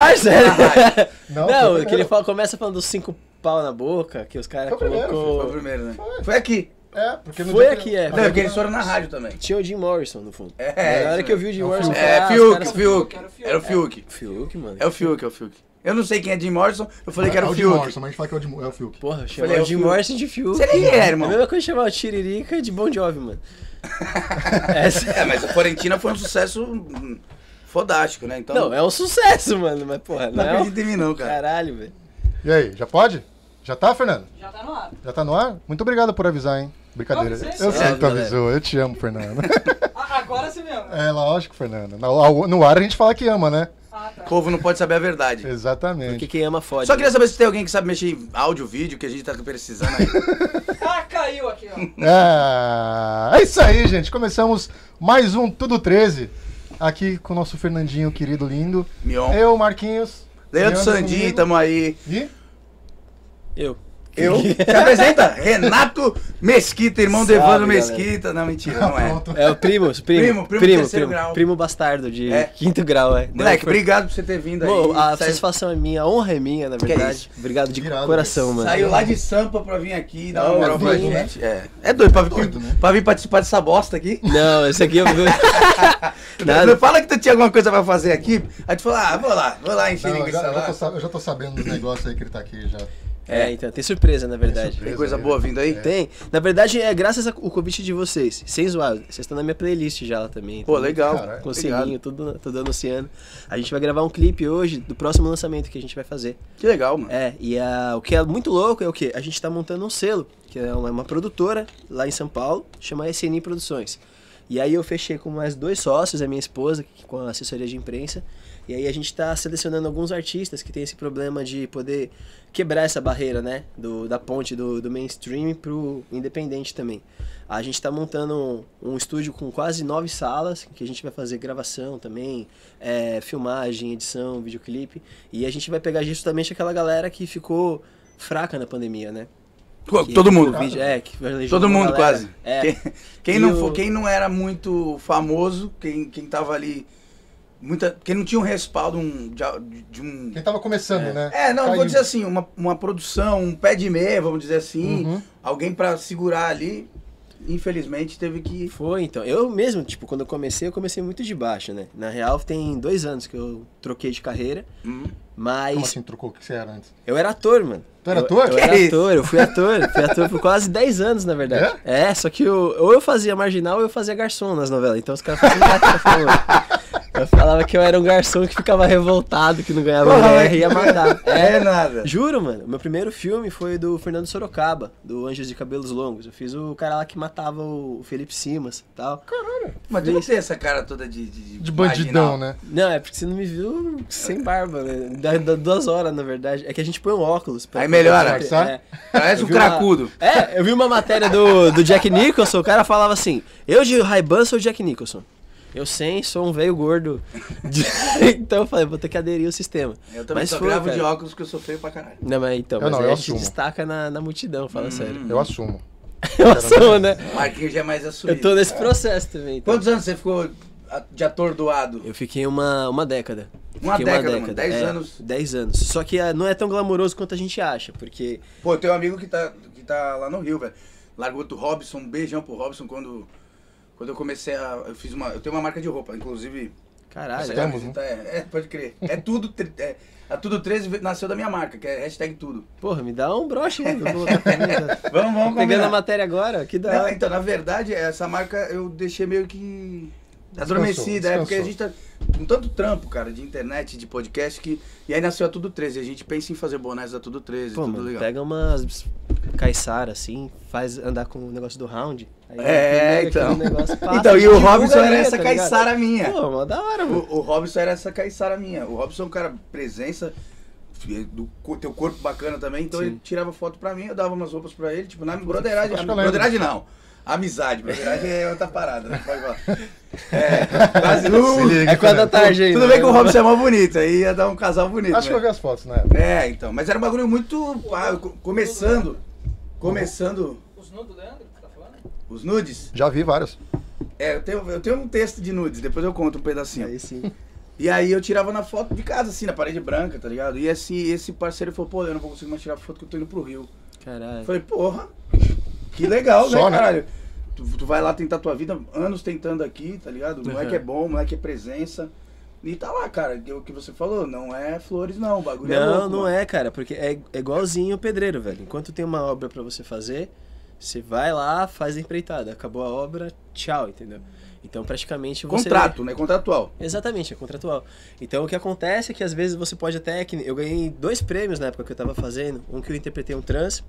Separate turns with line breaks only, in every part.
Ah, sério?
Não,
Não,
foi o
que ele
primeiro.
fala- começa falando dos cinco pau na boca, que os caras
Foi o primeiro,
colocou.
Foi o primeiro, né?
Foi.
Foi aqui.
É, porque no
Foi
dia que-
aqui, é.
Não, porque eles foram na rádio também.
Tinha o Jim Morrison no fundo.
É,
na hora
isso
que eu vi o Jim Morrison. eu falei,
É,
ah, os
Fiuk,
caras-
Fiuk.
Era o Fiuk.
Era o Fiuk.
Fiuk, mano.
É o Fiuk, é o Fiuk. Eu não sei quem é Jim Morrison, eu falei que
É
era o
o Jim
Fiuk.
Morrison, mas a gente fala que é o, Jim, é o Fiuk.
Porra,
Falei, é
chamar
o
o Jim
Fiuk.
Morrison de Fiuk.
Você nem é, irmão.
É a mesma coisa de chamar o Tiririca de Bon Jovi, mano. Essa...
É, mas a Florentina foi um sucesso hum, fodástico, né? Então,
Não, é um sucesso, mano, mas porra,
não
não, é um...
acredito em mim não, cara.
Caralho, velho.
E aí, já pode? Já tá, Fernando?
Já tá no ar.
Já tá no ar? Muito obrigado por avisar, hein? Brincadeira.
Não, vocês
Eu sei que tu
sabem,
avisou, eu te amo, Fernando.
Ah, agora sim mesmo.
é lógico, Fernando. No, no ar a gente fala que ama, né?
Ah, tá.
O povo não pode saber a verdade.
Exatamente.
Porque quem ama fode. né?
Só queria saber se tem alguém que sabe mexer em áudio, vídeo, que a gente tá precisando aí.
Ah, caiu aqui, ó.
Ah, é isso aí, gente. Começamos mais um Tudo 13. Aqui com o nosso Fernandinho querido lindo.
Mion.
Eu, Marquinhos.
Leandro Sandi,
comigo.
tamo aí.
E
Eu.
Eu? Se apresenta, Renato Mesquita, irmão do
Salve,
Evandro
galera.
Mesquita. Não, mentira, não é.
pronto.
É o primo, os primo.
Primo, primo
primo,
terceiro
primo,
grau.
primo bastardo de
É.
quinto grau, é.
Moleque,
Não, foi-
obrigado por você ter vindo aí.
Pô, a
Saiu-
satisfação é minha, a honra é minha, na verdade. Obrigado de
Irado,
coração, mano.
Saiu lá de Sampa pra vir aqui e dar uma
Não,
moral
é
pra
doido, né?
gente. É, é doido, pra, vir-
Doido, né?
pra vir participar dessa bosta aqui.
Não, esse aqui eu. Nada.
Não Fala que tu tinha alguma coisa pra fazer aqui. Aí tu fala, ah, vou lá, vou lá encher
Não, eu, já,
linguiça
eu já tô,
lá.
sa- eu já tô sabendo dos negócios aí que ele tá aqui já.
É, então, tem surpresa, é. na verdade.
surpresa.
Tem coisa boa vindo aí?
Tem. Na verdade, é graças ao convite de vocês. Sem zoar, vocês estão na minha playlist já lá também.
Pô,
então,
legal.
Caralho.
Com o
Obrigado.
sininho, tudo, tudo anunciando. A gente vai gravar um clipe hoje do próximo lançamento que a gente vai fazer.
Que legal, mano.
É, e a- o que é muito louco é o que? A gente tá montando um selo, que é uma, uma produtora lá em São Paulo, chama SNI Produções. E aí eu fechei com mais dois sócios, a minha esposa, que- com a assessoria de imprensa. E aí a gente tá selecionando alguns artistas que tem esse problema de poder quebrar essa barreira, né? Do, da ponte do, do mainstream pro independente também. A gente tá montando um, um estúdio com quase nove salas, que a gente vai fazer gravação também, é, filmagem, edição, videoclipe. E a gente vai pegar justamente aquela galera que ficou fraca na pandemia, né?
Pô,
Que-
Todo mundo.
o vídeo- é, que elegeu
Todo
uma
mundo,
galera.
quase.
É,
Quem, quem
E
não,
o-
for- quem não era muito famoso, quem, quem tava ali. Muita, quem não tinha um respaldo um- de, a- de um.
Quem tava começando, né?
É, não,
Caiu.
vou dizer assim, uma, uma produção, um pé de meia, vamos dizer assim,
Uhum.
alguém pra segurar ali, infelizmente teve que.
Foi, então. Eu mesmo, tipo, quando eu comecei, eu comecei muito de baixo, né? Na real, tem dois anos que eu troquei de carreira,
Hum.
mas
Como assim trocou o que você era antes?
eu era ator, mano.
Tu era
Eu-
ator?
Eu,
Que
era
isso?
ator, eu fui ator. Fui ator por quase 10 anos, na verdade. É, só que eu, ou eu fazia marginal ou eu fazia garçom nas novelas. Então os caras faziam graça falando. Eu falava que eu era um garçom que ficava revoltado, que não ganhava
Porra,
mulher,
mas-
ia matar. É,
É nada.
Juro, mano. Meu primeiro filme foi do Fernando Sorocaba, do Anjos de Cabelos Longos. Eu fiz o cara lá que matava o Felipe Simas e tal.
Mas tu não tem essa cara toda de. De,
De
marginal.
bandidão, né?
Não, é porque você não me viu sem barba, né? Da, da- duas horas, na verdade. É que a gente põe um óculos. pra-
Aí melhora.
É,
Parece
Eu
um
vi uma-
cracudo.
É, eu vi uma matéria do, do Jack Nicholson, o cara falava assim, eu de Ray-Ban sou o Jack Nicholson. Eu sem, sou um velho gordo. então eu falei, vou ter que aderir ao sistema.
Eu também
Mas
só
foi,
gravo de
cara.
óculos porque eu sou feio pra caralho.
Não, mas então,
Eu
mas
não,
aí
eu
a gente
assumo.
destaca na, na multidão,
Hum.
fala sério.
Eu assumo.
Eu assumo, né?
Marquinhos já é mais assumido.
Eu tô nesse processo também. então.
Quantos anos você ficou a- de atordoado?
Eu fiquei uma, uma década.
Uma
Fiquei
década, mano. Dez
é,
anos.
Dez anos. Só que ah, não é tão glamouroso quanto a gente acha, porque
Pô, tem um amigo que tá, que tá lá no Rio, velho. Largou do Robson, um beijão pro Robson quando. Quando eu comecei a. Eu fiz uma. Eu tenho uma marca de roupa, inclusive.
Caralho,
essa
é,
temos,
camiseta é, é, pode crer. É tudo. tri- É, a Tudo 13 ve- nasceu da minha marca, que é hashtag tudo.
porra, me dá um broche aí, eu vou botar pra mim, tá?
Vamos, vamos,
Pegando a
combinar.
matéria agora, que da
Não,
hora.
então, na verdade, essa marca eu deixei meio que adormecida. É porque a gente tá com tanto trampo, cara, de internet, de podcast, que. E aí nasceu a Tudo 13. A gente pensa em fazer bonés da Tudo 13,
Pô,
tudo
mano,
legal.
pega umas caiçara assim, faz andar com o negócio do round. aí
É,
pega
então.
aquele negócio, passa,
então, e o
divulga
Robson era
mesmo,
essa
tá ligado?
caiçara minha.
Pô, mó da hora, mano.
O, o Robson era essa caiçara minha. O Robson é um cara presença, fi- do co- teu corpo bacana também, então
Sim.
ele tirava foto pra mim, eu dava umas roupas pra ele, tipo, na
acho
broderagem.
que eu
ami-
lembro.
Broderagem não. Amizade, broderagem é outra parada, né? Pode falar. É, quase- uh,
liga,
É quatro da
cara.
tarde ainda.
Tudo bem que o
né?
Robson é mó bonito, aí ia dar um casal bonito.
Acho que eu
né?
vi as fotos na época.
É, então. Mas era um bagulho muito. ah, co- começando. Começando.
Os nudos do Leandro, que tá falando?
Os nudes?
Já vi vários.
É, eu tenho, eu tenho um texto de nudes, depois eu conto um pedacinho.
Aí sim.
E aí eu tirava na foto de casa, assim, na parede branca, tá ligado? E esse, esse parceiro falou, pô, eu não vou conseguir mais tirar foto que eu tô indo pro Rio. Eu
Caralho.
falei, porra, que legal,
Só,
né,
né?
caralho? Tu, tu vai lá tentar tua vida, anos tentando aqui, tá ligado? O moleque
Uhum.
é bom, o moleque é presença. E tá lá, cara, que é o que você falou, não é flores não, o bagulho é
Não,
louco,
não
mano.
é, cara, porque é, é igualzinho o pedreiro, velho. Enquanto tem uma obra pra você fazer, você vai lá, faz a empreitada. Acabou a obra, tchau, entendeu? Então praticamente você.
Contrato, né? Contratual.
Exatamente, é contratual. Então o que acontece é que às vezes você pode até. que Eu ganhei dois prêmios na época que eu tava fazendo. Um que eu interpretei um trans.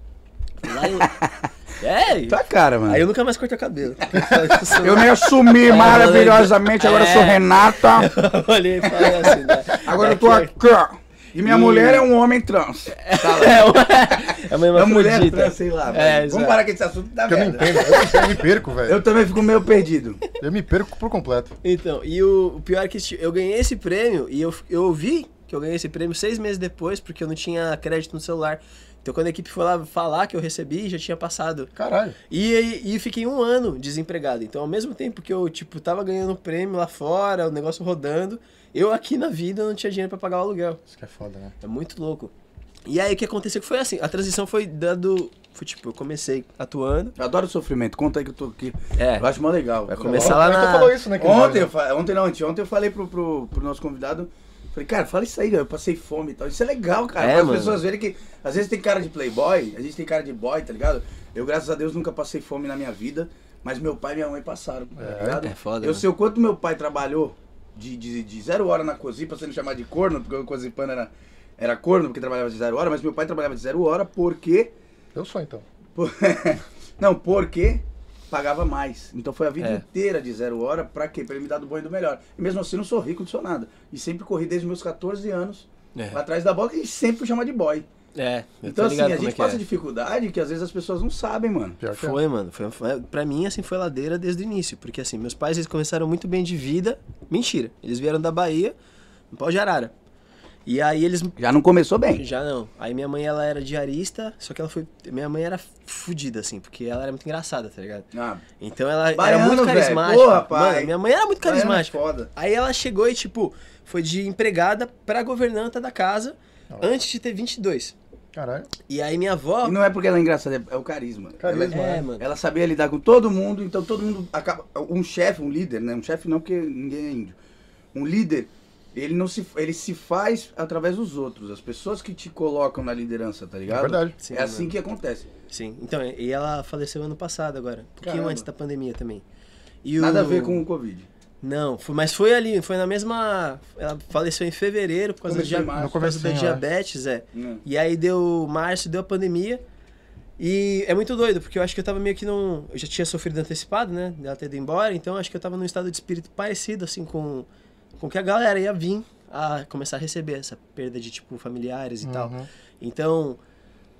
Lá em... é!
Tá cara, mano.
Aí eu
eu...
nunca mais cortei o cabelo.
me assumi maravilhosamente, agora eu sou
É.
Renata,
Olhei e falei assim, né?
agora
É
eu tô
que-
aqui. E minha
Hum.
mulher é um homem trans. Tá lá.
É, uma- é uma
É mulher
hermafrodita.
trans, sei
É,
lá. mano.
exato.
Vamos parar com esse assunto da
Que eu não
merda.
entendo. Eu, eu me perco, velho.
Eu também fico meio perdido.
Eu me perco por completo.
Então, e o, o pior é que esse- eu ganhei esse prêmio e eu, eu ouvi que eu ganhei esse prêmio seis meses depois, porque eu não tinha crédito no celular. Então, quando a equipe foi lá falar que eu recebi, já tinha passado.
Caralho.
E, e, e fiquei um ano desempregado. Então, ao mesmo tempo que eu, tipo, tava ganhando um prêmio lá fora, o negócio rodando, eu aqui na vida não tinha dinheiro pra pagar o aluguel.
Isso que é foda, né?
É muito louco. E aí, o que aconteceu que foi assim, a transição foi dando... Foi, tipo, eu comecei atuando.
Eu adoro sofrimento. Conta aí que eu tô aqui.
É,
Eu acho mó legal.
Vai
Eu
começar lá
Agora que tu
na-
falou isso, né? aquele
Ontem,
dia,
eu
né?
fa- ontem não, ontem, ontem eu falei pro, pro, pro nosso convidado, falei, cara, fala isso aí, eu passei fome e tal. Isso é legal, cara.
É,
pra as
mano.
pessoas verem que às vezes tem cara de playboy, a gente tem cara de boy, tá ligado? Eu, graças a Deus, nunca passei fome na minha vida, mas meu pai e minha mãe passaram, tá ligado?
É foda,
Eu
né?
sei o quanto meu pai trabalhou de, de, de zero hora na Cozipa, sendo chamado de corno, porque o Cozipano era, era corno, porque trabalhava de zero hora, mas meu pai trabalhava de zero hora porque...
Eu sou, então.
Por- Não, porque pagava mais. Então foi a vida
É.
inteira de zero hora pra quê? Pra ele me dar do bom e do melhor. E mesmo assim eu não sou rico, não sou nada. E sempre corri desde meus 14 anos
É.
lá atrás da bola e sempre chama de boy.
É, eu tô
então assim,
ligado
a
como é
gente
que é.
passa dificuldade que às vezes as pessoas não sabem, mano.
Pior que é.
Foi, mano. Foi, foi, pra mim, assim, foi ladeira desde o início. Porque, assim, meus pais, eles começaram muito bem de vida. Mentira. Eles vieram da Bahia, no pau de arara. E aí eles...
Já não começou bem.
Já não. Aí minha mãe, ela era diarista, só que ela foi... Minha mãe era fudida, assim, porque ela era muito engraçada, tá ligado?
Ah,
Então ela
Baiano,
era muito
velho.
carismática.
Porra, pai.
Mano, minha mãe era muito
Baiano é
carismática.
foda.
Aí ela chegou e, tipo, foi de empregada pra governanta da casa antes de ter 22.
Caralho.
E aí minha avó...
E não é porque ela é engraçada, é o carisma.
Carisma.
Ela,
É, mano.
ela sabia lidar com todo mundo, então todo mundo acaba. Um chefe, um líder, né? Um chefe não, porque ninguém é índio. Um líder, ele não se. Ele se faz através dos outros. As pessoas que te colocam na liderança, tá ligado?
É verdade.
Sim,
é assim
mano.
que acontece.
Sim, então, e ela faleceu ano passado agora, um pouquinho
Caramba.
antes da pandemia também. E o-
Nada a ver com o Covid.
Não, foi- mas foi ali, foi na mesma. Ela faleceu em fevereiro por causa, do
Começou
dia-
em março.
por causa da
Comecinho, é.
diabetes, é.
Hum.
E aí deu março, deu a pandemia. E é muito doido, porque eu acho que eu tava meio que num. Eu já tinha sofrido antecipado, né? Dela ter ido embora, então acho que eu tava num estado de espírito parecido, assim, com, com que a galera ia vir a começar a receber essa perda de, tipo, familiares e tal.
Uhum.
Então,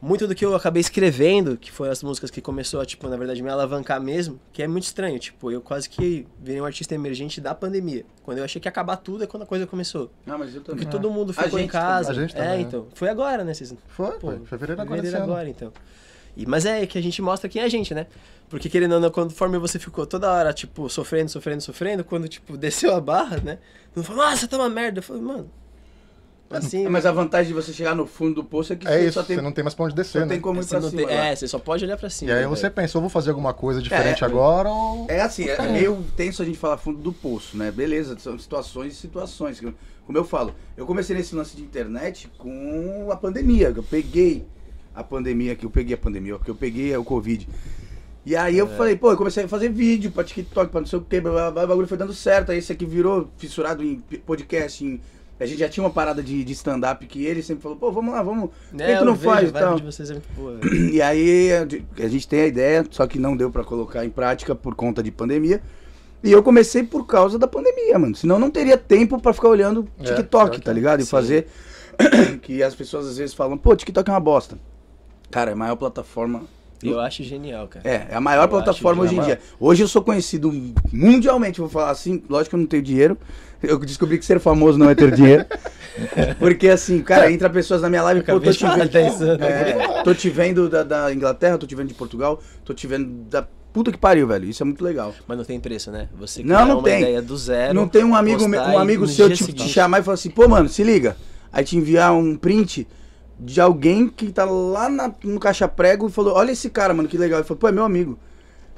muito do que eu acabei escrevendo, que foram as músicas que começou a, tipo, na verdade, me alavancar mesmo, que é muito estranho. Tipo, eu quase que virei um artista emergente da pandemia. Quando eu achei que ia acabar tudo é quando a coisa começou.
Ah, mas eu
Porque
também.
todo mundo ficou em
gente tá-
casa.
também. Uhum. A gente
é,
também, né?
então. Foi agora, né? Vocês...
Foi,
Pô,
foi. Fevereiro agora
fevereiro
esse ano.
agora, então. E, mas é que a gente mostra quem é a gente, né? Porque querendo ou não, conforme você ficou toda hora, tipo, sofrendo, sofrendo, sofrendo, quando, tipo, desceu a barra, né? Não falou, nossa, tá uma merda. Eu falei, mano. Assim,
É, Mas a vantagem de você chegar no fundo do poço é que
É
você
isso,
só tem,
você não tem mais pra onde descer,
só
né?
tem como ir
você
pra
não
cima.
tem-
lá.
é, você só pode olhar pra cima.
E aí
né,
você
velho?
pensa, eu vou fazer alguma coisa diferente
É.
agora ou...
É assim, é meio tenso a gente falar fundo do poço, né? Beleza, são situações e situações. Como eu falo, eu comecei nesse lance de internet com a pandemia. que Eu peguei a pandemia aqui, eu peguei a pandemia, porque eu peguei o Covid. E aí
É.
eu falei, pô, eu comecei a fazer vídeo pra TikTok, pra não sei o que, blá, blá, blá, o bagulho foi dando certo. Aí esse aqui virou fissurado em p- podcast, em- A gente já tinha uma parada de, de stand-up que ele sempre falou, pô, vamos lá, vamos. Por
Né,
que tu
eu
não
vejo,
faz
a
e
vibe
tal?
de vocês é muito boa, velho.
E aí a de- a gente tem a ideia, só que não deu pra colocar em prática por conta de pandemia. E eu comecei por causa da pandemia, mano. Senão eu não teria tempo pra ficar olhando
É,
TikTok,
pior que
tá
é.
ligado? E
Sim.
fazer que as pessoas às vezes falam, pô, TikTok é uma bosta. Cara, é a maior plataforma.
Eu acho genial, cara.
É, é a maior
Eu
plataforma
acho
hoje
que
em
é a
dia. Hoje eu sou conhecido mundialmente, vou falar assim, lógico que eu não tenho dinheiro. Eu descobri que ser famoso não é ter dinheiro. Porque assim, cara, entra pessoas na minha live, pô, tô
Acabei
te
de falar
É, vendo.
dez anos.
É, tô te vendo da, da Inglaterra, tô te vendo de Portugal, tô te vendo da puta que pariu, velho. Isso é muito legal.
Mas não tem preço, né? Você
Não,
criar
não
uma
tem.
ideia do zero.
Não tem um amigo, me-
postar
um
e
amigo
no
seu
dia
te, te
seguinte-
chamar e falar assim, pô, mano, se liga. Aí te enviar um print de alguém que tá lá na- no caixa prego e falou, olha esse cara, mano, que legal. Ele falou, pô, é meu amigo.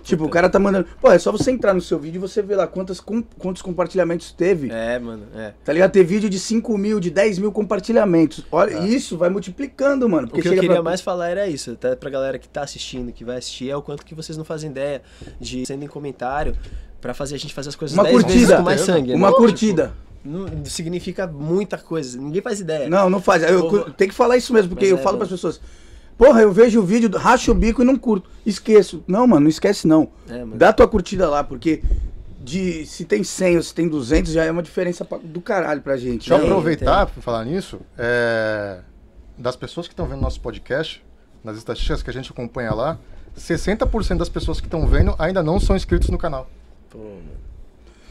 Tipo, o cara tá mandando. Pô, é só você entrar no seu vídeo e você ver lá quantas, com- quantos compartilhamentos teve.
É, mano, é.
Tá ligado? Ter vídeo de 5 mil, de 10 mil compartilhamentos. Olha,
Tá.
isso vai multiplicando, mano.
O
Porque
que eu
chega
queria
pra-
mais falar era isso, até pra galera que tá assistindo, que vai assistir, é o quanto que vocês não fazem ideia de sendo em comentário pra fazer a gente fazer as coisas
Uma
10 é vezes
curtida,
com mais sangue.
Uma
né?
curtida.
Não significa muita coisa, ninguém faz ideia.
Não, não faz. Eu,
Porra.
tem que falar isso mesmo, porque
Mas
eu
é,
falo
mano.
pras pessoas. Porra, eu vejo o vídeo, racho o bico e não curto. Esqueço. Não, mano, não esquece não.
É, mano.
Dá tua curtida lá, porque de se tem 100 ou se tem 200 já é uma diferença pra- do caralho pra gente. né?
Deixa eu
Tem,
aproveitar para falar nisso. é, das pessoas que estão vendo nosso podcast, nas estatísticas que a gente acompanha lá, 60% das pessoas que estão vendo ainda não são inscritos no canal.
Pô, mano.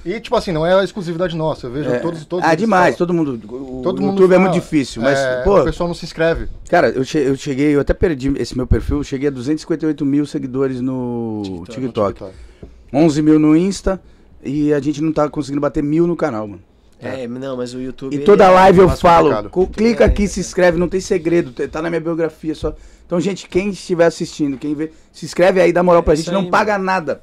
E, tipo assim, não é a exclusividade nossa. Eu vejo
É.
todos todos.
ah,
eles
demais,
falam.
todo mundo. O,
Todo
o
mundo
YouTube é
fala,
muito difícil, mas,
é,
pô,
O pessoal não se inscreve.
cara, eu, che- eu cheguei, eu até perdi esse meu perfil, eu cheguei a 258 mil seguidores no
TikTok.
TikTok. 11 mil no Insta e a gente não tá conseguindo bater mil no canal, mano.
É, não, mas o YouTube.
E
ele
toda
é-
live eu
mais
falo,
complicado.
co- clica
é,
aqui,
é.
se inscreve, não tem segredo, tá- tá na minha biografia só. Então, gente, quem estiver assistindo, quem vê, se inscreve aí, dá moral
É
pra
isso
gente, não
aí,
paga nada.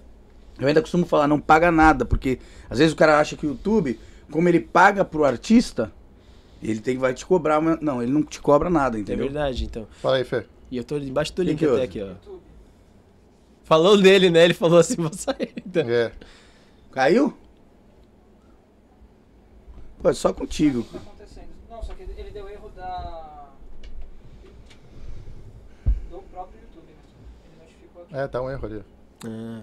Eu ainda costumo falar, não paga nada, porque às vezes o cara acha que o YouTube, como ele paga pro artista, ele tem vai te cobrar, mas não, ele não te cobra nada,
É
entendeu?
verdade, então.
Fala aí, Fê.
E eu tô embaixo do
Quem
link
que
até
ouve?
aqui, ó. Falou dele, né? Ele falou assim, vou sair. Então.
É.
Caiu? Pô, é só contigo.
Tá acontecendo. Não, só que ele ele deu erro da. do próprio YouTube. né? Ele notificou aqui.
É, tá um erro ali.
Ah.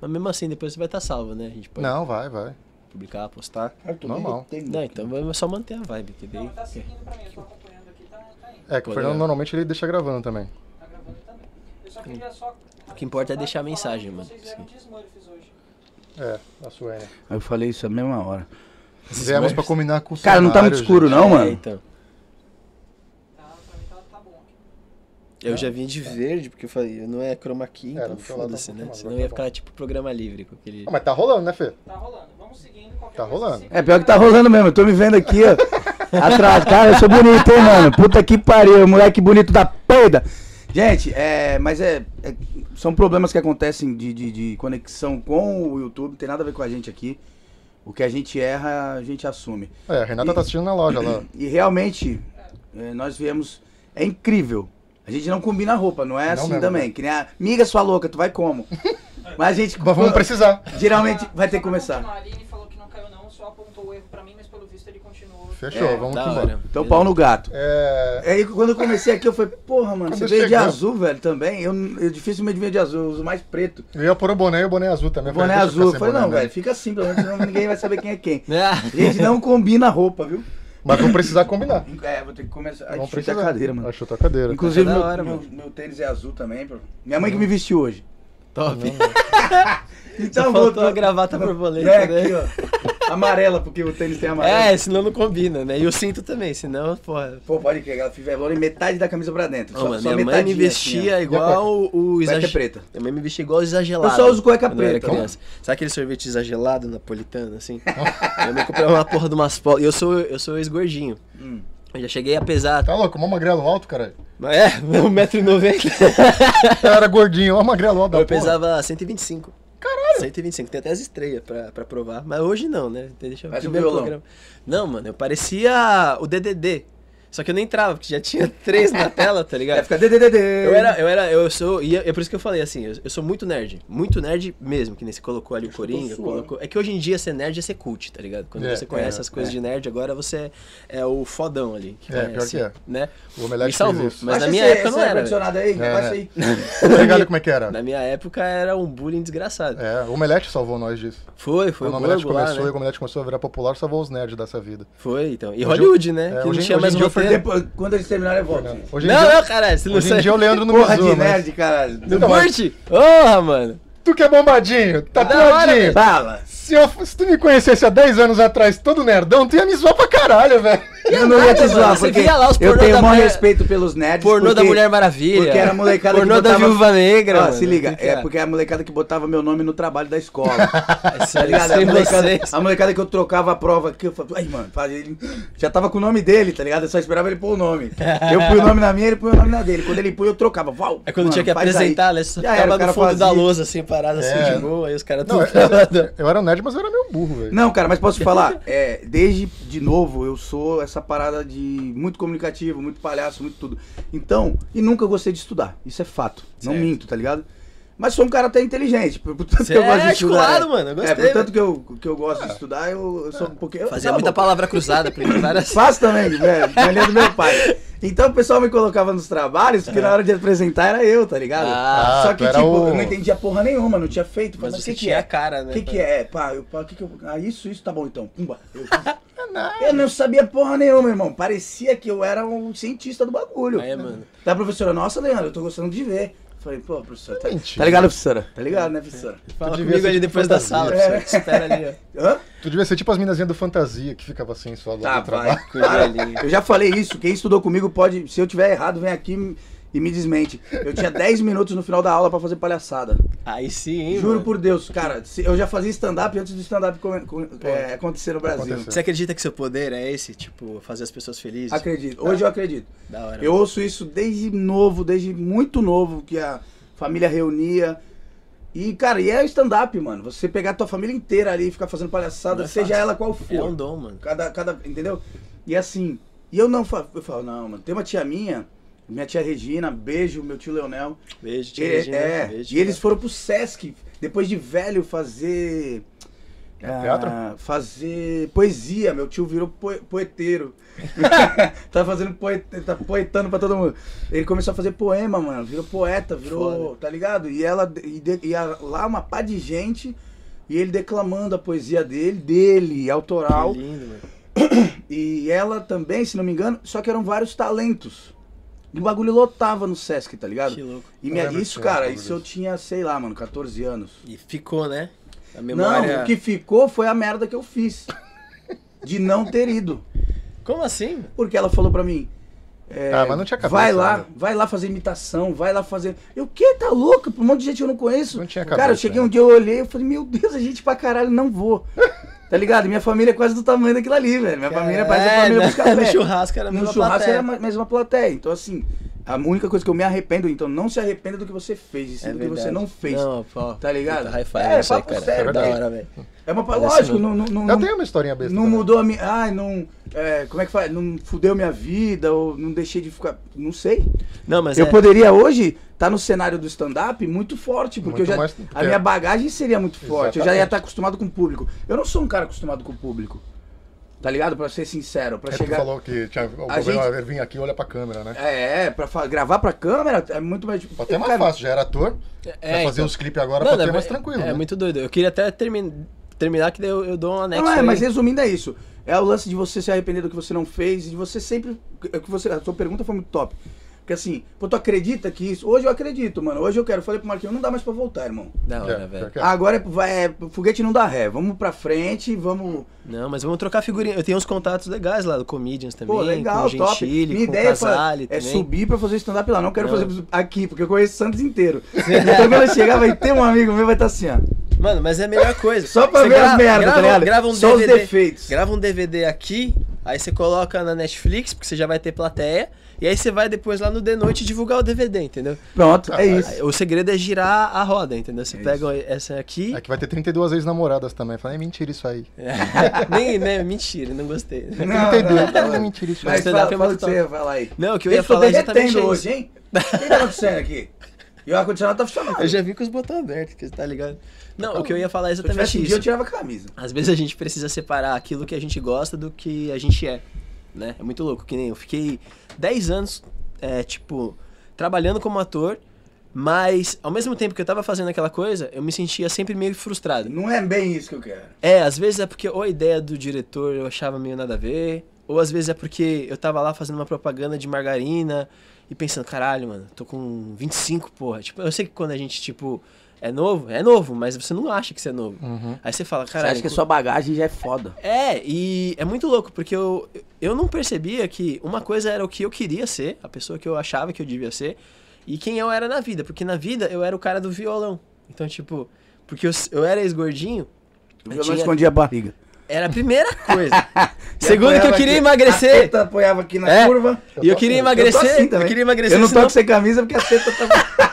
Mas mesmo assim, depois você vai estar salvo, né? A gente pode
Não, vai, vai.
publicar, postar.
Normal.
Não, então vamos só manter a vibe, que daí.
Não, tá seguindo pra mim, eu tô acompanhando aqui, tá, tá indo.
É, que o
Pô,
Fernando
legal.
normalmente ele deixa gravando também.
Tá gravando também. Eu só queria só.
O que importa é deixar a mensagem,
falar
mano.
que Vocês eram de Smurfs hoje.
É, na Suénia.
Aí eu falei isso a mesma hora.
Viemos pra combinar com o
Cara, não tá
cenário,
muito escuro,
gente.
não,
É,
mano.
então.
Tá, pra mim tá, tá bom aqui.
Eu já vim
é.
de verde, porque eu falei, não é chroma key,
É,
então
do teu lado
foda-se,
tá um
né?
pouquinho mais,
Senão
agora
ia
tá
ficar tipo programa livre com aquele.
Ah, mas tá rolando, né, Fê?
Tá rolando. Vamos seguindo. Qualquer
Tá
coisa,
rolando.
siga
É, pior que tá
aí.
rolando mesmo, eu tô me vendo aqui, ó. Atrás, cara, eu sou bonito, hein, mano? Puta que pariu, moleque bonito da peida. Gente, é, mas é, é- são problemas que acontecem de, de, de conexão com o YouTube, não tem nada a ver com a gente aqui. O que a gente erra, a gente assume.
É, a Renata
E-
tá assistindo na loja lá.
E realmente, é, nós viemos, é incrível. A gente não combina roupa, não é
Não
assim
mesmo,
também. Que nem a amiga sua louca, tu vai como? Mas a gente,
Mas vamos precisar.
geralmente,
Só-
vai
só
ter que
pra
começar.
continuar, A Aline falou que não caiu, não. Só apontou o erro pra mim, mas pelo visto ele continuou.
Fechou,
É,
vamos
da
que
hora.
embora.
Então, pau no gato.
É.
Aí quando eu comecei aqui, eu falei, porra, mano,
Quando
você veio de
chegamos-
azul, velho, também. Eu, eu dificilmente venho de azul, eu uso mais preto.
Eu ia pôr o boné e o boné azul também.
O boné
Deixa eu ficar
azul. Eu
sem
falei,
boné
né?"
né?
não,
mesmo.
velho, fica assim, pelo menos senão ninguém vai saber quem é quem.
Ah,
A gente não combina roupa, viu?
Mas vamos precisar combinar.
É, vou ter que começar. Ai,
Vamos
chutei
precisar.
a cadeira, mano.
Achou tua cadeira.
Inclusive,
Tá da
meu,
hora,
meu,
mano.
meu tênis é azul também, bro. Minha mãe que me vestiu hoje.
top.
um
Só
Então,
faltou a gravata borboleta,
É, aqui,
né?
ó. Amarela, porque o tênis tem amarelo.
É, senão não combina, né? E o cinto também, senão, porra.
Pô, pode pegar, ela fez velório e metade da camisa pra dentro.
Ô, mano, minha mãe me
metadinha, assim, ó.
vestia igual o
Cueca
exagerado.
preta.
Minha mãe me vestia igual o exagelado.
Eu só uso cueca
quando eu era
preta, né?
criança. Sabe aquele sorvete exagelado napolitano, assim? minha mãe comprava uma porra de umas polas. Eu sou, eu sou ex-gordinho.
Hum. Então-
Eu já cheguei a pesar.
Tá louco, mó magrelo alto, caralho.
Mas é, 1,90m.
Eu era gordinho, ó, magrelo alto da
Eu
porra.
pesava 125. Caralho! 125, tem até as estreias pra, pra provar. Mas hoje não, né? Deixa eu
Parece um
primeiro
violão.
Não, mano, eu parecia o DDD. Só que eu nem entrava, porque já tinha três na tela, tá ligado?
Aí fica DDDD.
Eu era, eu era, eu sou, e é é por isso que eu falei assim, eu, eu sou muito nerd, muito nerd mesmo, que nem você colocou ali o
Acho que eu tô
Coringa,
suando.
colocou, é que hoje em dia ser nerd é ser cult, tá ligado? Quando
É,
você conhece
é,
as coisas
é.
de nerd, agora você é o fodão ali, que
É, pior
conhece,
que é.
né?
O Omelete
Me salvou,
fez isso.
mas
Baixa
na minha
esse-
época
esse
não era. velho.
ar-condicionado aí,
É.
baixa aí.
Obrigado como é que era.
Na minha época era um bullying desgraçado.
É, o Omelete salvou nós disso.
Foi, foi
É
Quando o
o
Omelete
Globo lá,
começou e
né?
o Omelete começou a virar popular, salvou os nerds dessa vida.
Foi, então. E
Hoje
Hollywood,
é,
né? que
hoje-
não tinha
hoje
mais
em
uma
dia eu fui
tela.
Depois, quando eles terminarem, eu volto.
É. Hoje em
Não,
dia,
não, caralho, você não
hoje em
sabe.
dia o Leandro não me
Porra
zoa,
de
mas...
nerd, caralho.
Não
Então, mas-
curte? Porra, mano.
Tu que é bombadinho,
Da hora,
tatuadinho.
velho.
Bala.
Se, eu- se tu me conhecesse há 10 anos atrás, todo nerdão, tu ia me zoar pra caralho, velho.
Eu não ia
nada, é
te
um mano.
zoar,
Você
porque
via lá os
eu
pornô
tenho
da
o maior
mulher-
respeito pelos nerds.
Pornô da
porque-
Mulher Maravilha.
Porque era a molecada
Pornô
que
da
botava...
Viúva Negra,
Ó,
mano.
se liga,
O que que
é
era?
porque era a molecada que botava meu nome no trabalho da escola.
Sem
Tá ligado?
é
A molecada,
vocês.
a molecada que eu trocava a prova, que eu falava, ai, mano, faz- ele já tava com o nome dele, tá ligado? Eu só esperava ele pôr o nome. Eu pus o nome na minha, ele pôs o nome na dele. Quando ele pôs, eu trocava. Val,
É quando
mano,
tinha que
faz aí.
apresentar, né? Você
Já
ficava
era, o
no
cara
fundo da
fazia.
lousa, assim, parado assim
É.
de boa, aí os caras
Não,
tudo
eu,
falando.
eu era um nerd, mas eu era meio burro, velho.
Não, cara, mas posso te falar, é, desde de novo eu sou essa parada de muito comunicativo, muito palhaço, muito tudo. Então, e nunca gostei de estudar. Isso é fato. Não
Certo.
minto, tá ligado? Mas sou um cara até inteligente. por- por tanto
Você
que eu gosto
é
de estudar.
articulado, mano, eu gostei,
é, por
velho.
tanto que eu, que eu gosto de estudar, eu, eu sou um pouquinho.
Fazia
Cala a
muita
boca.
palavra cruzada, aprendi várias
Faço também, velho. Mania do meu pai. Então o pessoal me colocava nos trabalhos, porque na hora de apresentar era eu, tá ligado?
É. Ah,
Só
tu
que,
era
tipo,
o-
eu não entendia porra nenhuma, não tinha feito.
Mas
Falei, Mas o
você
que, que
tinha
é?
a cara, né,
O que, que
pai?
é? Pá, eu, pá, que que eu... Ah, isso, isso, tá bom então. Pumba. Eu,
é
fiz. Eu não sabia porra nenhuma, irmão. Parecia que eu era um cientista do bagulho.
É, mano.
Da professora, nossa, Leandro, eu tô gostando de ver. Falei, pô, professora, tá,
Mentira.
tá ligado, professora? Tá ligado, né, professora?
Fala
devia
comigo
ser
ali
de
depois da
fantasia.
sala,
É.
pessoal. Espera ali, ó.
Hã?
Tu devia ser tipo as minazinhas do Fantasia, que ficava assim, só lá
Tá,
no trabalho.
vai. Para. Eu já falei isso. Quem estudou comigo pode. Se eu tiver errado, vem aqui e me desmente. Eu tinha 10 minutos no final da aula pra fazer palhaçada.
Aí sim, hein,
Juro
mano.
por Deus, cara. se- Eu já fazia stand-up antes do stand-up come- com- é, acontecer no Brasil.
Aconteceu.
Você acredita que seu poder é esse? Tipo, fazer as pessoas felizes?
Acredito. Hoje eu acredito.
Da hora.
Eu ouço isso desde novo, desde muito novo, que a família reunia. E, cara, e é stand-up, mano. Você pegar a tua família inteira ali e ficar fazendo palhaçada,
Não é
seja
fácil.
ela qual for.
É um dom, mano.
Cada, cada, entendeu? E assim, e eu não falo, eu falo, não, mano, tem uma tia minha, minha tia Regina, beijo, meu tio Leonel.
Beijo,
E-
tia Regina.
é,
Beijo,
e eles
cara.
foram pro Sesc, depois de velho, fazer...
É
ah,
teatro?
fazer poesia, meu tio virou poe- poeteiro. tá fazendo poeta, tá poetando pra todo mundo. Ele começou a fazer poema, mano, virou poeta, virou,
Foda.
tá ligado? E ela e, de- e a- lá uma pá de gente e ele declamando a poesia dele, dele, autoral.
Que lindo, mano.
E ela também, se não me engano, só que eram vários talentos. E o bagulho lotava no Sesc, tá ligado?
Que louco.
E
Eu
minha,
lembro
isso,
que tinha
cara,
um
isso
bagulho
eu tinha, sei lá, mano, 14 anos.
E ficou, né? A memória...
Não, o que ficou foi a merda que eu fiz. De não ter ido.
Como assim? mano?
Porque ela falou pra mim. é,
Ah, mas não tinha cabeça
Vai lá,
ainda.
vai lá fazer imitação, vai lá fazer. Eu que tá louco? Pra um monte de gente que eu não conheço.
Não tinha
Cara, eu
cabeça né?
cheguei um
ainda.
dia, eu olhei, eu falei, meu Deus, a gente pra caralho não vou. Tá ligado? Minha família é quase do tamanho daquilo ali, velho. Minha família parece a
É,
família
né?
dos café.
No churrasco era a
No
mesma
churrasco
plateia.
era a mesma plateia. Então, assim, a única coisa que eu me arrependo, então, não se arrependa do que você fez, e sim do que você não fez.
É Não, pô.
Tá ligado?
Puta, high five,
É,
isso aí,
papo
cara.
sério,
da
velho.
hora, velho.
É uma
Essa
lógico,
não-
não, não, não,
Eu tenho uma historinha besta.
não
também.
mudou a minha. Ai, não. é, como é que faz? Não fudeu minha vida, ou não deixei de ficar. Não sei.
Não, mas
eu
é...
poderia hoje estar no cenário do stand-up muito forte, porque
Muito
eu já,
mais- é.
a minha bagagem seria muito forte. Eu já
Exatamente.
ia estar acostumado com o público. Eu não sou um cara acostumado com o público. Tá ligado? Pra ser sincero, pra
É, tu
chegar.
falou que tinha, o
A
problema era vir aqui e olhar pra câmera, né?
É, é, pra fa- gravar pra câmera é muito mais. difícil.
Até mais
Cara,
fácil, já era ator.
É,
vai fazer
então.
uns clipes agora
Mano,
pra ter
é-
mais tranquilo,
É,
né?
muito doido. Eu queria até termin- terminar, que daí eu, eu dou um anexo
Não, é,
aí.
mas resumindo é isso. É o lance de você se arrepender do que você não fez e de você sempre. é o que você- a sua pergunta foi muito top. Porque assim, pô, tu acredita que isso. Hoje eu acredito, mano. Hoje eu quero. Falei pro Marquinhos, não dá mais pra voltar, irmão.
Da hora,
É,
velho.
pior que é.
Agora é, vai, é, foguete não dá ré. Vamos pra frente, vamos.
Não, mas vamos trocar figurinha. Eu tenho uns contatos legais lá do Comedians também.
Pô, legal,
com o
top.
Gentili,
Minha
com
ideia é
o Casale
fa- é,
também.
subir pra fazer stand-up lá. Não quero
Não.
fazer aqui, porque eu conheço Santos inteiro. então quando eu chegar, vai ter um amigo meu, vai estar assim, ó.
Mano, mas é a melhor coisa.
Só pra
Você
ver as
grava-
merda, tá
grava-
ligado?
Grava um
Só os
DVD,
defeitos.
Grava um DVD aqui, aí você coloca na Netflix, porque você já vai ter plateia. E aí você vai depois lá no The Noite divulgar o DVD, entendeu?
Pronto, é isso.
O segredo é girar a roda, entendeu? Você
É
pega essa aqui.
É que vai ter 32 ex-namoradas também. Falei, é mentira isso aí.
Nem, né? Mentira, não gostei.
Não,
Entendeu?
não, não, não.
É mentira isso aí.
Mas
Stand-up
fala,
é
fala o
muito
que você ia falar aí.
Não, o que eu ia
Gente, tô
falar é exatamente
derretendo
isso.
hoje, hein? O que tá acontecendo aqui? E o ar-condicionado tá funcionando.
Eu já vi com os botões abertos, que você tá ligado? Não, o que eu ia falar é
Se eu tivesse
exatamente
um dia, eu
isso.
tirava a camisa.
Às vezes a gente precisa separar aquilo que a gente gosta do que a gente é, né? É muito louco, que nem eu fiquei 10 anos, é, tipo, trabalhando como ator, mas ao mesmo tempo que eu tava fazendo aquela coisa, eu me sentia sempre meio frustrado.
Não é bem isso que eu quero.
É, às vezes é porque ou a ideia do diretor eu achava meio nada a ver, ou às vezes é porque eu tava lá fazendo uma propaganda de margarina e pensando, caralho, mano, tô com 25, porra. Tipo, eu sei que quando a gente, tipo, É novo? É novo, mas você não acha que isso é novo. Aí você fala,
Uhum. Você
caralho.
acha que a sua bagagem já é foda.
É, e é muito louco, porque eu, eu não percebia que uma coisa era o que eu queria ser, a pessoa que eu achava que eu devia ser, e quem eu era na vida. Porque na vida eu era o cara do violão. Então, tipo, porque eu, eu era ex-gordinho,
Eu,
Eu
não
tinha-
escondia a barriga.
era a primeira coisa.
E
Segundo, que eu
apoiava
queria
aqui- A
emagrecer.
teta apoiava aqui na
É.
curva.
E eu queria
assim, eu, tô
emagrecer.
assim
Eu,
também.
queria emagrecer.
Eu não
senão-
tô sem camisa porque a teta tá...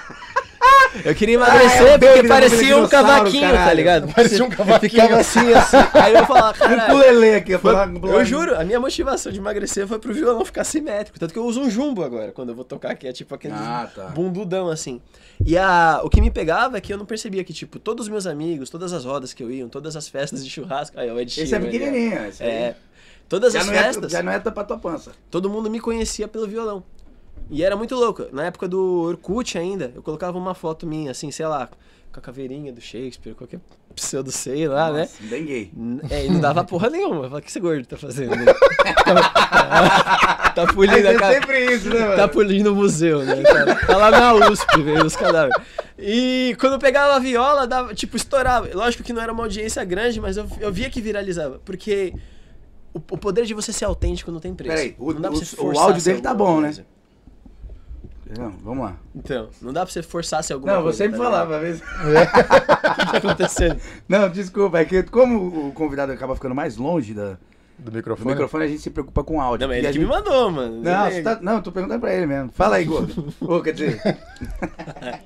Eu queria
Ah, é
emagrecer
o baby
porque
do
parecia um
dinossauro,
cavaquinho, tá
caralho.
ligado?
Parecia um cavaquinho.
Ficava assim, assim. Aí eu falava,
um
caralho.
culelê aqui. Eu,
Foi-
falava,
eu juro, a minha motivação de emagrecer foi pro violão ficar simétrico. Tanto que eu uso um jumbo agora, quando eu vou tocar, que é tipo aquele
Ah, tá.
bundudão, assim. E a, o que me pegava é que eu não percebia que, tipo, todos os meus amigos, todas as rodas que eu ia, todas as festas de churrasco... Aí, o Ed
Esse é
Sheeran, né?
pequenininho. Esse
É.
é.
Todas
Já
as
não, é,
festas,
já não é tapar tua pança.
todo mundo me conhecia pelo violão. E era muito louco. Na época do Orkut ainda, eu colocava uma foto minha, assim, sei lá, com a caveirinha do Shakespeare, qualquer pseudo sei lá, né?
Nossa, Bem gay.
N- É, e não dava porra nenhuma. Eu falava, o que esse gordo tá fazendo? né? tá, tá pulindo
Mas
a
é
cara.
sempre isso, né, mano?
Tá pulindo o museu, né? Tá, tá lá na USP, velho, os cadáveres. E quando eu pegava a viola, dava, tipo, estourava. Lógico que não era uma audiência grande, mas eu, eu via que viralizava. Porque o, o poder de você ser autêntico não tem preço.
Peraí, o-
não dá pra
o-
você
o
forçar
áudio
ser
dele tá
alguma
bom, né?
coisa.
Não, vamos lá.
Então, não dá pra você forçar ser alguma
Não,
coisa.
você sempre
tá ligado?
falava, às vezes.
O que tá acontecendo?
Não, desculpa, é que como o convidado acaba ficando mais longe da-
Do
do
microfone.
microfone, a gente se preocupa com o áudio.
Não, mas
E
ele
a
que me
gente-
mandou, mano.
Não,
Ele- é
você tá- não, eu tô perguntando pra ele mesmo. Fala aí, gordo. Ô, quer dizer,
É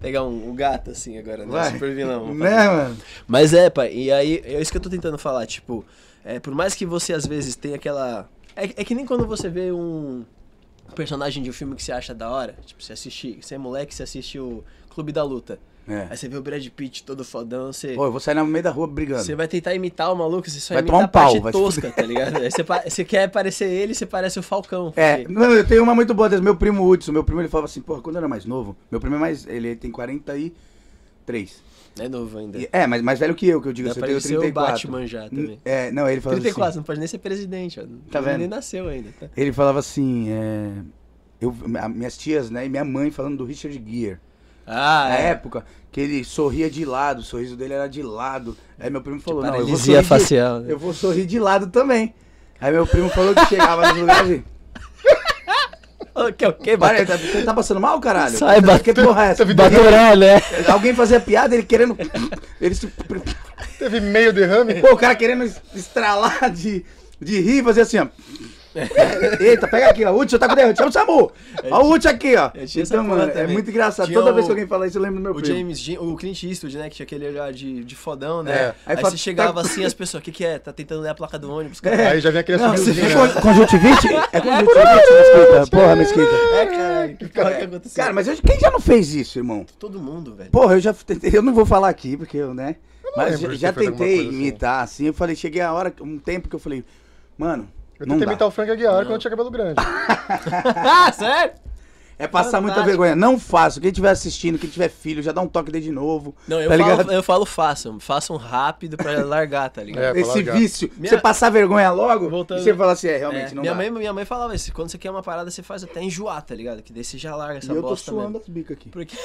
Pegar um, um gato assim agora, né?
vai.
Super vilão.
Né, mano?
Mas é, pai, e aí é isso que eu tô tentando falar, tipo, é, por mais que você às vezes tenha aquela. É, é que nem quando você vê um personagem de um filme que você acha da hora, tipo, você assiste, você é moleque, você assiste o Clube da Luta.
É.
Aí você vê o Brad Pitt todo fodão, você.
Ô, eu vou sair no meio da rua brigando.
Você vai tentar imitar o maluco, você só
Vai
imita
tomar um
a parte
pau, vai se
tosca, tá ligado? Aí você, pa- você quer parecer ele, você parece o Falcão.
É,
porque-
não, eu tenho uma muito boa desse meu primo Hudson. Meu primo ele falava assim, porra, quando eu era mais novo, meu primo é mais. Ele tem 43.
É novo ainda.
E- é, mas mais velho que eu, que eu digo,
Dá
assim, eu
pra
tenho
ele ser o
34.
Batman já também.
É, não, ele falava
34, não pode nem ser presidente, ó.
Tá vendo?
Nem nasceu ainda, tá?
assim. Ele falava assim, é. Eu, a- minhas tias, né, e minha mãe falando do Richard Gere.
Ah,
na
é.
época, que ele sorria de lado, o sorriso dele era de lado. Aí meu primo falou, não, eu vou
Paralisia
sorrir
facial.
de,
né?
eu vou sorrir de lado também. Aí meu primo falou que chegava nos lugares assim,
O que é o que,
para, tá- você tá passando mal, caralho?
Sai,
Você- que porra é essa?
Batoré, né?
Alguém- Alguém fazia piada, ele querendo... Ele, se-
Teve meio derrame.
pô, o cara querendo es- estralar de, de rir, fazer assim, ó. Eita, pega aqui, ó. O Hudson tá com derrame. Chama o Samu. Ó o Hudson aqui, ó.
Eu tinha essa
Então,
porra
mano, é
também.
muito engraçado.
Tinha
Toda
o-
vez que alguém fala isso, eu lembro do meu
O
primo.
James Dean, o Clint Eastwood, né? Que tinha aquele olhar de, de fodão, né?
É.
Aí,
Aí fala,
você chegava
tá-
assim, as pessoas, o que que é? Tá tentando ler a placa do ônibus, cara.
Aí já vem aquele
É. Não, você
assumidozinho, né?
foi conjuntivite? É conjuntivite, Mesquita. Porra, Mesquita.
É, cara, que porra que aconteceu?
Cara, mas eu, quem já não fez isso, irmão?
todo mundo, velho.
Porra, eu já tentei, eu não vou falar aqui, porque eu, né? Mas já,
lembro de
já
ter feito
tentei
alguma coisa assim.
imitar, assim, eu falei, cheguei a hora, um tempo que eu falei, mano,
Eu
não
tentei
dá.
imitar o Frank Aguiar quando eu tinha cabelo grande.
ah, sério?
É passar muita
Fantástico.
vergonha, não faço. Quem estiver assistindo, quem tiver filho, já dá um toque dele de novo.
Não, eu,
tá
falo,
ligado?
eu falo façam, façam rápido pra largar, tá ligado?
É, pra
Esse
largar.
vício,
Minha-
você passar vergonha logo,
Voltando-
e você fala assim, é, realmente,
É,
não
minha,
dá.
mãe, minha mãe falava isso, quando você quer uma parada, você faz até enjoar, tá ligado? Que daí você já larga
e
essa
eu tô
bosta né?
suando
mesmo.
as bicas aqui.
Porque...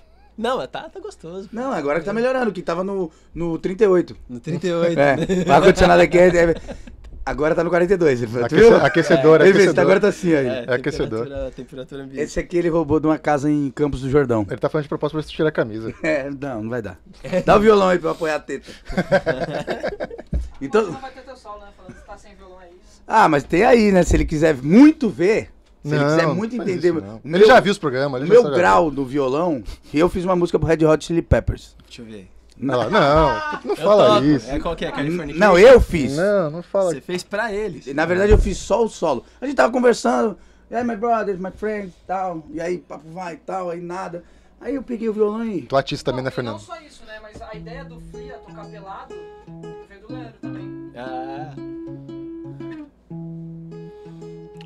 Não, mas tá, tá gostoso. pô.
Não, agora que tá melhorando, que tava no, no 38.
No 38. né?
É, o ar-condicionado aqui é, é- Agora tá no 42, ele falou, tu viu?
Aquece- Aquecedor,
Ele fez, tá, agora
aquecedor.
tá assim aí.
É,
aquecedor.
temperatura- Temperatura ambiente.
Esse aqui ele roubou de uma casa em Campos do Jordão.
Ele tá falando de propósito pra você tirar a camisa.
É, não, não vai dar. Dá o violão aí pra eu apoiar a teta.
Não
Então,
vai ter teu sol, né? Falando que tá sem violão aí.
ah, mas tem aí, né? Se ele quiser muito ver, se ele quiser
Não,
muito
não faz
entender.
isso, não.
o
Ele
meu-
já viu os programas.
O
Ele
meu
já sabe.
grau no violão, que eu fiz uma música pro Red Hot Chili Peppers.
Deixa eu ver.
Olha lá, não, não fala
toco.
isso.
É qual que é? California
Não,
Cation?
eu fiz.
Não, não fala.
Você fez pra eles.
Na verdade, eu fiz só o solo. A gente tava conversando, yeah, my brothers, my friends, tal. E aí, papo vai, tal, aí nada. Aí eu peguei o violão e.
Tu atiça também,
Não,
né,
e não
Fernando?
só isso, né? Mas a ideia do Fria tocar pelado veio do Leandro também.
Ah,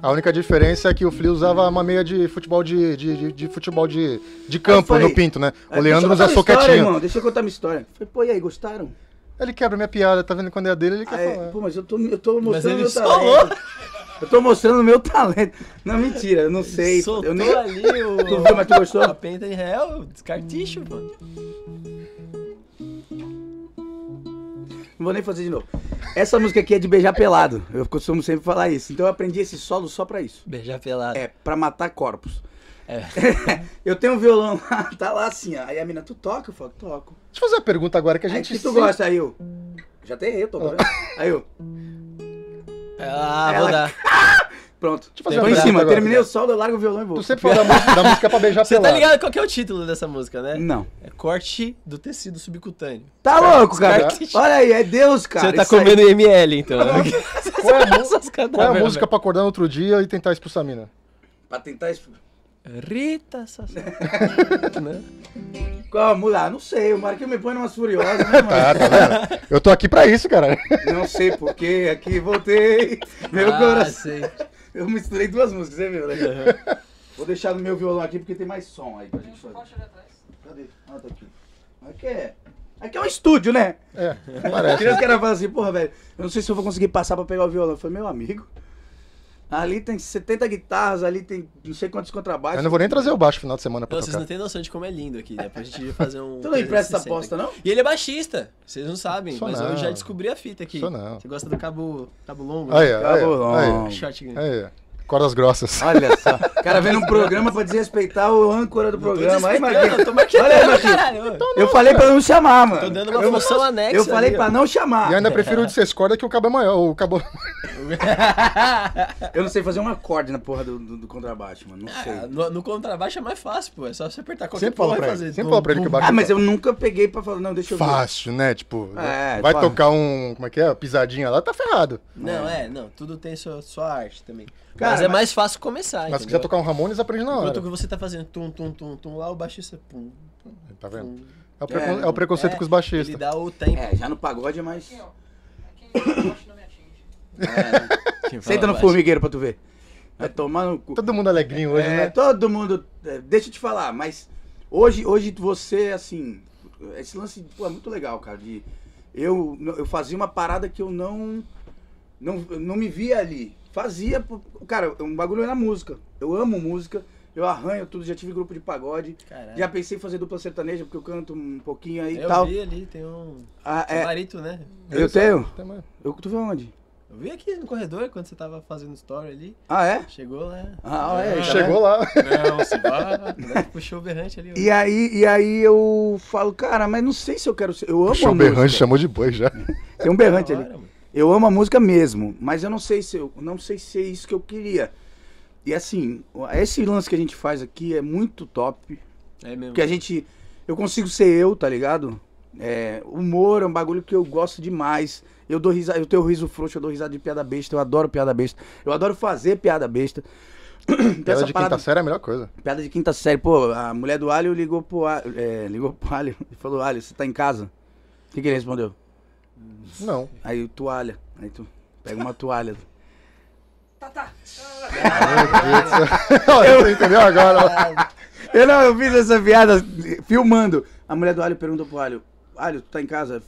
A única diferença é que o Fli usava uma meia de futebol de, de, de, de futebol de, de campo
Aí foi.
no pinto, né? O
Aí,
Leandro
deixa
usa
eu contar minha história,
soquetinho.
irmão, deixa eu contar minha história. Falei, pô, e aí, gostaram?
Ele quebra minha piada, tá vendo quando é a dele, ele quer
Aí,
falar.
pô, mas eu tô, eu tô mostrando
ele
meu
só
talento. Eu tô mostrando o meu talento. Não, mentira, eu não sei.
Soltou
Eu nem...
ali o.
Tu viu, mas tu gostou?
A penta de réu, descarticho, mano.
Não vou nem fazer de novo. Essa música aqui é de beijar pelado. Eu costumo sempre falar isso. Então eu aprendi esse solo só pra isso.
Beijar pelado.
É, pra matar corpos.
É.
eu tenho um violão lá, tá lá assim, ó. Aí a mina, tu toca? Eu falo, toco.
Deixa eu fazer uma pergunta agora que a
Aí,
gente.
que tu
sempre-
gosta? Aí eu. Já tem eu, tô tá vendo? Aí eu.
Ah,
Ela-
vou dar.
Pronto.
Deixa eu fazer
Tô
uma
em
pergunta
cima,
agora. né?
terminei o solo, eu largo o violão e vou.
Tu sempre fala da música, da música pra beijar
Você tá
pelado.
ligado qual que é o título dessa música, né?
Hum.
Não.
É corte do tecido subcutâneo.
Tá louco, cara.
Descarte.
Olha aí, é Deus, cara.
Você tá
isso aí.
comendo ML, então. né?
Qual é a, mu-
Essas né?
qual é a
cadáveres,
música pra acordar no outro dia e tentar expulsar a mina?
Pra tentar explicar.
velho. Rita Sassá. né?
Qual, mulher? Não sei, o Marquinhos me põe numas furiosas, né, mano?
Ah, tá vendo? Eu tô aqui pra isso, cara.
Não sei porquê, aqui voltei. Meu
ah,
coração.
sei.
Eu misturei duas músicas, você viu, né? Vou deixar no meu violão aqui porque tem mais som aí pra
Tem
gente fazer.
um suporte ali atrás.
Cadê? Ah, tá aqui. Aqui é. Aqui é um estúdio, né?
É,
Eu
parece.
queria que era falar assim, porra, velho, eu não sei se eu vou conseguir passar pra pegar o violão. Eu falei, meu amigo. Ali tem 70 guitarras, ali tem não sei quantos contrabaixos.
Eu não vou nem trazer o baixo final de semana pra
Não, vocês
tocar.
não têm noção de como é lindo aqui. Dá pra gente fazer um.
Tu não
360
empresta essa bosta, não?
aqui. E ele é baixista, vocês não sabem,
Sou
mas
não.
eu já descobri a fita aqui.
Sou não.
Você gosta do cabo, cabo longo?
Aí,
né?
aí,
Acabou.
aí,
Shotgun.
aí. Cordas grossas.
Olha só. O cara vem num programa pra desrespeitar o âncora do
Tô
programa. Aí,
desrespeitando,
Marquinhos.
eu tô marquetando,
Olha aí, Marquinhos.
caralho. Eu
Eu falei pra não chamar, mano.
Tô dando uma
eu,
função anexa.
Eu falei
ali, ó.
pra não chamar.
E ainda prefiro o de seis cordas que o cabo é maior. O cabo...
Eu não sei fazer um acorde na porra do, do- do contrabaixo, mano. Não sei.
Ah, no, no contrabaixo é mais fácil, pô. É só você apertar qualquer
Sempre falo
porra
pra
e
ele.
fazer.
Sempre falo pra ele que o baixo
Ah, mas
é
eu nunca peguei pra falar, não, deixa eu ver.
fácil, né? Tipo,
É, Ah,
vai
claro.
tocar um... Como é que é? Pisadinha lá, tá ferrado.
Não, é, não. Tudo tem sua, sua arte também.
Cara,
mas é
mas-
mais fácil começar,
Mas se quiser
entendeu?
tocar um Ramones, aprende na hora.
Enquanto que você tá fazendo tum, tum, tum, tum, lá o baixista pum, pum,
Tá vendo?
pum.
É o, precon-
É,
é o preconceito
É,
com os
Ele
baixistas.
dá o tempo.
É, já no pagode é mais.
Aqui, ó. Aqui, É o suporte não me atinge.
Quem fala
Senta no
baixo.
formigueiro pra tu ver. Vai tomar no cu.
Todo mundo alegrinho hoje,
É,
né?
todo mundo. é, Deixa eu te falar, mas hoje, hoje você, assim. Esse lance pô, é muito legal, cara. De, eu, eu fazia uma parada que eu não. Não, eu não me via ali. Fazia. pô, Cara, um bagulho é na música. Eu amo música. Eu arranho tudo, já tive grupo de pagode.
Caralho.
Já pensei em fazer dupla sertaneja, porque eu canto um pouquinho aí e
É. Eu
tal.
vi ali, tem um.
Ah,
É.
é,
Barito, né?
eu tenho.
Tem mais.
Eu, tu vê onde?
Eu vi aqui no corredor quando você tava fazendo story ali.
Ah, é?
Chegou lá.
Ah, é,
Ah,
tá
Chegou lá.
Não, se vá. Puxou o berrante ali. ó.
E é aí, e aí eu falo, cara, mas não sei se eu quero ser. Eu amo
Puxou
a
o um berrante,
música.
chamou de boi já.
Tem um
Da
berrante ali.
hora, mano.
Eu amo a música mesmo, mas eu não sei se eu não sei se é isso que eu queria. E assim, esse lance que a gente faz aqui é muito top,
É mesmo.
porque a gente eu consigo ser eu, tá ligado? É, humor é um bagulho que eu gosto demais. Eu dou risada, eu tenho riso frouxo, eu dou risada de piada besta, eu adoro piada besta. Eu adoro fazer piada besta. Então
Piada
essa
de
parada-
quinta série é a melhor coisa.
Piada de quinta série. Pô, a mulher do Alho ligou pro Alho, é, ligou pro Alho e falou, Alho, você tá em casa? O que, que ele respondeu?
Não.
Aí, o toalha. Aí tu pega uma toalha.
Tá, tá.
Olha, Você entendeu agora?
eu não, eu fiz essa piada filmando. A mulher do Alho perguntou pro Alho, Alho, tu tá em casa?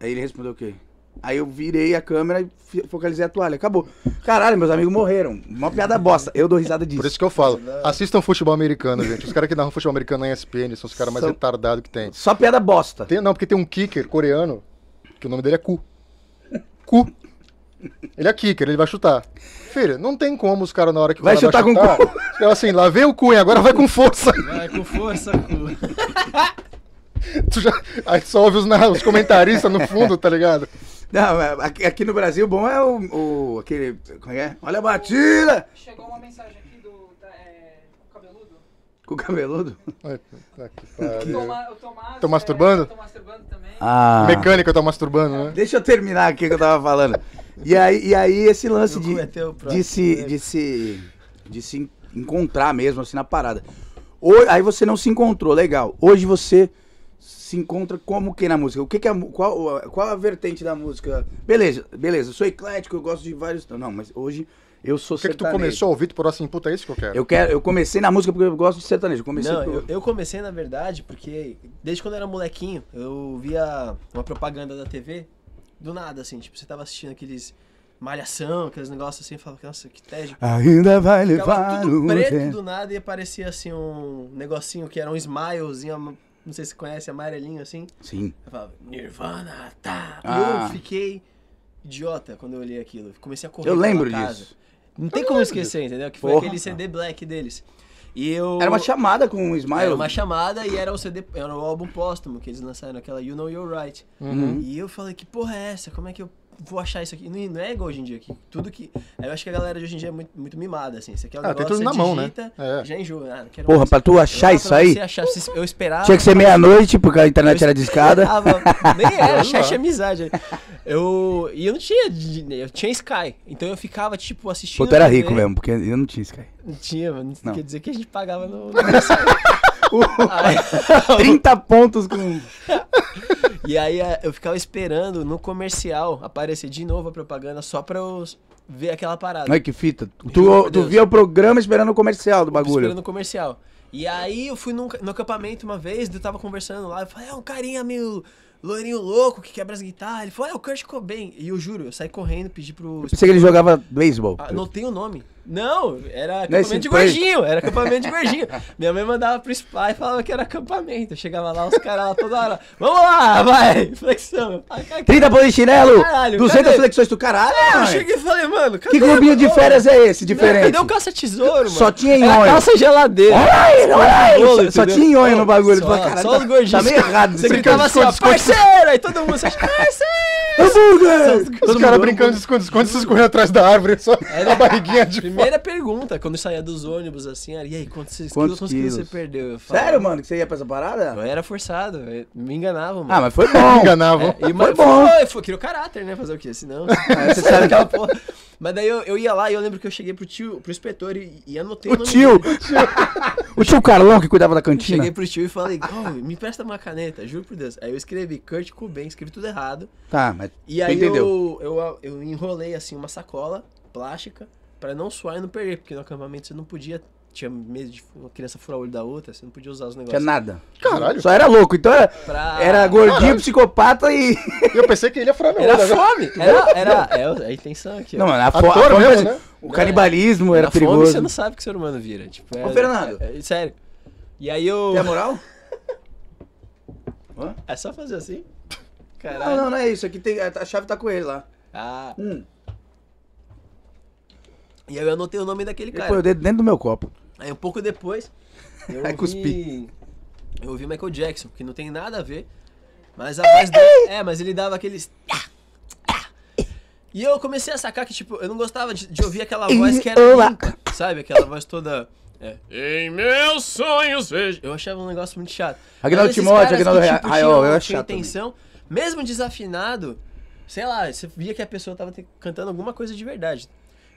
Aí ele respondeu o quê? Aí eu virei a câmera e fi- focalizei a toalha. Acabou. Caralho, meus amigos morreram. Uma piada bosta. Eu dou risada disso.
Por isso que eu falo. Assistam futebol americano, gente. Os caras que narram futebol americano na ESPN são os caras mais
São-
retardados que tem.
Só piada bosta.
Tem- Não, porque tem um kicker coreano, que o nome dele é Ku. Ku. Ele é kicker, ele vai chutar. Filho, não tem como os caras na hora que o
Vai
cara
chutar com
chutar,
o
Os caras assim, lá vem o cu, hein? agora vai com força.
Vai com força, cu.
Tu já... Aí só ouve os, na- os comentaristas no fundo, tá ligado?
Não, é- aqui, aqui no Brasil, bom é o, o- aquele. Como é? que é? Olha a batida!
Chegou uma mensagem aqui do da, é, o cabeludo.
Com o cabeludo.
Ai, puta que pariu.
Toma, o Tomás.
É. Tô masturbando?
É, tô masturbando também.
Ah.
Mecânica, eu tô masturbando, né?
Deixa eu terminar aqui o que eu tava falando. E aí, e aí esse lance
Meu
de,
cu é teu, pronto.
de, se, de, se, de se en- encontrar mesmo, assim, na parada. Ho- aí você não se encontrou, legal. Hoje você se encontra como que na música? O que, que é a mu- qual, a- qual a vertente da música? Beleza, beleza, eu sou eclético, eu gosto de vários. Não, mas hoje eu sou
O que, que tu
sertanejo.
começou a ouvir, tu falou assim, puta, é isso que eu quero?
Eu, quero, eu comecei na música porque eu gosto de sertanejo. Comecei
Não,
por-
eu, eu comecei, na verdade, porque desde quando eu era molequinho, eu via uma propaganda da TV, do nada, assim, tipo, você tava assistindo aqueles malhação, aqueles negócios assim, eu falava, nossa, que tédio.
Ainda vai levar
Ficava tudo
um
preto
tempo.
do nada e aparecia assim um negocinho que era um smilezinho, am- não sei se conhece, amarelinho assim.
Sim.
Eu falava, Nirvana, tá.
Ah.
Eu fiquei idiota quando eu olhei aquilo. Comecei a correr
Eu
pela
lembro
casa.
disso.
Não tem como esquecer, entendeu? Que foi
Porra.
aquele CD black deles. E eu.
Era uma chamada com o
Ah,
Smile.
Era uma chamada e era o CD, era o álbum póstumo que eles lançaram, aquela You Know You're Right. E eu falei, que porra é essa? Como é que eu vou achar isso aqui? Não, não é igual hoje em dia, que tudo que... Eu acho que a galera de hoje em dia é muito, muito mimada, assim. Isso aqui é um
Ah, tem
negócio,
tudo na
você
mão, né?
digita,
É.
já enjoa. Ah, não quero
Porra,
mais.
pra tu achar
Eu-
isso
pra
aí,
você achar, se- eu esperava...
Ah, tinha que ser meia-noite, porque a internet era discada.
Ah, nem era,
lá.
chat amizade. Eu, e eu não tinha, eu tinha Sky, então eu ficava, tipo, assistindo...
Pô, tu era
TV.
rico mesmo, porque eu não tinha Sky.
Não tinha, mano.
Não.
Quer dizer que a gente pagava no...
30 pontos com.
E aí a- eu ficava esperando no comercial aparecer de novo a propaganda só pra eu ver aquela parada.
Olha que fita.
Juro
Tu,
por
tu
Deus.
via o programa esperando o comercial do
Esperando
bagulho.
no comercial. E aí eu fui num ca- no acampamento uma vez, eu tava conversando lá, eu falei, é um carinha meio loirinho louco que quebra as guitarras. Ele falou, é o Kurt Cobain. E eu juro, eu saí correndo, pedi pro...
Pensei que ele jogava beisebol.
Ah, Anotei o nome. Não, era acampamento
Nesse
de
play.
gordinho. Era acampamento de gordinho. Minha mãe mandava pro spa e falava que era acampamento. Eu chegava lá, os caras lá toda hora. Vamos lá, vai! Flexão. Eu falava, "Cara,
30 pontos de chinelo!
Caralho,
200
cadê?
flexões do caralho!
Eu
mãe.
cheguei e falei, mano, cadê?
Que clubinho de
mano?
férias é esse,
Não,
diferente?
Cadê o caça-tesouro, mano?
Só tinha em
Era
olho.
calça geladeira.
Olha aí, olha aí!
Bolo,
Só, só
entendeu?
tinha nhonho no bagulho.
Só,
Só, caralho,
só os gordinhos.
Tá meio errado.
Você
isso aqui.
gritava assim, ó,
Esconde, esconde,
parceiro! Aí todo mundo, assim, parceiro!
hambúrguer!
Os caras brincando de esconde-esconde, se escorrendo atrás da árvore, só a barriguinha de fora.
Primeira pergunta, quando saía dos ônibus, assim, era, e aí, quantos,
Quantos
quilos, quantos quilos você
quilos?
perdeu? Eu falava,
Sério, mano, que você ia pra essa
Eu
parada?
era forçado, eu- me enganavam, mano. É,
Ah, mas foi
Me
bom.
enganavam.
E, mas,
bom. É.
Foi, foi, criou caráter, né? Fazer o quê? Senão. Aí você sabe aquela porra. Mas daí eu, eu ia lá e eu lembro que eu cheguei pro tio, pro inspetor e, e anotei o,
O
nome
tio.
dele.
O tio Carlão que cuidava da
Cheguei
cantina.
pro tio e falei, "Ô, me presta uma caneta, juro por Deus. Aí eu escrevi Kurt Cobain, escrevi tudo errado.
Tá, mas.
E
tu
aí
entendeu?
eu, eu, eu enrolei assim uma sacola plástica pra não suar e não perder, porque no acampamento você não podia. Tinha medo de uma criança furar o olho da outra, você não podia usar os
Tinha
negócios.
nada.
Caralho.
Só era louco, então era,
Pra...
era gordinho, psicopata e.
Eu pensei que ele ia furar meu
Era
olho, né?
fome! Era, era, é a intenção aqui. ó.
Não, mano, a, fo
Ator
a fome
mesmo,
fazia-
né?
O canibalismo era
Na fome,
perigoso.
você não sabe o que o ser humano vira. Tipo, é-
Ô, Fernando.
é- é- sério. E aí eu.
Tem a moral?
É só fazer assim?
Não,
Caralho.
não, não é isso. Aqui tem. A a chave tá com ele lá.
Ah.
Hum.
E aí eu anotei o nome daquele
Ele
cara.
põe o dedo dentro do meu copo.
Aí um pouco depois, eu
Aí
ouvi,
cuspi.
Eu ouvi Michael Jackson, que não tem nada a ver, mas a voz dele, é, mas ele dava aqueles E eu comecei a sacar que tipo, eu não gostava de, de ouvir aquela voz que era
Olá.
limpa, sabe? Aquela voz toda é, em meus sonhos vejo. Eu achava um negócio muito chato.
Aguinaldo
Mas esses
Timóteo,
caras
Aguinaldo
que,
Rea-
tipo,
Raiol,
tinham-
eu acho
tinham
chato né? também.
intenção, mesmo desafinado, sei lá, você via que a pessoa tava te- cantando alguma coisa de verdade.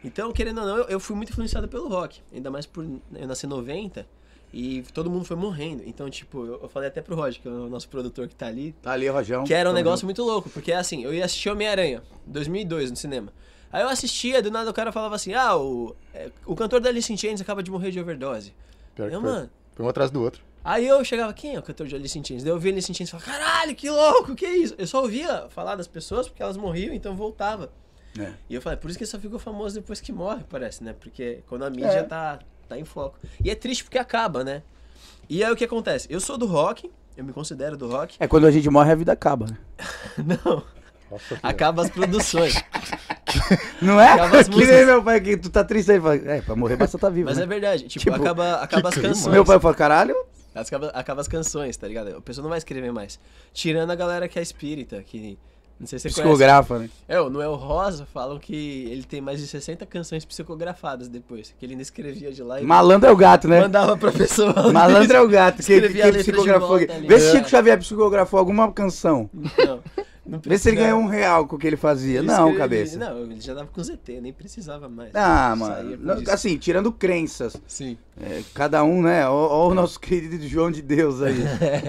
Então, querendo ou não, eu, eu fui muito influenciado pelo rock. Ainda mais por né, eu nasci em 90 e todo mundo foi morrendo. Então, tipo, eu, eu falei até pro Roger, que é o nosso produtor que tá ali,
Tá ali, Rojão.
que era
Então,
um
né?
negócio muito louco, porque assim, eu ia assistir Homem-Aranha, 2002, no cinema. Aí eu assistia, do nada o cara falava assim, ah, o, é, o cantor da Alice in Chains acaba de morrer de overdose.
Pior que
eu,
foi.
mano...
Foi um atrás do outro.
Aí eu chegava, quem é o cantor de Alice in Chains? Daí eu via Alice in Chains e falava, caralho, que louco, que isso? Eu só ouvia falar das pessoas porque elas morriam, então voltava.
É.
E eu falei, por isso que só ficou famoso depois que morre, parece, né? Porque quando a mídia
É.
tá, tá em foco. E é triste porque acaba, né? E aí o que acontece? Eu sou do rock, eu me considero do rock.
É quando a gente morre, a vida acaba, né?
Não,
Nossa, filho.
acaba as produções.
Não é?
Acaba as
que
músicas.
nem meu pai, que tu tá triste aí. Fala, é, pra morrer basta tá vivo.
Mas
né?
é verdade, tipo,
Tipo,
acaba, acaba as canções.
Meu pai fala, caralho.
As- Acaba, acaba as canções, tá ligado? A pessoa não vai escrever mais. Tirando a galera que é espírita, que. Não sei se você conhece.
Psicografa, né?
É, o Noel Rosa falam que ele tem mais de 60 canções psicografadas depois, que ele ainda escrevia de lá e
Malandro é o gato, né?
mandava pra pessoa.
Malandro é o gato, que, que,
Escrevi a
que
letra de
psicografou.
volta
aqui.
ali.
Vê se
É.
Chico Xavier psicografou alguma canção.
Não, não
Vê se
precisa-
ele ganhou um real com o que ele fazia.
Ele
não,
escrevia-
cabeça.
Não, ele já tava com ZT, nem precisava mais.
Ah,
Saía
mano.
com
Não,
isso.
Assim, tirando crenças.
Sim.
é, cada um, né? Ó, ó o nosso querido João de Deus aí.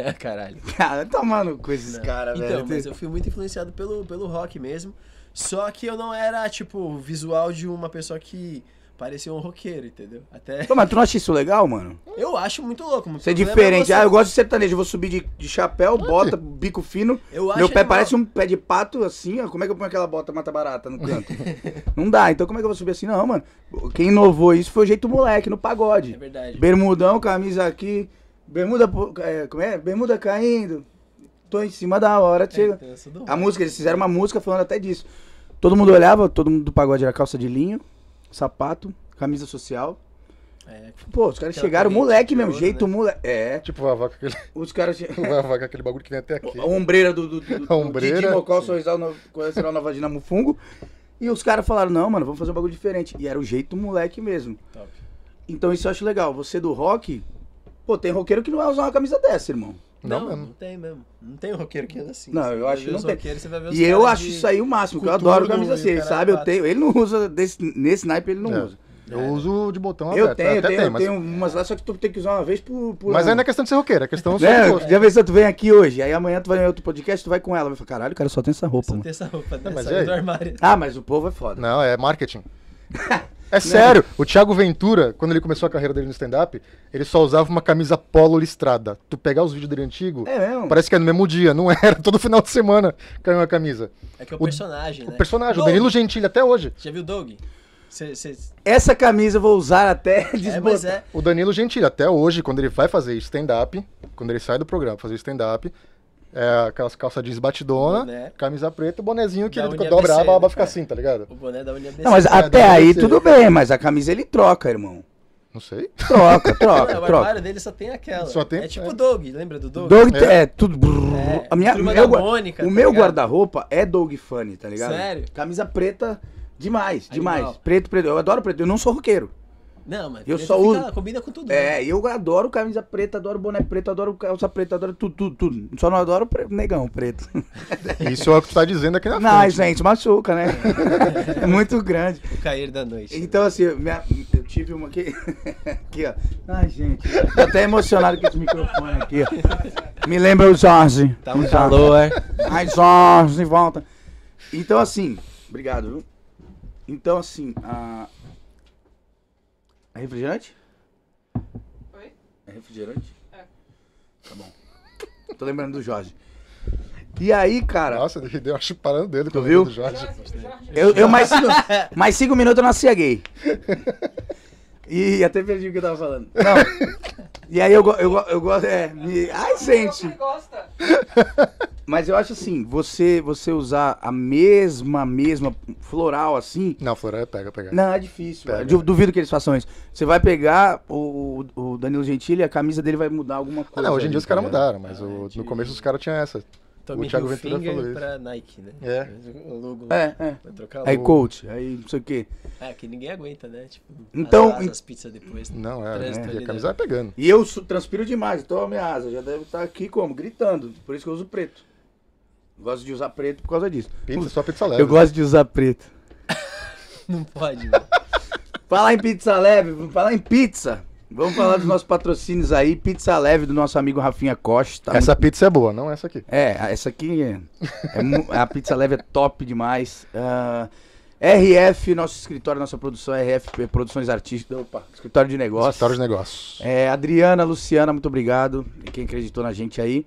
Ah,
Caralho.
Cara, tomando com esses caras, velho.
Então, mas eu fui muito influenciado pelo, pelo rock mesmo. Só que eu não era, tipo, o visual de uma pessoa que parecia um roqueiro, entendeu? Até.
Pô, mas tu não acha isso legal, mano?
Eu acho muito louco. mas o
Isso é
problema
diferente.
você.
Ah, eu gosto de sertanejo. Eu vou subir de, de chapéu, bota, bico fino.
Eu acho
meu pé
animal.
parece um pé de pato, assim, ó. Como é que eu ponho aquela bota mata-barata no canto? não dá. Então como é que eu vou subir assim? Não, mano. Quem inovou isso foi o jeito moleque, no
É
pagode.
verdade.
Bermudão, camisa aqui. Bermuda, po- é, como é? Bermuda caindo. Tô em cima da hora, chega.
É, eu sou do-
A música, eles fizeram uma música falando até disso. Todo mundo olhava, todo mundo do pagode era calça de linho, sapato, camisa social.
É,
Pô, os caras
Aquela
chegaram,
corrente
moleque
de
mesmo,
ouro, né?
jeito moleque. É,
Tipo a vaca, aquele,
os caras. che-
a vaca, aquele bagulho que vem até aqui.
A ombreira do, do, do,
A ombreira,
do Didi Mocó,
sim.
Sorrisal, no, Colesterol na Vagina Mufungo. E os caras falaram, não, mano, vamos fazer um bagulho diferente. E era o jeito moleque mesmo.
top.
Então isso eu acho legal. Você do rock, pô, tem roqueiro que não vai usar uma camisa dessa, irmão.
Não,
Não,
mesmo.
não tem mesmo. Não tem roqueiro que anda assim.
Não,
Você
eu
vai
acho
ver
que não
os
tem.
roqueiros, você vai ver os
E eu
caras
acho
de-
isso aí o máximo, que eu
Cultura
adoro camisa
e o
assim,
caralho
sabe? Eu
quatro.
tenho. Ele não usa desse, nesse naipe, ele não
É.
usa.
Eu uso de botão aberto.
Eu tenho, eu
até
tenho,
tem,
eu
mas,
tenho umas lá, só que tu tem que usar uma vez por. por
mas
ano.
aí não é questão de ser roqueiro, é questão só de
Né?
gosto.
Já pensou, tu vem aqui hoje, aí amanhã tu vai em outro podcast, tu vai com ela. Vai falar, caralho, o cara só tem essa roupa,
Só
mano.
tem essa roupa dessa,
mas é e
saiu
aí?
do armário.
Ah, mas o povo é foda.
Não, é marketing.
Né.
É sério, o Thiago Ventura, quando ele começou a carreira dele no stand-up, ele só usava uma camisa polo listrada. Tu pegar os vídeos dele antigo,
É mesmo?
parece que é no mesmo dia, não era, todo final de semana caiu uma camisa.
É que é o
O-
personagem, né?
O personagem, o
Doug.
Danilo Gentili até hoje.
Já viu o Doug? Cê, cê...
Essa camisa eu vou usar até
É,
desbotar.
mas é.
O Danilo Gentili até hoje, quando ele vai fazer stand-up, quando ele sai do programa pra fazer stand-up, é aquelas calças jeans batidona,
Boné.
camisa preta, bonezinho que
Da
ele
Uniabc,
dobra a aba, a aba
né,
fica
é.
cara?
assim, tá ligado?
O boné da UniBC.
Não, mas
a-
até
deve
aí
ser.
tudo bem, mas a camisa ele troca, irmão.
Não sei.
Troca,
Não,
É troca,
É, o
troca.
armário dele só tem aquela.
Só tem-
É tipo
é.
o Doug, lembra do Doug?
Doug
É.
é, tudo. brrr.
É,
a minha,
Turma
meu
da
gua-
Mônica,
o
tá
meu
ligado?
guarda-roupa é Doug Funny, tá ligado?
Sério?
Camisa preta demais,
Animal.
demais. Preto, preto. Eu adoro preto. Eu não sou roqueiro.
Não, mas
Eu
preto
só
fica-
uso-
Combina com tudo. né?
É, eu adoro camisa preta, adoro boné preto, adoro calça preta, adoro tudo, tudo, tudo. Só não adoro pre- negão preto.
Isso é o que tu tá dizendo aqui na frente.
Não, gente, machuca, né? é muito grande.
O cair da noite.
Então, assim, minha- eu tive uma aqui. aqui, ó. Ai, gente. Tô até emocionado com esse microfone aqui, ó. Me lembra o Jorge.
Tá um calor.
Ai, Jorge, volta. Então, assim. Obrigado, viu? Então, assim. A... É refrigerante?
Oi?
É refrigerante?
É.
Tá bom. Tô lembrando do Jorge. E aí, cara.
Nossa, ele deu uma chupada no dedo.
Tu
quando
viu?
ele do Jorge.
Jorge, Jorge.
Eu, eu mais, cinco, mais cinco minutos eu nascia gay. E até perdi o que eu tava falando. Não. E aí eu gosto. Eu, go- eu, gosto é, me- ai,
Você
gente.
gosta?
Mas eu acho assim, você, você usar a mesma, mesma floral assim.
Não, Flora, pega, pega.
Não, é difícil.
Pega.
velho. Eu duvido que eles façam isso. Você vai pegar o, o o Danilo Gentili e a camisa dele vai mudar alguma
Ah,
coisa.
não, hoje em dia
ali,
os caras
tá ligado?
mudaram, mas o- no começo os caras tinham essa.
Tommy
O Thiago Ventura
Hilfiger
falou isso.
pra Nike, né?
É.
O logo.
É, é.
Vai trocar
Aí
logo.
coach, aí não sei o quê.
É, que ninguém aguenta, né? Tipo,
Então,
as, as,
en-
as pizzas depois. né?
Não, é,
Trânsito
e
ali,
a
né?
camisa vai pegando.
E eu su- transpiro demais, então a minha asa já deve estar aqui como? Gritando. Por isso que eu uso preto. Gosto de usar preto por causa disso.
Pizza,
Usa-
só pizza leve.
eu gosto de usar preto.
Não pode, né? mano.
Falar em pizza leve, vamos falar em pizza. Vamos falar dos nossos patrocínios aí. Pizza leve do nosso amigo Rafinha Costa.
Essa pizza é boa, não essa aqui.
É, essa aqui é, é mu- a pizza leve é top demais. Ah, RF, nosso escritório, nossa produção, RF Produções Artísticas, opa, escritório de negócios.
História de negócios.
É, Adriana, Luciana, muito obrigado. Quem acreditou na gente aí.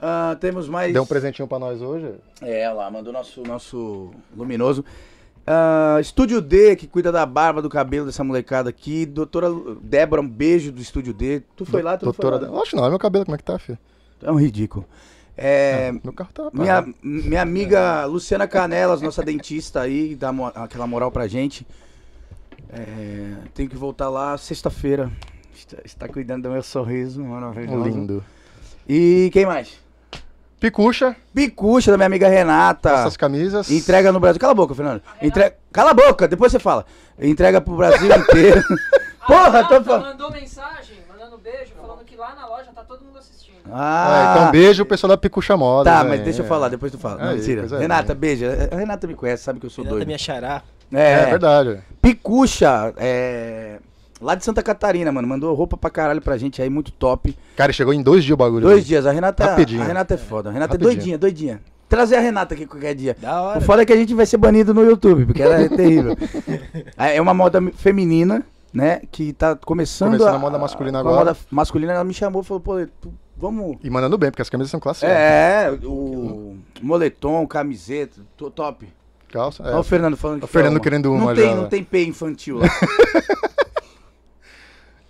Ah, temos mais.
Deu um presentinho pra nós hoje.
É, lá, mandou nosso, nosso luminoso. Ah, Estúdio D, que cuida da barba, do cabelo dessa molecada aqui. Doutora Lu- Débora, um beijo do Estúdio D. Tu foi lá, tu não
Doutora.
foi lá,
Eu Acho não, é meu cabelo, como é que tá, filho?
não? É um ridículo. É,
Meu carro tá.
minha,
parado.
minha amiga Luciana Canelas, nossa dentista aí, dá mo- aquela moral pra gente. É, tenho que voltar lá sexta-feira. Está, está cuidando do meu sorriso, maravilhoso.
Lindo.
E quem mais?
Picucha,
Bicucha da minha amiga Renata.
essas camisas.
Ah. Entrega no Brasil. Cala a boca, Fernando. Entrega... Cala a boca, depois você fala. Entrega pro Brasil inteiro.
A
Porra, tô
Renata
falando.
Ah, tá, mandou mensagem, mandando beijo, falando que lá na loja tá todo mundo assistindo.
Ah,
Ah,
então beijo o pessoal da Picucha Moda.
Tá,
né?
mas deixa eu falar, depois tu fala. Não,
Aí, é, né?
mentira.
coisa
Renata,
linda.
beijo. A Renata me conhece, sabe que eu sou
Renata
doido.
minha xará.
É,
É,
verdade.
Picucha, é, lá de Santa Catarina, mano. Mandou roupa pra caralho pra gente aí, muito top.
Cara, chegou em dois dias o bagulho.
Dois dias. A Renata,
Rapidinho.
a Renata é foda. A Renata
Rapidinho.
é doidinha, doidinha. trazer a Renata aqui qualquer dia.
Da hora.
O foda é que a gente vai ser banido no YouTube, porque ela é terrível. É uma moda feminina, né? Que tá começando.
Começando a moda masculina
a
agora.
moda masculina, ela me chamou e falou, pô, tu- vamos.
E mandando bem, porque as camisas são classe A.
É, o moletom, camiseta, to- top.
Calça, é.
Olha o Fernando falando que
O Fernando
quer uma.
querendo uma
não
já,
tem,
né?
Não tem P infantil lá.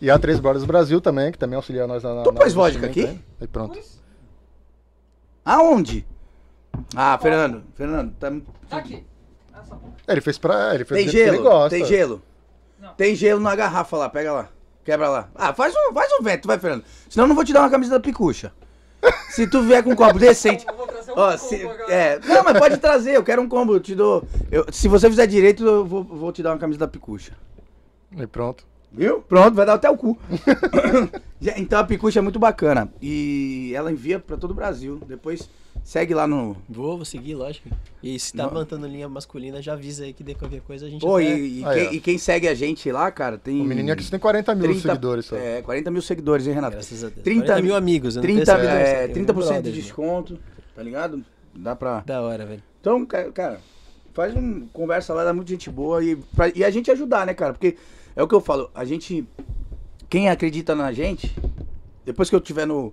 E a Três Brothers Brasil também, que também auxilia nós na. na-
Tu
na-
pôs
no
vodka
investimento,
aqui?
né? Aí pronto.
Pois,
Aonde? Ah, Fernando, Fernando, tá...
tá aqui. Essa porra.
É, ele fez pra. Ele fez
tem
do jeito que
gelo?
Ele gosta.
Tem gelo?
Não.
Tem gelo na garrafa lá, pega lá. Quebra lá. Ah, faz um, faz um vento, vai, Fernando. Senão eu não vou te dar uma camisa da picucha. Se tu vier com um copo decente.
Eu vou trazer um
Ó,
combo
se,
agora.
é, não, mas pode trazer, eu quero um combo, eu te dou. eu- se você fizer direito, eu vou, vou te dar uma camisa da picucha.
Aí pronto.
Viu? Pronto, vai dar até o cu. Já- então a Picucha é muito bacana. E ela envia pra todo o Brasil. Depois segue lá no.
Vou, vou seguir, lógico. E se tá mantendo linha masculina, já avisa aí que de qualquer coisa a gente.
Pô,
até-
e, e
Aí,
quem,
ó.
e quem segue a gente lá, cara, tem.
O menininho é aqui só tem 40 mil
30
seguidores, só.
É, 40 mil seguidores, hein, Renato?
Graças a Deus.
30
40 mil amigos, eu não
30,
tenho seguidores,
é,
eu tenho né?
30% de
brothers,
desconto, tá ligado? Dá pra.
Da hora, velho.
Então, ca- cara, faz um conversa lá, dá muita gente boa e, pra- e a gente ajudar, né, cara? Porque é o que eu falo, a gente. Quem acredita na gente, depois que eu tiver no,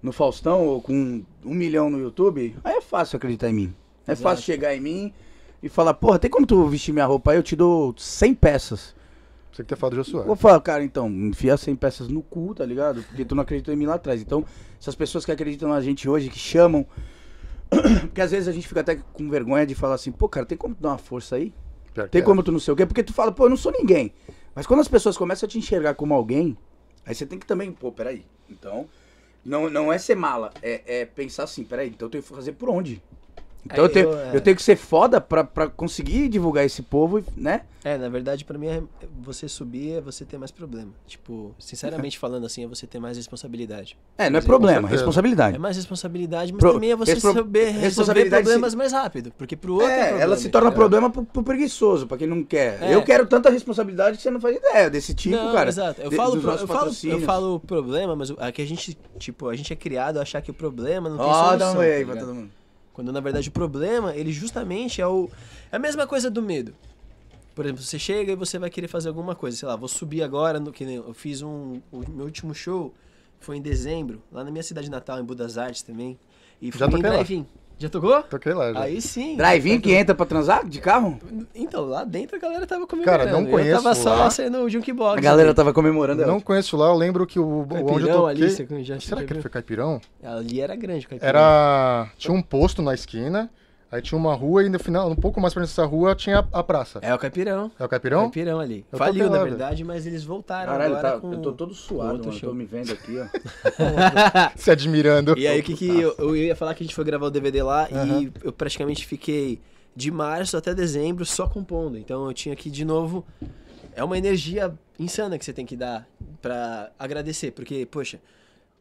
no Faustão ou com um milhão no YouTube, aí é fácil acreditar em mim. É
Exato.
fácil chegar em mim e falar, porra, tem como tu vestir minha roupa aí? Eu te dou 100 peças.
Você que ter falado do Josué.
Vou falar, cara, então, enfia 100 peças no cu, tá ligado? Porque tu não acreditou em mim lá atrás. Então, essas pessoas que acreditam na gente hoje, que chamam. Porque às vezes a gente fica até com vergonha de falar assim, pô, cara, tem como tu dar uma força aí?
Pior que
Tem
é.
como tu não sei o quê? Porque tu fala, pô, eu não sou ninguém. Mas quando as pessoas começam a te enxergar como alguém, aí você tem que também, pô, peraí. Então, não, não é ser mala, é, é pensar assim, peraí, então eu tenho que fazer por onde? Então
É,
eu, tenho,
eu, é.
eu tenho que ser foda pra, pra conseguir divulgar esse povo, né?
É, na verdade, pra mim, é- você subir é você ter mais problema. Tipo, sinceramente falando assim, é você ter mais responsabilidade.
É, não é
Com
problema, é
certeza.
É
responsabilidade.
mais responsabilidade, mas
Pro-
também é você
respon-
saber resolver
responsabilidade
problemas mais rápido. Porque pro outro.
É,
problema.
ela se torna problema pro, pro preguiçoso, pra quem não quer.
É.
Eu quero tanta responsabilidade que você não faz ideia desse tipo,
Não,
cara.
Exato. Eu
de-
falo,
dos
pro-
nossos
eu, falo, eu
patrocínios.
falo problema, mas o- é que a gente, tipo, a gente é criado a achar que o problema não tem
Ó,
solução.
dá um
tá
aí pra
ligado?
todo mundo.
Quando na verdade o problema, ele justamente é o. É a mesma coisa do medo. Por exemplo, você chega e você vai querer fazer alguma coisa, sei lá, vou subir agora, no, que nem eu fiz um. O meu último show foi em dezembro, lá na minha cidade natal, em Budas Artes também. E fui
Já
em
toquei lá.
drive-in. Já tocou?
Toquei lá já.
Aí sim.
Drive-in que entra pra transar de carro?
Então, lá dentro a galera tava comemorando.
Cara, não conheço
Eu tava só
lá.
saindo o Junkbox.
A galera tava comemorando.
Não
Não.
conheço lá, eu lembro que o o- onde eu
Caipirão ali,
toquei.
você já-
Será
já
que ele
viu?
foi caipirão?
Ali era grande, cara.
Era. Tinha um posto na esquina, aí tinha uma rua e no final, um pouco mais pra dentro dessa rua, tinha a, a praça.
É o Caipirão.
É o caipirão?
Caipirão ali.
Eu
Faliu,
toquei lá,
na
velho.
verdade, mas eles voltaram
Caralho,
agora
tá-
com...
eu tô todo suado,
outro
mano. Eu
show.
tô me vendo aqui, ó.
Se admirando.
E aí, o que que eu, eu ia falar que a gente foi gravar o DVD lá e eu praticamente fiquei de março até dezembro só compondo. Então eu tinha que, de novo, é uma energia insana que você tem que dar pra agradecer, porque, poxa.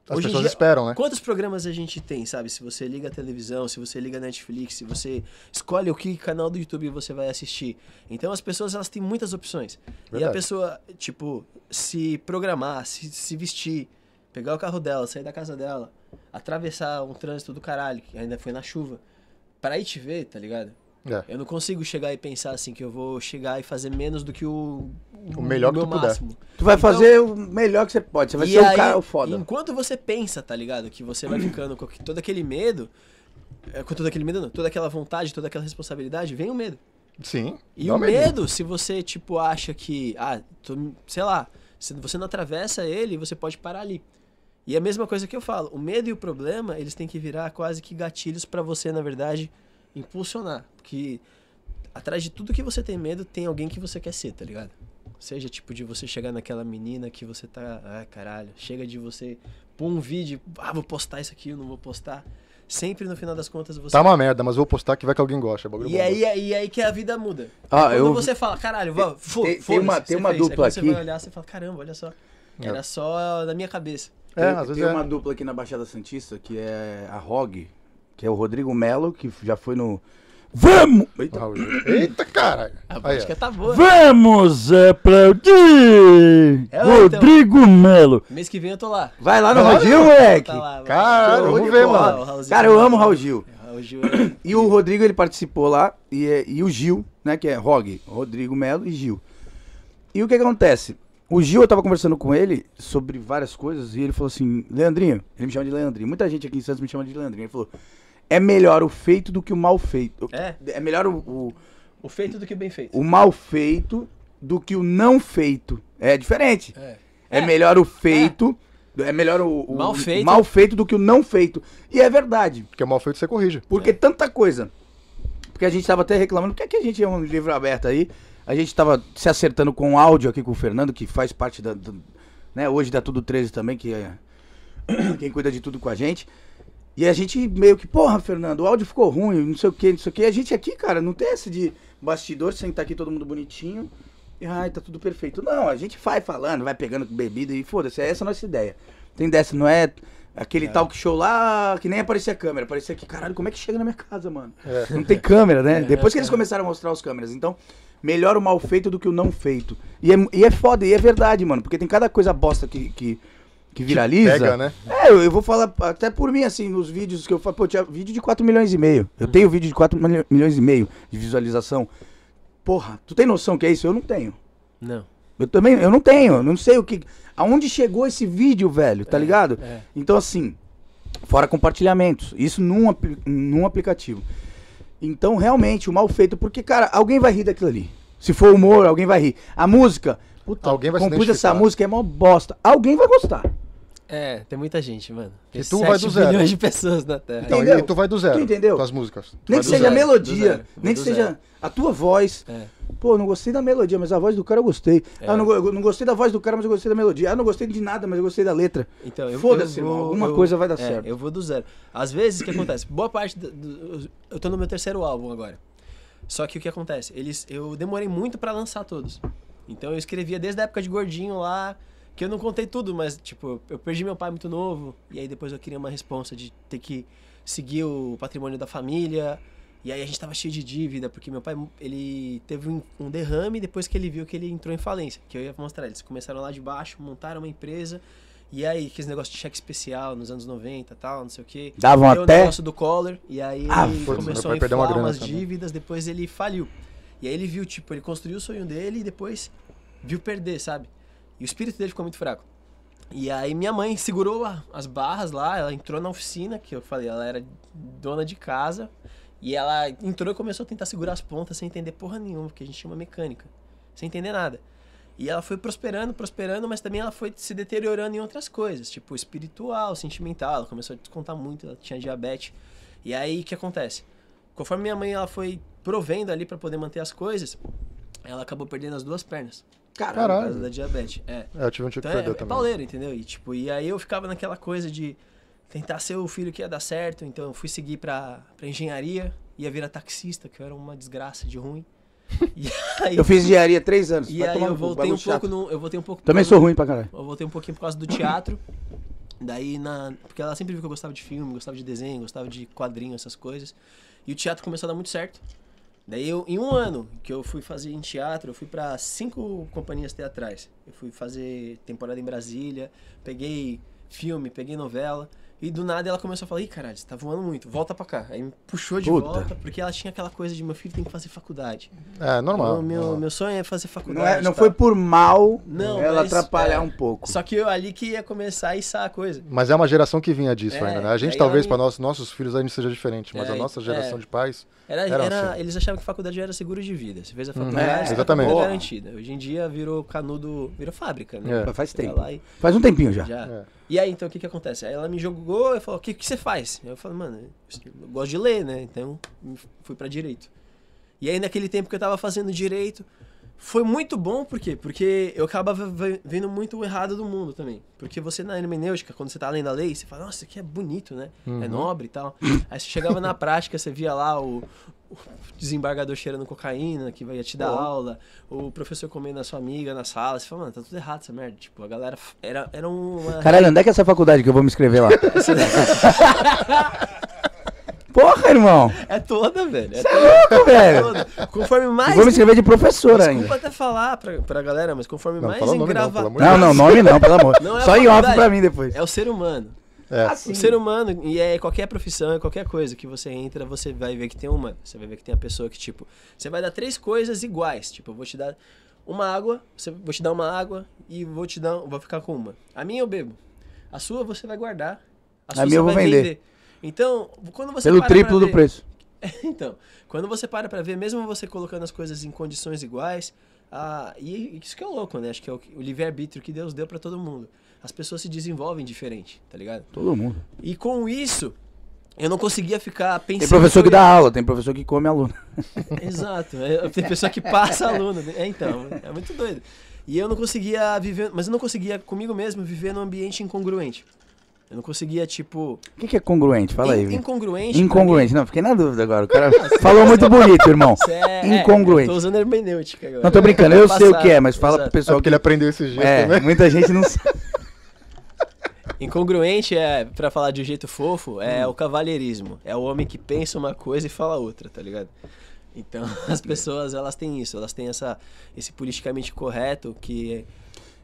As
hoje em
pessoas
dia,
esperam, né?
Quantos programas a gente tem, sabe? Se você liga a televisão, se você liga a Netflix, se você escolhe o que canal do YouTube você vai assistir. Então as pessoas elas têm muitas opções. E a
Verdade.
pessoa, tipo, se programar, se, se vestir, pegar o carro dela, sair da casa dela, atravessar um trânsito do caralho, que ainda foi na chuva, para ir te ver, tá ligado?
É.
Eu não consigo chegar e pensar assim que eu vou chegar e fazer menos do que o,
O melhor que
meu
tu puder.
máximo.
Tu vai
Então-
fazer o melhor que você pode. Você vai ser o cara o foda.
Enquanto você pensa, tá ligado? Que você vai ficando com todo aquele medo. é, Com todo aquele medo, não. Toda aquela vontade, toda aquela responsabilidade, vem o medo.
Sim.
E
dá
o
um medinho.
medo, se você, tipo, acha que. Ah, tô- sei lá. Se você não atravessa ele, você pode parar ali. E é a mesma coisa que eu falo. O medo e o problema, eles têm que virar quase que gatilhos pra você, na verdade, impulsionar. Porque atrás de tudo que você tem medo, tem alguém que você quer ser, tá ligado? Seja tipo de você chegar naquela menina que você tá. Ah, caralho. Chega de você pôr um vídeo. Ah, vou postar isso aqui, eu não vou postar. Sempre no final das contas você.
Tá uma merda, mas vou postar que vai que alguém gosta. é bagulho
E
bom.
aí, aí, aí que a vida muda. É
Ah,
Quando
eu-
você fala, caralho, vá, fo-
tem
foda-se,
uma-
você
tem uma
fez. Aí
dupla
quando
aqui.
Você vai olhar, você fala, caramba, olha só. Era só na minha cabeça.
É,
tem
às vezes
tem
é.
uma dupla aqui na Baixada Santista que é a ROG, que é o Rodrigo Melo, que já foi no. Vamos! Eita.
Raul. Eita, caralho.
A
Aí,
política
ó.
tá boa.
Vamos aplaudir!
É, então.
Melo!
Mês que vem eu tô lá.
Vai lá no
Vai lá,
Raul Gil, moleque!
Tá lá, vai.
Caralho,
Show
vamos
de
ver,
bola.
mano.
O Raulzinho
Cara,
tá
eu
lá.
amo o Raul Gil.
hoje
E o Rodrigo, ele participou lá, e, é- e o Gil, né, que é Rog, Rodrigo Melo e Gil. E o que, que acontece? O Gil, eu tava conversando com ele sobre várias coisas, e ele falou assim, Leandrinho, ele me chama de Leandrinho, muita gente aqui em Santos me chama de Leandrinho, ele falou, é melhor o feito do que o mal feito.
É.
É melhor o- o,
o feito do que o bem feito.
o mal feito do que o não feito. É diferente.
É.
É, melhor o feito. É, melhor o, o-
Mal
o
feito.
mal feito do que o não feito. E é verdade.
Porque o mal feito você corrige.
Porque tanta coisa. Porque a gente tava até reclamando. Por que, que a gente é um livro aberto aí? A gente tava se acertando com o áudio aqui com o Fernando, que faz parte da. do- né, hoje da Tudo 13 também, que é quem cuida de tudo com a gente. E a gente meio que, porra, Fernando, o áudio ficou ruim, não sei o que, não sei o que. A gente aqui, cara, não tem esse de bastidor, sentar aqui todo mundo bonitinho. E, ai, tá tudo perfeito. Não, a gente vai falando, vai pegando bebida e foda-se. Essa é a nossa ideia. Tem dessa, não é aquele talk show lá que nem aparecia a câmera. Parecia que, caralho, como é que chega na minha casa, mano? Não tem câmera, né? Depois que eles começaram a mostrar as câmeras. Então, melhor o mal feito do que o não feito. E é, e é foda, e é verdade, mano. Porque tem cada coisa bosta que, que, que viraliza.
Pega, né?
É, eu, eu vou falar até por mim, assim, nos vídeos que eu falo, pô, tinha vídeo de 4 milhões e meio.
Uhum.
Eu tenho vídeo de 4 milho- milhões e meio de visualização. Porra, tu tem noção que é isso? Eu não tenho.
Não.
Eu também, eu não tenho, eu não sei o que. Aonde chegou esse vídeo, velho, tá ligado?
é.
Então, assim, fora compartilhamentos. Isso num, apli- num aplicativo. Então, realmente, o mal feito, porque, cara, alguém vai rir daquilo ali. Se for humor, alguém vai rir. A música, puta,
Alguém vai se
compus essa
identificar.
música, é mó bosta. Alguém vai gostar.
É, tem muita gente, mano. Tem
E tu vai do
7
zero.
bilhões de pessoas na Terra.
Então,
Entendeu?
e tu vai do zero.
Tu entendeu?
Com as músicas. Tu
Nem
vai
que
do
seja
zero.
a melodia,
zero.
nem que
Do
seja
zero.
a tua voz.
É.
Pô, eu não gostei da melodia, mas a voz do cara eu gostei. Ah, eu não, go- eu não gostei da voz do cara, mas eu gostei da melodia. Ah, eu não gostei de nada, mas eu gostei da letra.
Então, eu,
Foda-se,
eu
irmão,
vou-
alguma
eu-
coisa vai dar
é,
certo.
Eu vou do zero. Às vezes, o que acontece? Boa parte. do- do- eu tô no meu terceiro álbum agora. Só que o que acontece? Eles, eu demorei muito pra lançar todos. Então eu escrevia desde a época de gordinho lá, que eu não contei tudo, mas tipo, eu perdi meu pai muito novo, e aí depois eu queria uma responsa de ter que seguir o patrimônio da família. E aí a gente tava cheio de dívida, porque meu pai, ele teve um um derrame depois que ele viu que ele entrou em falência, que eu ia mostrar, eles começaram lá de baixo, montaram uma empresa, e aí aqueles negócios de cheque especial nos anos 90 e tal, não sei o quê.
Davam
Deu
até-
o negócio do Collor, e aí
Ah,
ele
putz, meu
começou
pai
a
perdeu uma
inflar
grana
umas
também.
dívidas, depois ele faliu. E aí ele viu, tipo, ele construiu o sonho dele e depois viu perder, sabe? E o espírito dele ficou muito fraco. E aí minha mãe segurou a- as barras lá, ela entrou na oficina, que eu falei, ela era dona de casa, e ela entrou e começou a tentar segurar as pontas sem entender porra nenhuma, porque a gente tinha uma mecânica, sem entender nada. E ela foi prosperando, prosperando, mas também ela foi se deteriorando em outras coisas, tipo espiritual, sentimental, ela começou a descontar muito, ela tinha diabetes. E aí o que acontece? Conforme minha mãe ela foi provendo ali pra poder manter as coisas, ela acabou perdendo as duas pernas.
Caralho.
Por causa da
Caralho.
diabetes. É.
É, eu tive um tio que
Então é,
perdeu
é
também.
pauleiro, entendeu? E, tipo, e aí eu ficava naquela coisa de tentar ser o filho que ia dar certo, então eu fui seguir pra, pra engenharia, ia virar taxista, que eu era uma desgraça de ruim. E aí,
Eu fiz engenharia três anos.
e
vai
aí
tomar
eu
no cu,
voltei um
bagulho chato.
pouco no. Eu voltei um pouco
Também
pro-
sou ruim pra caralho.
eu voltei um pouquinho por causa do teatro. Daí, na, porque ela sempre viu que eu gostava de filme, gostava de desenho, gostava de quadrinho, essas coisas. E o teatro começou a dar muito certo. Daí, eu, em um ano que eu fui fazer em teatro, eu fui para cinco companhias teatrais. Eu fui fazer temporada em Brasília, peguei filme, peguei novela. E do nada ela começou a falar: ih, caralho, você tá voando muito, volta pra cá. Aí me puxou de
Puta.
volta, porque ela tinha aquela coisa de: meu filho tem que fazer faculdade.
É, normal.
o meu,
normal.
meu sonho é fazer
Não,
faculdade.
é, não
tá?
foi por mal
Não,
ela
mas,
atrapalhar
é,
um pouco.
Só que eu ali que ia começar a içar a coisa.
Mas é uma geração que vinha disso
É,
ainda, né? A gente
aí
talvez,
ela
para
me-
nossos, nossos filhos, ainda seja diferente, mas
É,
a nossa
é.
geração de pais...
Era,
Era
era-
assim. Uhum.
Eles achavam que faculdade era seguro de vida. Você fez a
É,
faculdade, você
exatamente.
Era garantida. Hoje em dia virou canudo, virou fábrica, né?
É.
Mas faz
Você vai
tempo.
lá e
Faz um tempinho já.
já.
É.
E aí, então, o que que acontece? Aí ela me jogou e falou, o que, que você faz? Eu falei, mano, eu gosto de ler, né? Então, fui pra Direito. E aí, naquele tempo que eu tava fazendo Direito, foi muito bom, por quê? Porque eu acabava ve- vendo muito o errado do mundo também. Porque você, na hermenêutica, quando você tá lendo a lei, você fala, nossa, isso aqui é bonito, né?
Uhum.
É nobre e tal. aí você chegava na prática, você via lá o, o desembargador cheirando cocaína, que vai te dar aula, o professor comendo a sua amiga na sala, você fala, mano, tá tudo errado essa merda. Tipo, a galera f- era, era uma
Caralho, onde é que é essa faculdade que eu vou me inscrever lá? Porra, irmão!
É toda, velho. É
Tá louco, velho!
toda. Conforme mais.
Vou me inscrever de professora
Desculpa
ainda.
até falar pra, pra galera, mas conforme
Não,
mais
fala o nome não,
engrava.
pelo amor de
Não, não, nome não, pelo amor.
Não é
Só em off
faculdade.
pra mim depois.
É o ser humano.
É.
Assim,
O ser humano, e é qualquer profissão, é qualquer coisa que você entra, você vai ver que tem uma. Você vai ver que tem a pessoa que, tipo, você vai dar três coisas iguais. Tipo, eu vou te dar uma água, você, vou te dar uma água e vou te dar. Vou ficar com uma. A minha eu bebo. A sua você vai guardar.
A
sua
minha
você
eu vou
vai
vender.
Então, quando você
pelo
para pra
triplo do
ver-
preço.
então, quando você para pra ver, mesmo você colocando as coisas em condições iguais, ah, e isso que é louco, né? Acho que é o, o livre-arbítrio que Deus deu pra todo mundo. As pessoas se desenvolvem diferente, tá ligado?
Todo mundo.
E com isso, eu não conseguia ficar pensando.
Tem professor que
eu ia-
dá aula, tem professor que come aluno.
Exato. é, Tem pessoa que passa aluno. né? É, então, é muito doido. E eu não conseguia viver, mas eu não conseguia comigo mesmo viver num ambiente incongruente. Eu não conseguia, tipo.
O que, que é congruente? Fala aí,
in-
Vini.
incongruente.
Incongruente. Não, fiquei na dúvida agora. O cara falou muito bonito, irmão.
Cê é-
Incongruente.
É, tô usando hermenêutica agora.
Não tô brincando, eu sei o
Passado,
que é, mas fala pro
exato.
Só
pessoal
porque
que
ele aprendeu esse jeito,
É,
né?
muita gente não sabe.
Incongruente é, pra falar de um jeito fofo,
Hum.
é o cavalheirismo. É o homem que pensa uma coisa e fala outra, tá ligado? Então, as pessoas, elas têm isso, elas têm essa, esse politicamente correto que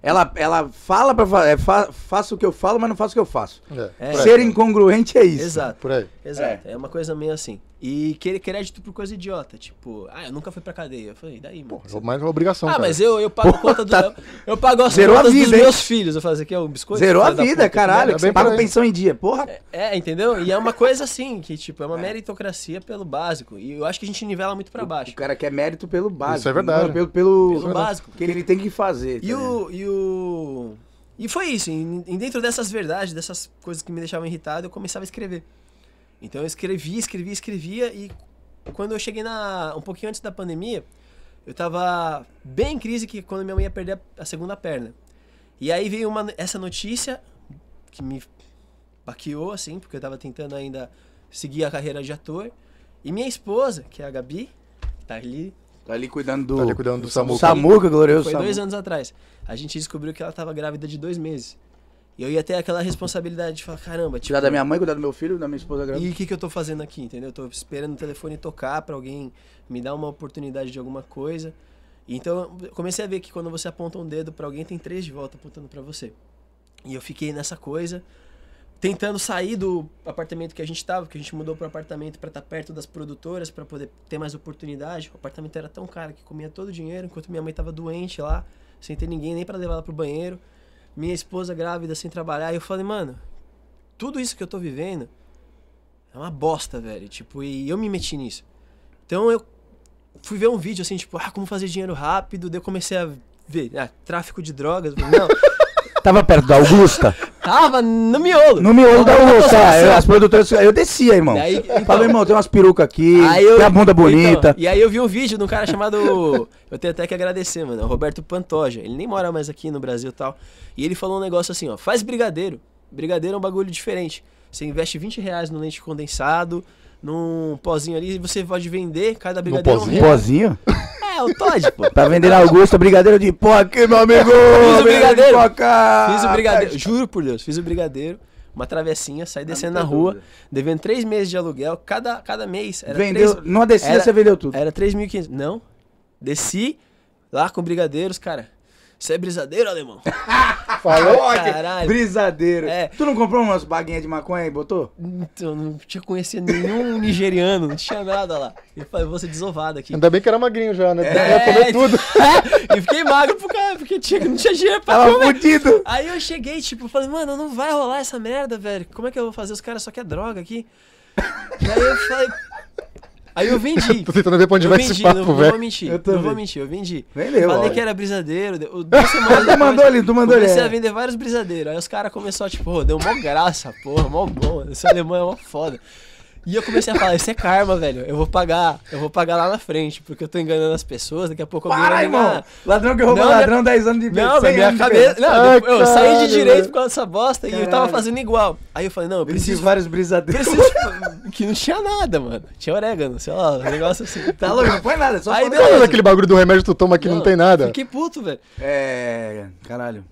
Ela, ela fala pra falar, é, fa, faço o que eu falo, mas não faço o que eu faço.
É,
é.
por aí,
Ser incongruente é isso.
Exato,
Por aí.
exato. É. uma coisa meio assim. E querer crédito por coisa idiota, tipo, ah, eu nunca fui pra cadeia. Eu falei, "E daí, mano.
Pô, é mais uma
um
obrigação,
ah,
cara.
mas eu, eu pago a conta do. Eu, eu pago as
tá Zerou a
contas dos
vida, hein?
meus filhos. Eu falei, aqui é um biscoito?
Zerou a
filho da
vida,
puta?"
caralho.
É
que Você
bem
paga
por aí.
pensão em dia, porra.
É, entendeu? E é uma coisa assim, que tipo, é uma meritocracia pelo básico. E eu acho que a gente nivela muito pra é baixo.
O cara quer mérito pelo básico.
Isso é verdade.
não Pelo, pelo,
Pelo básico.
Que ele tem que fazer. tá
E
ligado?
o, e o. E foi isso. E, e dentro dessas verdades, dessas coisas que me deixavam irritado, eu começava a escrever. Então eu escrevia, escrevia, escrevia. E quando eu cheguei na. um pouquinho antes da pandemia, eu tava bem em crise que quando minha mãe ia perder a, a segunda perna. E aí veio uma, essa notícia que me baqueou, assim, porque eu tava tentando ainda seguir a carreira de ator. E minha esposa, que é a Gabi, que tá ali
Tá ali cuidando do.
Tá ali cuidando do Samuca.
Samuca, glorioso
foi
Samuca.
dois anos atrás. A gente descobriu que ela tava grávida de dois meses. E eu ia ter aquela responsabilidade de falar, caramba, tipo,
Tirar da minha mãe, cuidar do meu filho, da minha esposa grávida.
e o que, que eu tô fazendo aqui, entendeu? Eu tô esperando o telefone tocar pra alguém me dar uma oportunidade de alguma coisa. Então, eu comecei a ver que quando você aponta um dedo pra alguém, tem três de volta apontando pra você. E eu fiquei nessa coisa, tentando sair do apartamento que a gente tava, que a gente mudou pro apartamento pra estar perto das produtoras, pra poder ter mais oportunidade. O apartamento era tão caro que comia todo o dinheiro, enquanto minha mãe tava doente lá, sem ter ninguém nem pra levar ela pro banheiro. Minha esposa grávida, sem trabalhar. E eu falei, mano, tudo isso que eu tô vivendo é uma bosta, velho. Tipo, e eu me meti nisso. Então eu fui ver um vídeo assim, tipo, ah, como fazer dinheiro rápido. Daí eu comecei a ver, ah, tráfico de drogas. Eu falei, Não,
Tava perto da Augusta.
tava no miolo.
No miolo da
Tava na
Augusta.
concentração.
eu- as produtoras. Eu descia, irmão.
Daí, então-
Falei, irmão, tem umas perucas aqui,
Aí eu-
tem a bunda bonita.
Então, e aí eu vi um vídeo de um cara chamado. eu tenho até que agradecer, mano. é o Roberto Pantoja. Ele nem mora mais aqui no Brasil e tal. E ele falou um negócio assim, ó. Faz brigadeiro. Brigadeiro é um bagulho diferente. Você investe 20 reais no leite condensado, num pozinho ali, e você pode vender cada brigadeiro. é um
pozinho?
real.
Pozinho?
É, o Todd, pô.
Tá vendendo Augusta, brigadeiro de pó aqui, meu amigo!
o brigadeiro.
de coca.
Ah,
Fiz o brigadeiro, juro por Deus, fiz o brigadeiro, uma travessinha,
Ah,
saí descendo na rua, devendo três meses de aluguel, cada, cada mês era
Vendeu,
três,
numa descida
era- É,
você vendeu tudo.
era 3.500, não, desci lá com brigadeiros, cara, você é brisadeiro, alemão?
Falou?
Caralho.
Brisadeiro.
É.
Tu não comprou umas baguinhas de maconha e botou?
Eu não tinha conhecido nenhum nigeriano, não tinha nada lá, eu falei, vou ser desovado aqui.
Ainda bem que era magrinho já,
É.
né? Ia comer tudo.
e fiquei magro pro cara, porque tinha, não tinha dinheiro pra
Tava
comer.
fudido.
Aí eu cheguei, tipo, falei, mano, não vai rolar essa merda, velho. Como é que eu vou fazer? Os caras só querem droga aqui. Aí eu falei. Aí eu vendi.
Tô tentando ver pra onde
eu
vai
vendi,
esse
não,
papo,
não vou
velho.
mentir.
Eu
Não vou
também.
mentir, eu vendi.
Vendeu,
falei
olha.
que era brisadeiro. deu- Duas semanas
Tu mandou ali, tu mandou ali,
Comecei
é.
a vender vários brisadeiros. Aí os caras começaram, tipo, pô, deu mó graça, porra, mó bom. Esse alemão é mó foda. E eu comecei a falar, isso é karma, velho. Eu vou pagar, eu vou pagar lá na frente, porque eu tô enganando as pessoas, daqui a pouco alguém
Para,
vai me dar-
irmão. Ladrão que rouba
Não,
ladrão,
minha-
10 anos de tá
não, mas
100
minha
anos de
cabeça.
pena.
Não,
Ai,
eu saí
caralho,
de direito
velho.
por causa dessa bosta e eu tava
Caralho.
fazendo igual. Aí eu falei, não, eu
Vendi
preciso.
vários brisadeiros.
preciso tipo, que não tinha nada, mano. Tinha orégano, sei lá, um negócio assim.
Tá louco, não põe nada, só
Aí
falando-
beleza.
Olha daquele bagulho do remédio que tu toma que não, tem nada.
Fiquei puto, velho.
É, caralho.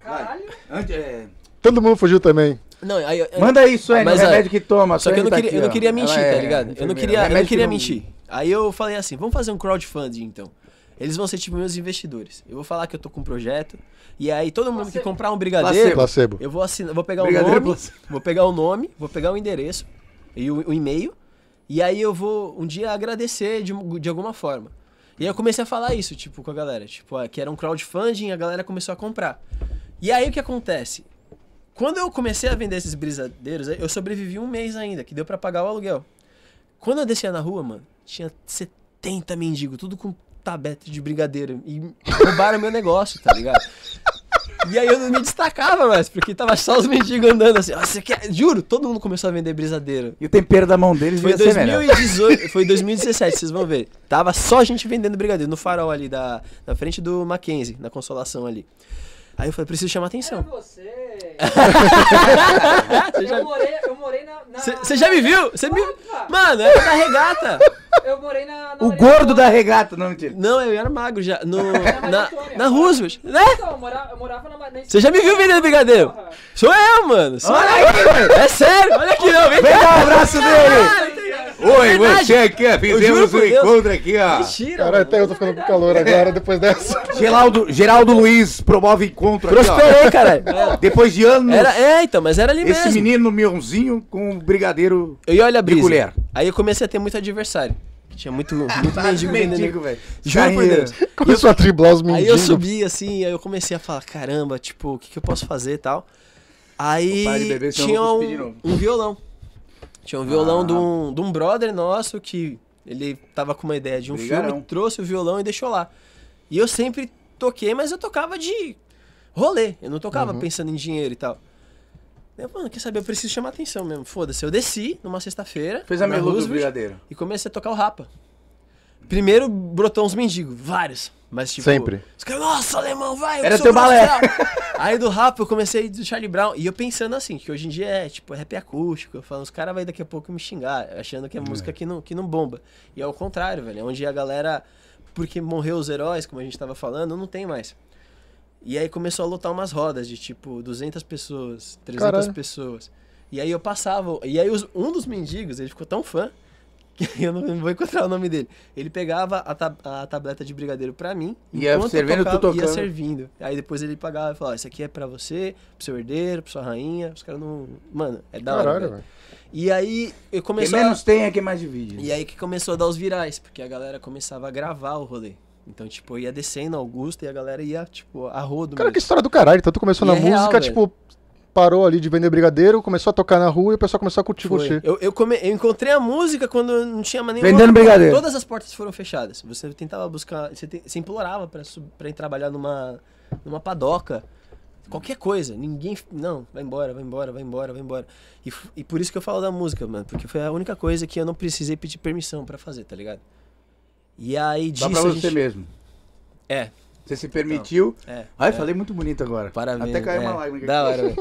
Caralho.
Ante- é,
Todo mundo fugiu também.
Não, aí. eu-
Manda aí, Suene, o
É. Mas, ó,
remédio que toma. tá
Só que eu não queria, tá eu não
é
queria mentir, tá ligado? Eu não queria, eu não queria
mentir.
mentir. Aí eu falei assim, vamos fazer um crowdfunding então. Eles vão ser tipo meus investidores. Eu vou falar que eu tô com um projeto. E aí todo mundo que
Placebo.
comprar um brigadeiro,
Placebo.
eu vou assinar, vou pegar o
Brigadeiro
nome,
placebo.
vou pegar o nome, vou pegar o endereço e o, o e-mail. E aí eu vou um dia agradecer de, um- de alguma forma. E aí eu comecei a falar isso, tipo, com a galera. Tipo, ó, que era um crowdfunding, a galera começou a comprar. E aí o que acontece? Quando eu comecei a vender esses brisadeiros, eu sobrevivi um mês ainda, que deu pra pagar o aluguel. Quando eu descia na rua, mano, tinha 70 mendigos, tudo com tabete de brigadeiro. E roubaram meu negócio, tá ligado? E aí eu não me destacava mais, porque tava só os mendigos andando assim. "Ah, você quer? Juro, todo mundo começou a vender brisadeiro.
E o tempero da mão deles
Foi
devia ser melhor.
2018, foi 2017, vocês vão ver. Tava só gente vendendo brigadeiro no farol ali da na frente do Mackenzie, na Consolação ali. Aí eu falei, preciso chamar
É
atenção.
você.
Você já,
Eu morei, eu morei na. na-
cê- cê já me viu? Você me
Opa!
Mano, era da regata.
Eu morei na. na
O
Maria
gordo da
Antônia.
regata, não mentira.
Não, eu era magro já. No, na,
Antônia.
na Roosevelt, né?
Então, eu morava, eu morava na. na
Você já me viu vendendo brigadeiro?
Porra.
Sou eu, mano. Sou
Olha
eu. É sério, olha aqui não, vem
Vem
cá.
dar um abraço dele!
Oi,
é verdade.
você aqui, ó,
juro
fizemos
por
um
Deus.
encontro aqui, ó.
Mentira.
Cara,
mano.
até eu tô ficando com
É.
calor agora depois dessa.
Geraldo,
Geraldo Luiz promove encontro aqui, ó.
Prosperei, caralho.
Depois de anos,
Era, é, então, mas era ali
esse
mesmo.
menino
menino mionzinho com um brigadeiro.
Eu ia olhar a brisa.
colher. Tá
Aí eu comecei a ter muito adversário. Tinha muito, muito mendigo
Mendigo,
vendendo.
velho.
Juro por
Carreira.
Deus.
Começou a driblar os
Aí eu
mendigos.
subi assim, aí eu comecei a falar, caramba, tipo, o que, que eu posso fazer e tal. Aí
Vou parar de beber, senão eu
tinha
vou cuspir de
um,
novo. Ah.
um violão. Tinha um violão de, um, de um brother nosso que ele tava com uma ideia de um
Brigarão.
filme, trouxe o violão e deixou lá. E eu sempre toquei, mas eu tocava de rolê. Eu não tocava
Uhum.
pensando em dinheiro e tal. Eu, mano, quer saber? Eu preciso chamar atenção mesmo. Foda-se. Eu desci numa sexta-feira.
Fez a
na
melodia do
Roosevelt,
brigadeiro.
e comecei a tocar o rapa. Primeiro brotou uns mendigos, vários. Mas tipo.
Sempre.
Os caras, nossa, alemão, vai, eu
Era
sou
teu balé.
profissional." Aí do rapa eu comecei do Charlie Brown. E eu pensando assim, que hoje em dia é tipo rap acústico. Eu falo, os caras vão daqui a pouco me xingar, achando que é música que não, que não bomba. E é o contrário, velho. É onde a galera. Porque morreu os heróis, como a gente tava falando, não tem mais. E aí começou a lotar umas rodas de tipo 200 pessoas, 300
Caralho.
pessoas. E aí eu passava, e aí os- um dos mendigos, ele ficou tão fã que eu não vou encontrar o nome dele. Ele pegava a, tab- a tableta de brigadeiro pra mim,
Ia
enquanto eu
servindo, tu
ia
tocando.
servindo. Aí depois ele pagava e falava: "Isso aqui é pra você, pro seu herdeiro, pra sua rainha". Os caras não, mano, é da hora.
Caralho,
velho.
velho.
E aí eu
Quem
comecei a-
menos tem é quem mais divide.
e aí que começou a dar os virais, porque a galera começava a gravar o rolê. Então, tipo, eu ia descendo Augusta e a galera ia, tipo, a rodo
Cara, que
mesmo.
história do caralho. Então tu começou
E
na
é real,
música,
velho.
tipo, parou ali de vender brigadeiro, começou a tocar na rua e o pessoal começou a curtir
Foi.
você.
Tipo, Eu, eu, come- eu encontrei a música quando não tinha mais nenhum.
Vendendo brigadeiro.
Todas as portas foram fechadas. Você tentava buscar. Você, te- você implorava pra, sub- pra ir trabalhar numa, numa padoca. Qualquer coisa. Ninguém. f- Não, vai embora, vai embora, vai embora, vai embora. E, f- e por isso que eu falo da música, mano. Porque foi a única coisa que eu não precisei pedir permissão pra fazer, tá ligado? E aí disso.
Dá pra
a
você
gente-
mesmo.
É.
Você se permitiu.
É.
Ai, falei muito bonito agora.
Parabéns.
Até caiu
é.
uma lágrima aqui.
Da hora, velho.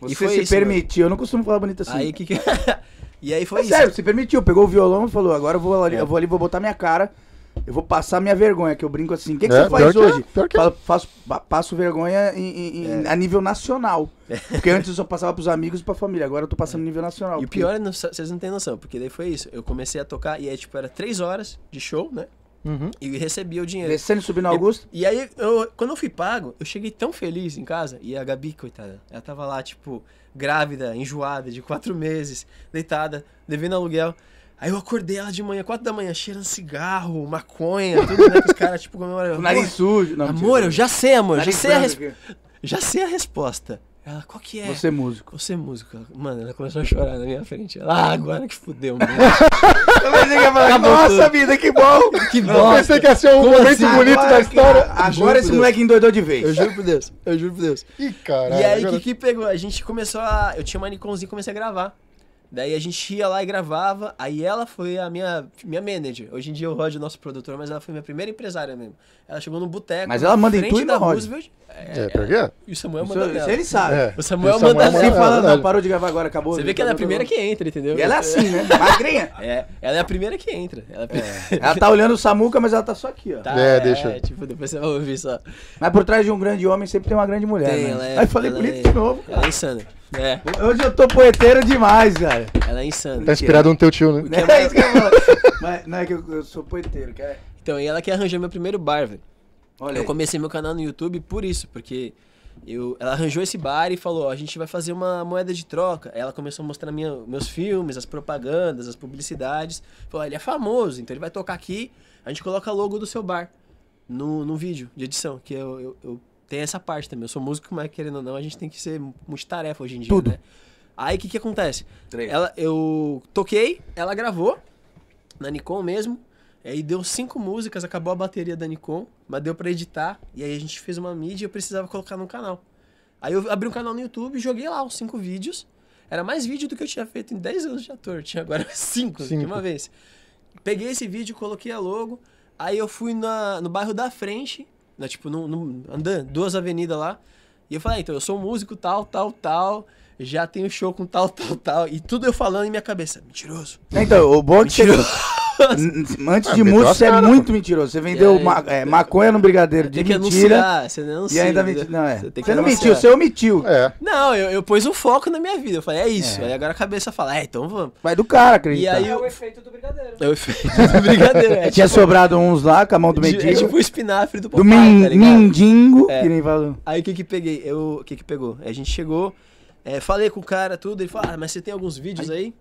Você
E foi
se
isso,
permitiu. Eu não costumo falar bonito assim.
mano. Aí que que. e aí foi
É
isso. É.
sério, se permitiu, pegou o violão e falou: agora eu vou ali, eu vou ali, vou botar minha cara, eu vou passar minha vergonha, que eu brinco assim. O que, que
É,
você faz
pior que é,
hoje?
pior que é.
Falo, faço, pa- passo vergonha em- em-
É.
em- a nível nacional. Porque antes eu só passava pros amigos e pra família, agora eu tô passando a nível nacional.
E o pior, É. é, não- vocês não têm noção, porque daí foi isso. Eu comecei a tocar e aí, tipo, era três horas de show, né?
Uhum.
E recebia o dinheiro.
Descendo e subindo Augusto,
é- E aí, eu- quando eu fui pago, eu cheguei tão feliz em casa. E a Gabi, coitada, ela tava lá, tipo, grávida, enjoada, de quatro meses, deitada, devendo aluguel. Aí eu acordei ela de manhã, quatro da manhã, cheirando cigarro, maconha, tudo, né? Que os caras, tipo, comemoram.
o nariz sujo. Não, mentira.
Amor, eu já sei, amor, já
Nariz
sei, a
branco
res- já sei a resposta. Ela, qual que é?
aqui. Você é músico.
Você é músico. Mano, ela começou a chorar na minha frente. Ela, ah, agora que fudeu, mano.
Nossa vida, que bom!
Que
Eu
bosta.
pensei que ia ser um
Como
momento
assim?
bonito
Agora
da
que-
história.
Agora esse moleque endoidou de vez.
Eu juro por Deus. Eu juro por Deus.
Ih, caralho.
E aí, o
agora-
que, que pegou? A gente começou a. Eu tinha uma Nikonzinha e comecei a gravar. Daí a gente ia lá e gravava. Aí ela foi a minha, minha manager. Hoje em dia eu Roger é nosso produtor, mas ela foi minha primeira empresária mesmo. Ela chegou no boteco.
Mas ela manda em
frente
tu e
da
na Roger.
Roosevelt.
É, pior que é.
E o Samuel
Isso,
manda
isso
nela.
ele sabe.
É.
Ah, O Samuel
Isso é uma-
manda
uma-
assim,
Sem
é
falar,
verdade.
não, parou de gravar agora, acabou.
Você vê que ela é a primeira que entra, entendeu?
E ela é assim, né? Magrinha.
É, ela é a primeira que entra. Ela é a primeira...
Ela tá olhando o Samuca, mas ela tá só aqui, ó.
Tá,
É, deixa.
tipo, depois você vai ouvir só.
Mas por trás de um grande homem sempre tem uma grande mulher,
Tem,
né?
ela é.
Aí falei
ela
bonito
é-
de novo. cara.
Ela é insana. É,
Hoje eu tô poeteiro demais, cara.
ela é insana.
Tá inspirado no teu tio, né?
é Não é isso que eu falo. Mas não é que eu, eu sou poeteiro, cara.
Então, e ela que arranjou meu primeiro bar, velho.
Olha
Eu
aí.
comecei meu canal no YouTube por isso, porque eu, ela arranjou esse bar e falou: ó, a gente vai fazer uma moeda de troca. Aí ela começou a mostrar minha, meus filmes, as propagandas, as publicidades. Falou: "Ah, ele é famoso, então ele vai tocar aqui. A gente coloca logo do seu bar no, no vídeo de edição, que eu, eu, eu tenho essa parte também. Eu sou músico, mas querendo ou não, a gente tem que ser multitarefa hoje em dia. Tudo. Né? Aí o que, que acontece?
Três.
Ela, eu toquei, ela gravou, na Nikon mesmo. Aí deu cinco músicas, acabou a bateria da Nikon, mas deu pra editar. E aí a gente fez uma mídia e eu precisava colocar num canal. Aí eu abri um canal no YouTube e joguei lá os cinco vídeos. Era mais vídeo do que eu tinha feito em 10 anos de ator. Tinha agora cinco, de
Cinco.
uma vez. Peguei esse vídeo, coloquei a logo. Aí eu fui na, no bairro da frente, na, tipo, num, num- andando, duas avenidas lá. E eu falei, ah, então, eu sou músico tal, tal, tal. Já tenho show com tal, tal, tal. E tudo eu falando em minha cabeça. Mentiroso.
Então, o bom é que você... N- Antes de
Ah, meteu
música,
as
você é
caras,
muito mentiroso. Você vendeu
aí?
ma- é, maconha no brigadeiro de
tem que
mentira
anunciar, você não anuncia.
e ainda mentiu.
entendeu?
Não, é. Você,
tem que
não
anunciar.
mentiu, você omitiu.
É.
Não, eu, eu pus um foco na minha vida. Eu falei, é isso. Aí agora a cabeça fala, é, então vamos.
Vai do cara, acredita.
E aí
É o
eu.
efeito do brigadeiro.
Eu fiz brincadeira. É
Tinha sobrado uns lá com a mão do
tipo,
mendigo.
é tipo o espinafre do
do
papai,
min-
tá ligado?
mendigo.
É.
Que nem falou.
Aí o que que peguei? Eu, o que que pegou? A gente chegou, é, falei com o cara, tudo, ele falou, ah, mas você tem alguns vídeos aí?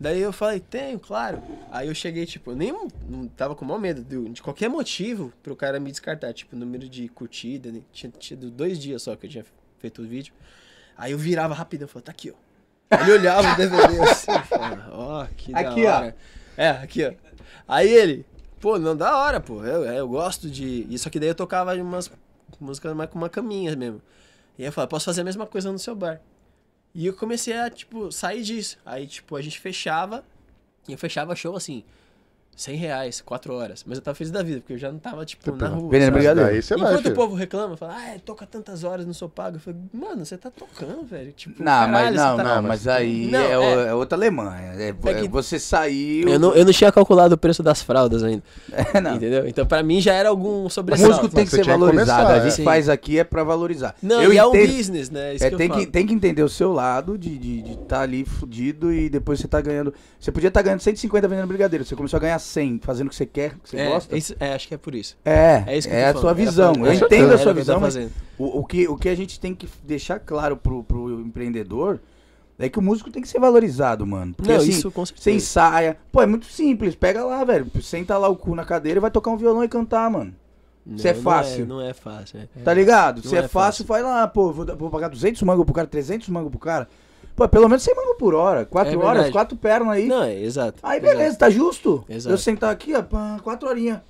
Daí eu falei, tenho, claro. Aí eu cheguei, tipo, eu nem não tava com o maior medo de, de qualquer motivo pro cara me descartar. Tipo, número de curtida, né? tinha tido dois dias só que eu tinha feito o vídeo. Aí eu virava rapidão, falava, tá aqui, ó. Ele olhava o DVD assim, e falava, ó, que da
Aqui, ó.
hora. É, aqui, ó. Aí ele, pô, não, da hora, pô. Eu, eu gosto de. Isso aqui daí eu tocava umas músicas mais com uma caminha mesmo. E aí eu falava, posso fazer a mesma coisa no seu bar. E eu comecei a, tipo, sair disso. Aí, tipo, a gente fechava. E eu fechava show assim, 100 reais, 4 horas. Mas eu tava feliz da vida, porque eu já não tava, tipo, na rua.
Veneno
sabe?
brigadeiro.
Daí você vai,
Enquanto o
filho.
povo reclama, fala, ah, toca tantas horas, não sou pago. Eu falei, mano, você tá tocando, velho. Tipo,
Não,
caralho,
mas não,
você tá...
não, mas aí
Não,
é,
é.
o- é outra Alemanha. É,
É que-
Você saiu.
Eu não, eu não tinha calculado o preço das fraldas ainda,
É, não.
entendeu? Então pra mim já era algum
O
sobressalto.
músico tem que
Você
ser
tinha que
valorizado.
começar,
a gente
é.
faz aqui é pra valorizar.
Não,
eu
e é um
entendo-
business, né? Isso
É,
que eu
tem, que,
falo.
tem que entender o seu lado de estar de, de tá ali fudido e depois você tá ganhando. Você podia estar ganhando 150 vendendo brigadeiro, você começou a ganhar 100 fazendo o que você quer, o que você
é,
gosta.
isso- é, acho que é por isso.
É,
É isso que eu
é
tô falando.
a sua
Era
visão.
pra-
Eu
era- era
entendo a
o que
sua
eu tava
visão, mas
fazendo.
o, o que, o que a gente tem que deixar claro pro, pro empreendedor é que o músico tem que ser valorizado, mano. Porque
Não,
assim,
isso com
você
certeza.
ensaia. Pô, é muito simples, pega lá, velho. Senta lá o cu na cadeira e vai tocar um violão e cantar, mano. isso é
Não,
fácil.
Não é, não é fácil. é.
Tá ligado?
Não
Se é,
é fácil.
fácil, vai lá, pô, vou, vou pagar 200 mango pro cara, 300 mango pro cara. Pô, pelo menos 100 mango por hora, 4
É
horas,
verdade.
4 pernas aí.
Não, é, exato.
aí
exato.
beleza, tá justo.
Exato.
Eu sentar aqui, ó, 4 horinhas,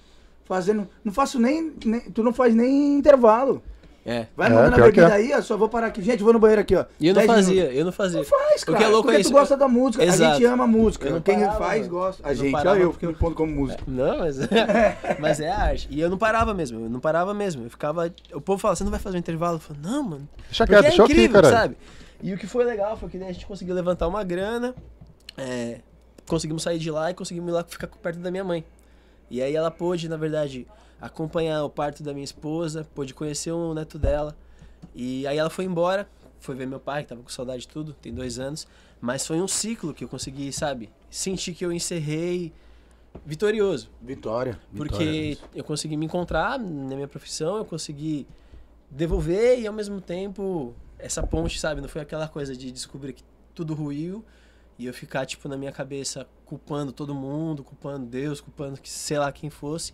fazendo, não faço nem, nem- tu não faz nem intervalo.
É.
Vai
É,
mandando a
pior que
bebida
é.
aí, ó, só vou parar aqui. Gente, vou no banheiro aqui, ó.
E eu não
10
fazia,
minutos.
eu não fazia.
Não faz,
O
cara.
que é louco
porque
é
tu
isso.
gosta da música. A
Exato.
gente ama a música.
Eu não
Quem
parava,
faz,
mano.
gosta. A
Eu não
gente, ó,
parava
eu
porque
me pondo como músico.
Não, mas, mas é arte. E eu não parava mesmo, eu não parava mesmo. Eu ficava. O povo fala, você não vai fazer um intervalo? Eu falo, não, mano.
Deixa
Porque
quieto,
é
deixa aqui,
incrível,
caralho.
sabe? E o que foi legal foi que daí a gente conseguiu levantar uma grana, é, conseguimos sair de lá e conseguimos ir lá ficar perto da minha mãe. E aí ela pôde, na verdade, acompanhar o parto da minha esposa, pôde conhecer o neto dela. E aí ela foi embora, foi ver meu pai, que tava com saudade de tudo, tem dois anos. Mas foi um ciclo que eu consegui, sabe? Sentir que eu encerrei vitorioso.
Vitória.
Porque eu consegui me encontrar na minha profissão, eu consegui devolver e ao mesmo tempo essa ponte, sabe? Não foi aquela coisa de descobrir que tudo ruiu e eu ficar, tipo, na minha cabeça culpando todo mundo, culpando Deus, culpando que sei lá quem fosse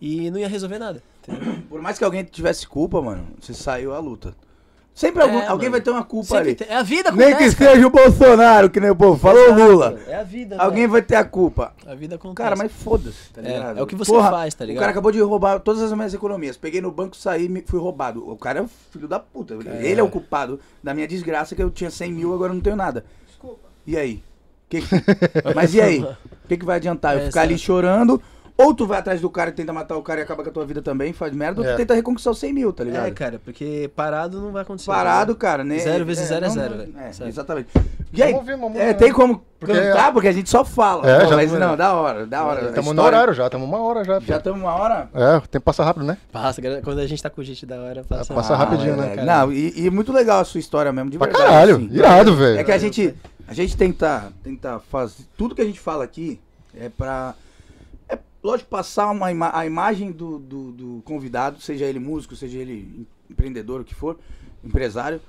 e não ia resolver nada. entendeu?
Por mais que alguém tivesse culpa, mano, você saiu à luta. Sempre algum-
É,
alguém
mano.
vai ter uma culpa
Sempre
ali.
tem- é a vida
Nem que
acontece.
seja o Bolsonaro, que nem o povo falou,
Exato,
Lula.
mano. É a vida,
Alguém
velho.
vai ter a culpa.
A vida acontece.
Cara, mas foda-se, tá
É,
ligado?
é o que você faz, tá
O
ligado?
cara acabou de roubar todas as minhas economias. Peguei no banco, saí, me- fui roubado. O cara é um filho da puta. Ele é o culpado da minha desgraça que eu tinha 100 mil, agora eu não tenho nada.
Desculpa.
E aí? Que que- Mas e aí? O que, que vai adiantar? Eu
É,
ficar ali
exato.
chorando? Ou tu vai atrás do cara e tenta matar o cara e acaba com a tua vida também, faz merda, ou tu
É.
tenta reconquistar os 100 mil, tá ligado?
É, cara, porque parado não vai acontecer.
Parado,
né?
cara, né?
Zero vezes zero é
não-
zero, velho.
é,
Sabe?
exatamente. E aí,
Vamos ouvir uma música,
é,
né?
tem como
Porque-
é-
cantar, porque a gente só fala.
É,
Pô,
já-
mas não, da hora, da hora. a
Estamos no
história-
horário já, estamos uma hora já.
Já
filho.
estamos uma hora?
É, o tempo passa rápido, né?
Passa, cara, quando a gente tá com gente da hora, passa.
passa
Ah,
rapidinho,
é,
né,
velho.
cara?
Não, e, e muito legal a sua história mesmo, de
Pra
verdade.
caralho,
assim.
irado, velho.
É que a gente, a gente tenta, tenta fazer... Tudo que a gente fala aqui é pra... É, lógico, passar uma ima- a imagem do, do- do convidado, seja ele músico, seja ele empreendedor, o que for, empresário,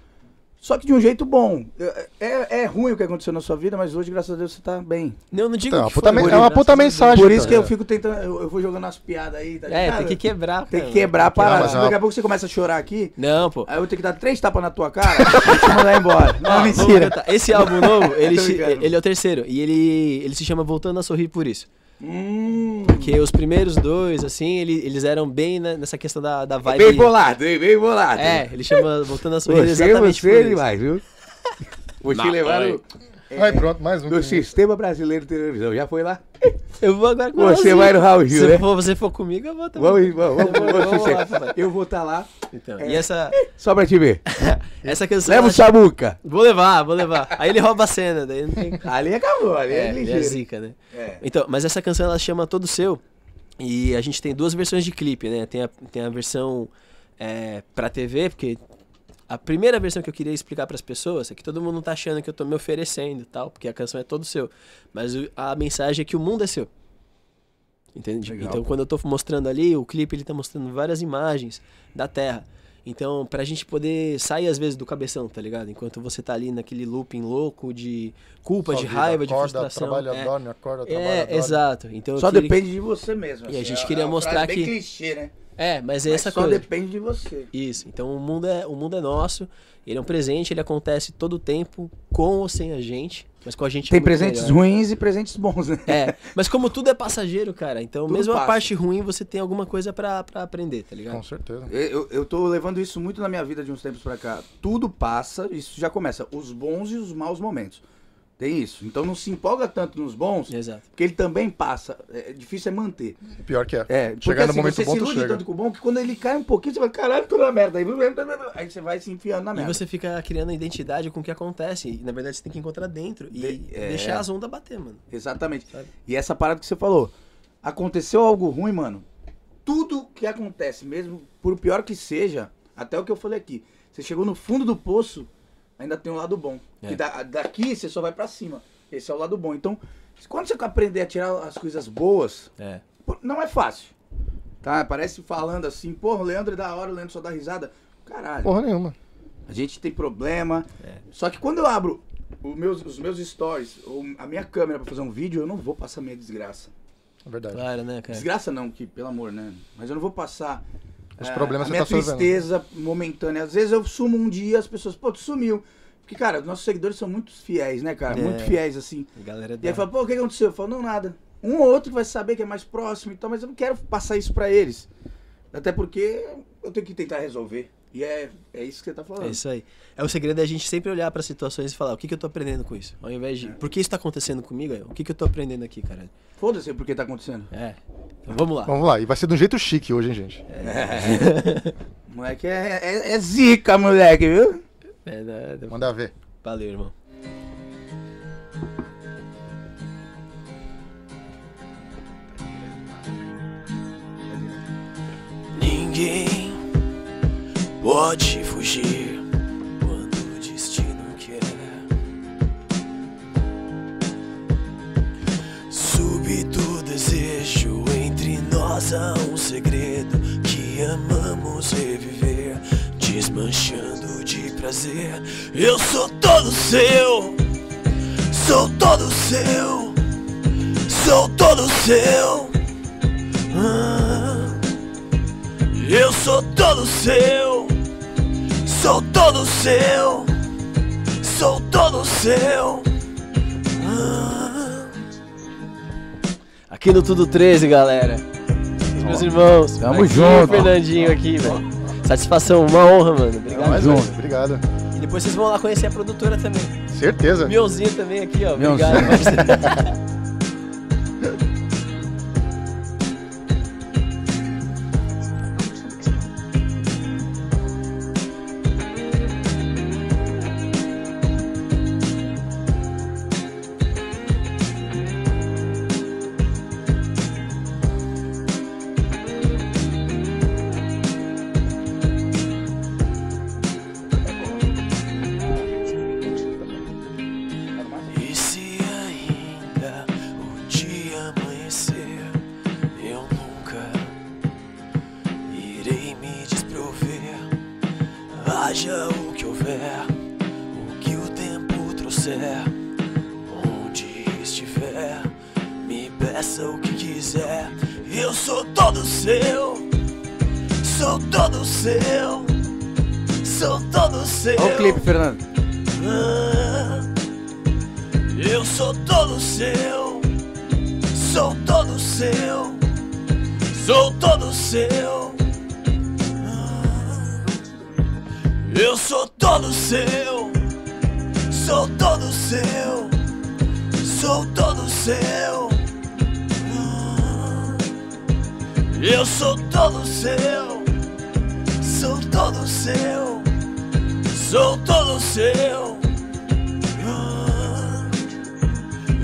só que de um jeito bom. É, é- é ruim o que aconteceu na sua vida, mas hoje, graças a Deus, você tá bem.
Não, não digo
Então, é uma
que foi,
puta men- é uma
graças
puta
a Deus.
mensagem.
Por isso que
cara.
eu fico tentando, eu, eu vou jogando as piadas aí, tá
É,
ligado?
tem que quebrar,
Tem
cara.
que quebrar a
Não,
parada.
mas é uma-
Daqui a pouco você começa a chorar aqui,
Não, pô.
aí eu vou ter que dar três tapas na tua cara e te mandar embora.
Ah,
Não,
Ó, vamos
mentira.
cantar. tá, Esse álbum novo, ele,
Tô
se-
brincando.
ele é o terceiro. E ele, ele se chama Voltando a Sorrir por isso.
Hum.
Porque os primeiros dois, assim, ele- eles eram bem na- nessa questão da, da vibe.
É Bem bolado, hein? Bem bolado.
É, ele chama Voltando a Sorrir
Você,
exatamente
você é
por isso.
demais, viu? Vou te levar no,
Aí pronto, mais um.
no Sistema Brasileiro de Televisão. Já foi lá?
Eu vou agora com o
Você
Raulzinho.
vai no Raul Gil,
Se
né?
for- você for comigo, eu vou
Tá
também.
Vamos, vamos, vamos, vamos,
Vamos lá,
sossego.
papai.
Eu vou estar lá
Então, E essa,
só pra te ver.
essa canção...
Leva o
ela-
Samuca.
Vou levar, vou levar. Aí ele rouba a cena, daí não tem...
Ali acabou, ali
É,
é,
ele é
ligeiro.
zica, né? Então, mas essa canção ela chama Todo Seu. E a gente tem duas versões de clipe, né? Tem a, tem a versão é, pra TV, porque a primeira versão que eu queria explicar pras pessoas é que todo mundo tá achando que eu tô me oferecendo e tal, porque a canção é todo seu. Mas o- a mensagem é que o mundo é seu. Entende? Então, quando eu tô mostrando ali, o clipe ele tá mostrando várias imagens da Terra. Então, pra gente poder sair às vezes do cabeção, tá ligado? Enquanto você tá ali naquele looping louco de culpa, de raiva, de
acorda,
frustração.
Trabalha,
é.
dorme, acorda, trabalha,
É,
dorme.
exato. Então eu
Só
queria-
depende de você mesmo.
E
assim.
a gente
É-
queria
é uma
mostrar
frase bem
que-
clichê, né?
É, mas é
Mas
essa
só
coisa.
depende de você.
Isso. Então o mundo é o mundo é nosso. Ele é um presente. Ele acontece todo o tempo, com ou sem a gente. Mas com a gente. é
Tem
muito
presentes
melhor.
ruins e presentes bons, né?
É, mas como tudo é passageiro, cara, então
Tudo
mesmo a
passa.
parte ruim você tem alguma coisa pra pra aprender, tá
Com
ligado?
certeza.
Eu, eu- eu tô levando isso muito na minha vida de uns tempos pra cá. Tudo passa, isso já começa. Os bons e os maus momentos. Tem isso. Então não se empolga tanto nos bons,
Exato.
porque ele também passa. É é difícil é manter.
Pior que é.
É, porque
Chegar no
assim,
momento
você
bom,
se
tu
ilude
chega.
tanto com o bom que quando ele cai um pouquinho, você vai, caralho, tô na merda. Aí, aí você vai se enfiando na
E
merda.
você fica criando identidade com o que acontece. E, na verdade, você tem que encontrar dentro e
De- é.
deixar as ondas bater, mano.
Exatamente.
Sabe?
E essa parada que você falou, aconteceu algo ruim, mano. Tudo que acontece, mesmo por pior que seja, até o que eu falei aqui, você chegou no fundo do poço, ainda tem um lado bom.
É.
E da- daqui você só vai pra cima. Esse é o lado bom. Então, quando você aprender a tirar as coisas boas,
É.
Pô, Não é fácil. Tá? Parece falando assim, porra, o Leandro é da hora, o Leandro só dá risada. Caralho,
Porra nenhuma.
a gente tem problema. Só que quando eu abro o meus- os meus stories, ou a minha câmera pra fazer um vídeo, eu não vou passar minha desgraça.
É verdade.
Claro, né, cara?
Desgraça não, que pelo amor, né? Mas eu não vou passar
Os
é,
problemas
a
você
minha
tá sorvendo.
tristeza momentânea. Às vezes eu sumo um dia, as pessoas, pô, tu sumiu. Porque, cara, nossos seguidores são muito fiéis, né, cara?
É.
Muito fiéis, assim.
A galera
E aí
dá.
fala, pô, o que aconteceu? Eu falo, não, nada. Um ou outro vai saber que é mais próximo e tal, mas eu não quero passar isso pra eles. Até porque eu tenho que tentar resolver. E é, é isso que você tá falando.
É isso aí. É o segredo é a gente sempre olhar para situações e falar o que, que eu tô aprendendo com isso. Ao invés de por que isso tá acontecendo comigo, é, o que, que eu tô aprendendo aqui, cara.
Foda-se porque tá acontecendo.
É. Então vamos lá.
Vamos lá, e vai ser do jeito chique hoje, hein, gente?
Moleque, é, é, é zica, moleque, viu?
É, né,
Manda ver.
Valeu, irmão. Ninguém pode fugir quando o destino quer. Súbito desejo entre nós há um segredo que amamos reviver, desmanchando de prazer. Eu sou todo seu, sou todo seu, sou todo seu. Ah. Eu sou todo seu, sou todo seu, sou todo seu. Ah. Aqui no Tudo 13, galera. Os meus irmãos.
Tamo
Aqui,
junto.
O Fernandinho aqui, velho. Satisfação, uma honra, mano. Obrigado.
Mas,
junto.
velho, Obrigado.
E depois vocês vão lá conhecer a produtora também.
É.
Certeza.
Mionzinho também aqui, ó.
Mionzinho.
Obrigado. E se ainda que houver, o que o tempo trouxer, onde estiver, me peça o que quiser. Eu sou todo seu, sou todo seu, sou todo seu.
Olha o clipe, Fernando.
Ah, Eu sou todo seu, sou todo seu, sou todo seu. Ah, Eu sou todo seu, sou todo seu, sou todo seu. Ah, Eu sou todo seu, sou todo seu, sou todo seu. Ah,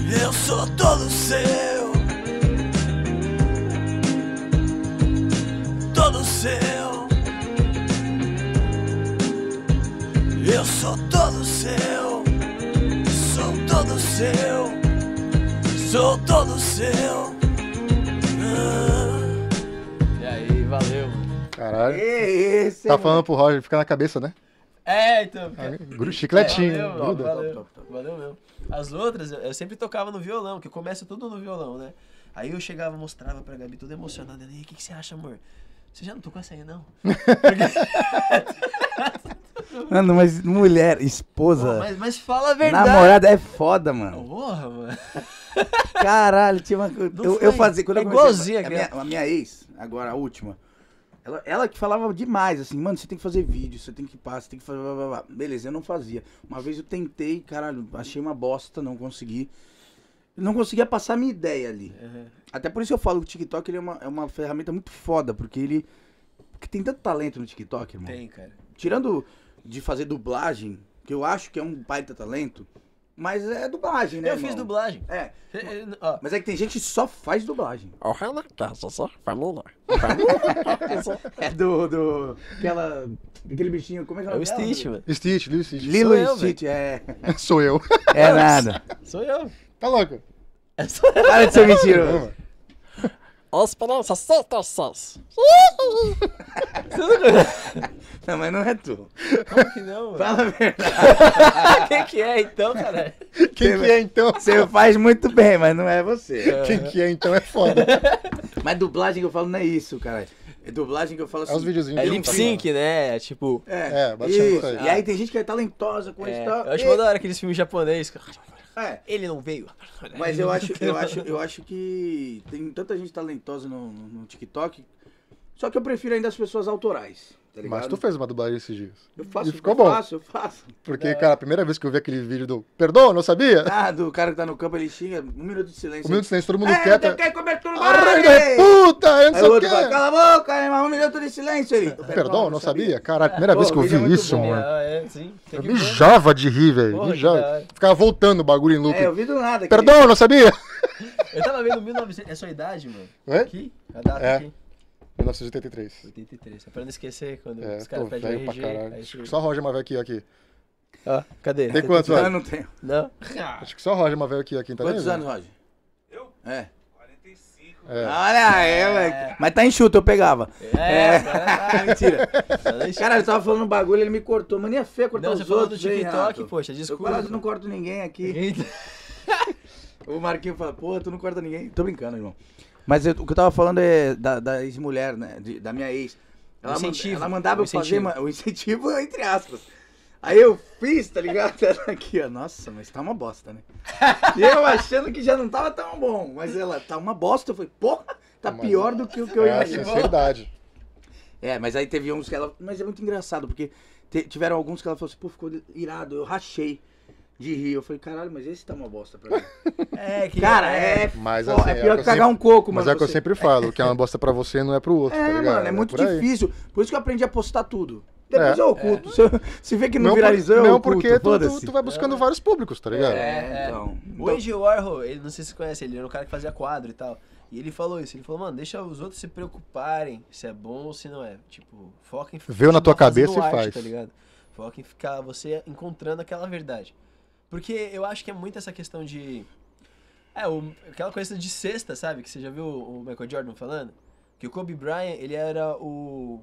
Eu sou todo seu, todo seu. Eu sou todo seu, sou todo seu, sou todo seu. Ah. E aí, valeu.
Caralho.
Esse é
Tá falando pro Roger, fica na cabeça, né?
É, então.
Gru- Chicletinho.
É, valeu,
gruda.
valeu, valeu mesmo. As outras, eu- eu sempre tocava no violão, que começa tudo no violão, né? Aí eu chegava, mostrava pra Gabi, toda emocionada. Ela, "E aí, O que, que você acha, amor? Você já não tocou essa aí, não?
Mano, mas mulher,
Pô,
esposa,
mas, mas fala a verdade.
namorada é foda, mano.
Porra, mano.
Caralho, tinha uma coisa.
Não
Eu,
foi.
eu fazia. Quando
É
eu comecei-
igualzinha
a,
aquela.
minha, a minha ex, agora a última. Ela, ela que falava demais, assim, mano, você tem que fazer vídeo, você tem que passar, você tem que fazer. Blá, blá, blá. Beleza, eu não fazia. Uma vez eu tentei, caralho, achei uma bosta, não consegui. Não conseguia passar a minha ideia ali.
É,
Até por isso eu falo que o TikTok ele é, uma, é uma ferramenta muito foda, porque ele. Porque tem tanto talento no TikTok, irmão
Tem, cara.
tirando de fazer dublagem, que eu acho que é um baita talento, mas é dublagem, né?
Eu fiz
irmão?
dublagem.
É,
Eh, eh, ó,
mas é que tem gente que só faz dublagem.
O Renato, só só falou
É do. do aquela, aquele bichinho, como é que
É o Stitch, mano.
Stitch, Lilo e Stitch.
Lilo
Sou
e
eu,
Stitch, é.
Sou eu.
É nada.
Sou eu.
Tá louco?
É só eu.
Para de ser mentiroso.
Os palavras só só só.
Não, mas não é tu.
Como que não, mano?
Fala a verdade.
Quem que é, então, cara?
Quem que é então?
Você faz muito bem, mas não é você.
Quem que é então é foda.
Mas dublagem que eu falo não é isso, cara. É dublagem que eu falo assim.
É os videozinhos.
É
que eu
lip
não
sync, né? Tipo...
É,
É, bastante
isso.
isso aí.
E aí tem gente que é talentosa com
é,
isso e tal.
eu acho
E-
mó da hora aqueles filmes japoneses.
É,
Ele não veio.
Mas eu acho, eu acho, eu acho que tem tanta gente talentosa no, no- no TikTok. Só que eu prefiro ainda as pessoas autorais. Tá
faço.
ligado?
Mas tu fez uma dublagem esses dias.
Eu faço,
e ficou
eu
bom.
faço, eu faço.
Porque, cara, a primeira vez que eu vi aquele vídeo do Perdão, não sabia?
Ah, do cara que tá no campo, ele xinga, um minuto de silêncio.
Um minuto de silêncio, todo mundo
É,
quieto.
não quer comer tudo mais!
Arranha da puta, eu não
Aí o
sei o
outro fala,
quê.
cala a boca, irmão, um minuto de silêncio. Ele,
Perdão, não sabia? Caralho, primeira
Pô,
vez que eu
o vídeo é
vi
muito
isso,
bom.
mano.
É, é, sim. Tem
Eu
que ver.
mijava de rir, velho.
Porra, que da
Mijava.
hora.
Ficava voltando o bagulho em loop.
É, eu vi do nada. aquele-
Perdão, eu não sabia?
Eu tava vendo 1900. É sua idade, mano?
Hã?
Aqui? A data
É.
aqui?
1983.
83. É pra não esquecer quando
É,
os
tô
caras pedem
velho
o
pra
RG.
caralho.
aí
Acho
você-
que só Roger Mavel aqui, aqui.
Ó, cadê?
Tem quantos
Não,
anos?
não tenho.
Não?
Acho que só Roger Mavel aqui, aqui, tá
Quantos
vendo?
anos, Ah, Roger? Eu? É.
É.
Olha aí, moleque. Mas tá enxuto, eu pegava.
É,
Ah, mentira.
Cara,
Cara, eu tava falando um bagulho, ele me cortou. Mania feia cortar
não,
os
você falou do
outros, hein,
TikTok,
Renato?
poxa,
Eu
desculpa.
quase não corto ninguém aqui.
Eita.
O Marquinho fala, porra, tu não corta ninguém. Tô brincando, irmão. Mas eu- o que eu tava falando é da, da ex-mulher, né? de- da minha ex. Ela,
O
manda-
incentivo,
ela mandava
o
eu fazer
incentivo.
ma- o incentivo, entre aspas. Aí eu fiz, tá ligado? Ela aqui, ó. Nossa, mas tá uma bosta, né? E eu achando que já não tava tão bom. Mas ela, tá uma bosta. Eu falei, porra, tá
Mas-
pior do que o que eu
É a
imaginei.
sinceridade.
É, mas aí teve uns que ela. Mas é muito engraçado, porque te- tiveram alguns que ela falou assim, pô, ficou irado, eu rachei de rir. Eu falei, caralho, mas esse tá uma bosta pra mim.
É, que.
Cara, é.
Mas
pô,
assim,
é
é o
pior
que
que
eu
cagar um coco,
Mas
mano.
é o que eu
você.
sempre falo, o que é uma bosta pra você não é pro outro,
É,
tá ligado?
mano, é muito
por aí.
difícil. Por isso que eu aprendi a postar tudo. Depois
É.
eu oculto. Se, eu- se vê que não,
por-
viralizou, eu
não
oculto,
porque tu, tu-
foda-se.
tu vai buscando vários públicos, tá ligado?
É, então.
O Andy Warhol, ele não sei se você conhece, ele era um cara que fazia quadro e tal. E ele falou isso, ele falou, mano, deixa os outros se preocuparem se é bom ou se não é. Tipo, foca em
Veio na tua
continuar fazendo
cabeça e
arte,
faz.
Tá ligado? Foca em ficar você encontrando aquela verdade. Porque eu acho que é muito essa questão de. É, o- aquela coisa de cesta, sabe? Que você já viu o Michael Jordan falando? Que o Kobe Bryant, ele era o.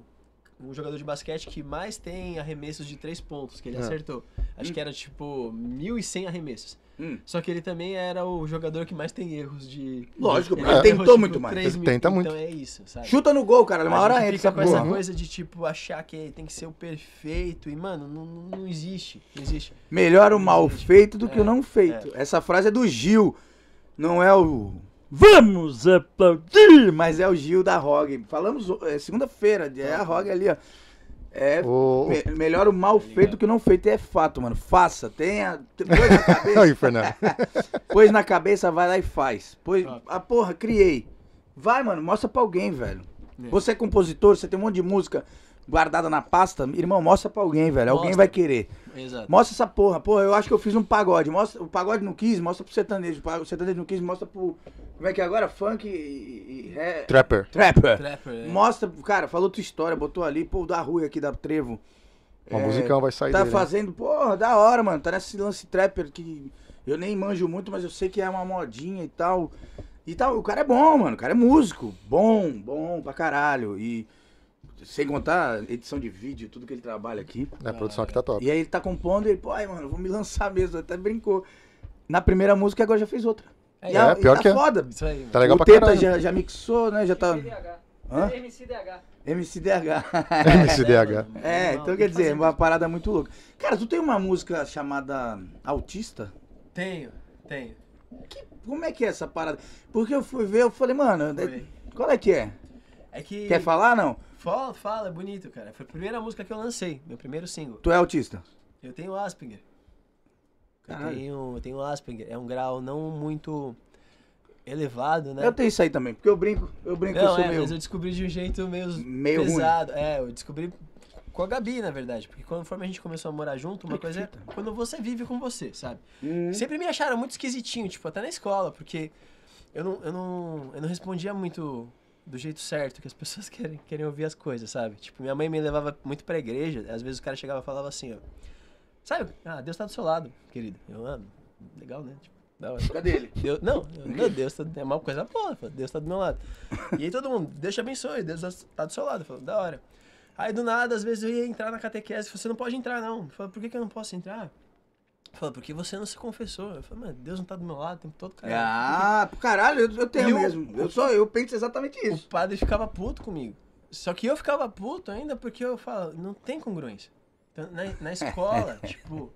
um jogador de basquete que mais tem arremessos de três pontos, que ele
Ah.
acertou. Acho que era tipo 1.100 arremessos.
Hum.
Só que ele também era o jogador que mais tem erros de.
Lógico, porque
errou,
tentou muito mais.
3
Ele
mil.
tenta muito.
Então é isso, sabe?
Chuta no gol, cara. Uma
A
hora
gente
entra
fica
essa
com essa
porra.
coisa de tipo achar que tem que ser o perfeito e mano, não, não- não existe, não existe.
Melhor o mal feito do que o não feito. Essa frase é do Gil. Não é o. Vamos aplaudir! Mas é o Gil da ROG. Falamos é, segunda-feira, é a ROG ali, ó. É.
O...
me- melhor o mal feito do que o não feito. E é fato, mano. Faça. Tenha. Põe na cabeça.
Aí, Fernando.
Pois na cabeça, vai lá e faz. Pois, a porra, criei. Vai, mano, mostra pra alguém, velho. Você é compositor, você tem um monte de música guardada na pasta. Irmão, mostra pra alguém, velho. Alguém
Mostra.
vai querer.
Exato.
Mostra essa porra. Porra, eu acho que eu fiz um pagode. Mostra, o pagode não quis, mostra pro sertanejo. O sertanejo não quis, mostra pro... Como é que é agora? Funk e... e- e ré-
Trapper.
Trapper.
Trapper, é.
Mostra, cara, falou tua história, botou ali. Pô, o da Rui aqui, da Trevo.
Uma
É,
musicão vai sair
Tá
dele. né?
fazendo, porra, da hora, mano. Tá nesse lance trapper que eu nem manjo muito, mas eu sei que é uma modinha e tal. E tal, o cara é bom, mano. O cara é músico. Bom, bom pra caralho. E sem contar edição de vídeo, tudo que ele trabalha aqui.
É, a produção aqui tá top.
E aí ele tá compondo e ele, pô, ai, mano, eu vou me lançar mesmo. Até brincou. Na primeira música, agora já fez outra.
É,
E a-
é, pior
e tá
que é.
foda.
Isso aí. mano.
Tá legal
o
pra
Teta
caralho.
já, já mixou, né? Já tá.
MCDH.
Hã?
MCDH.
MCDH.
MCDH.
É,
Não,
então
tem
quer
que
dizer,
fazer.
uma parada muito louca. Cara, tu tem uma música chamada Autista?
Tenho, tenho.
Como é que é essa parada? Porque eu fui ver, eu falei, mano,
Foi.
qual é que é?
É que.
Quer falar, não?
Fala, fala, é bonito, cara. Foi a primeira música que eu lancei, meu primeiro single.
Tu é autista?
Eu tenho Asperger. Eu
Caralho.
tenho, eu tenho Asperger. É um grau não muito elevado, né?
Eu tenho isso aí também, porque eu brinco, eu brinco, eu
Não,
sou
é,
meio...
mas eu descobri de um jeito meio,
Meio ruim.
pesado. É, eu descobri com a Gabi, na verdade. Porque conforme a gente começou a morar junto, uma coisa é quando você vive com você, sabe?
Uhum. Hum,
Sempre me acharam muito esquisitinho, tipo, até na escola, porque eu não, eu não, eu não respondia muito do jeito certo que as pessoas querem, querem ouvir as coisas, sabe? Tipo, minha mãe me levava muito pra igreja, às vezes o cara chegava e falava assim, ó. Sabe? Ah, Deus tá do seu lado, querido. Eu amo. Legal, né? Tipo, da hora.
Cadê ele?
Deus, não, eu- meu Deus, tá- é uma coisa boa, pô, Deus tá do meu lado. E aí todo mundo, Deus te abençoe, Deus tá do seu lado, falou, da hora. Aí do nada, às vezes eu ia entrar na catequese, você não pode entrar não. Eu Falei, por que, que eu não posso entrar? Falou, porque você não se confessou. Eu falei, mano, Deus não tá do meu lado o tempo todo, cara.
Ah, pro caralho, eu, eu tenho
E o-
mesmo. Eu só, eu penso exatamente
O
isso.
padre ficava puto comigo. Só que eu ficava puto ainda porque eu falo, não tem congruência. Então, na, na escola, tipo.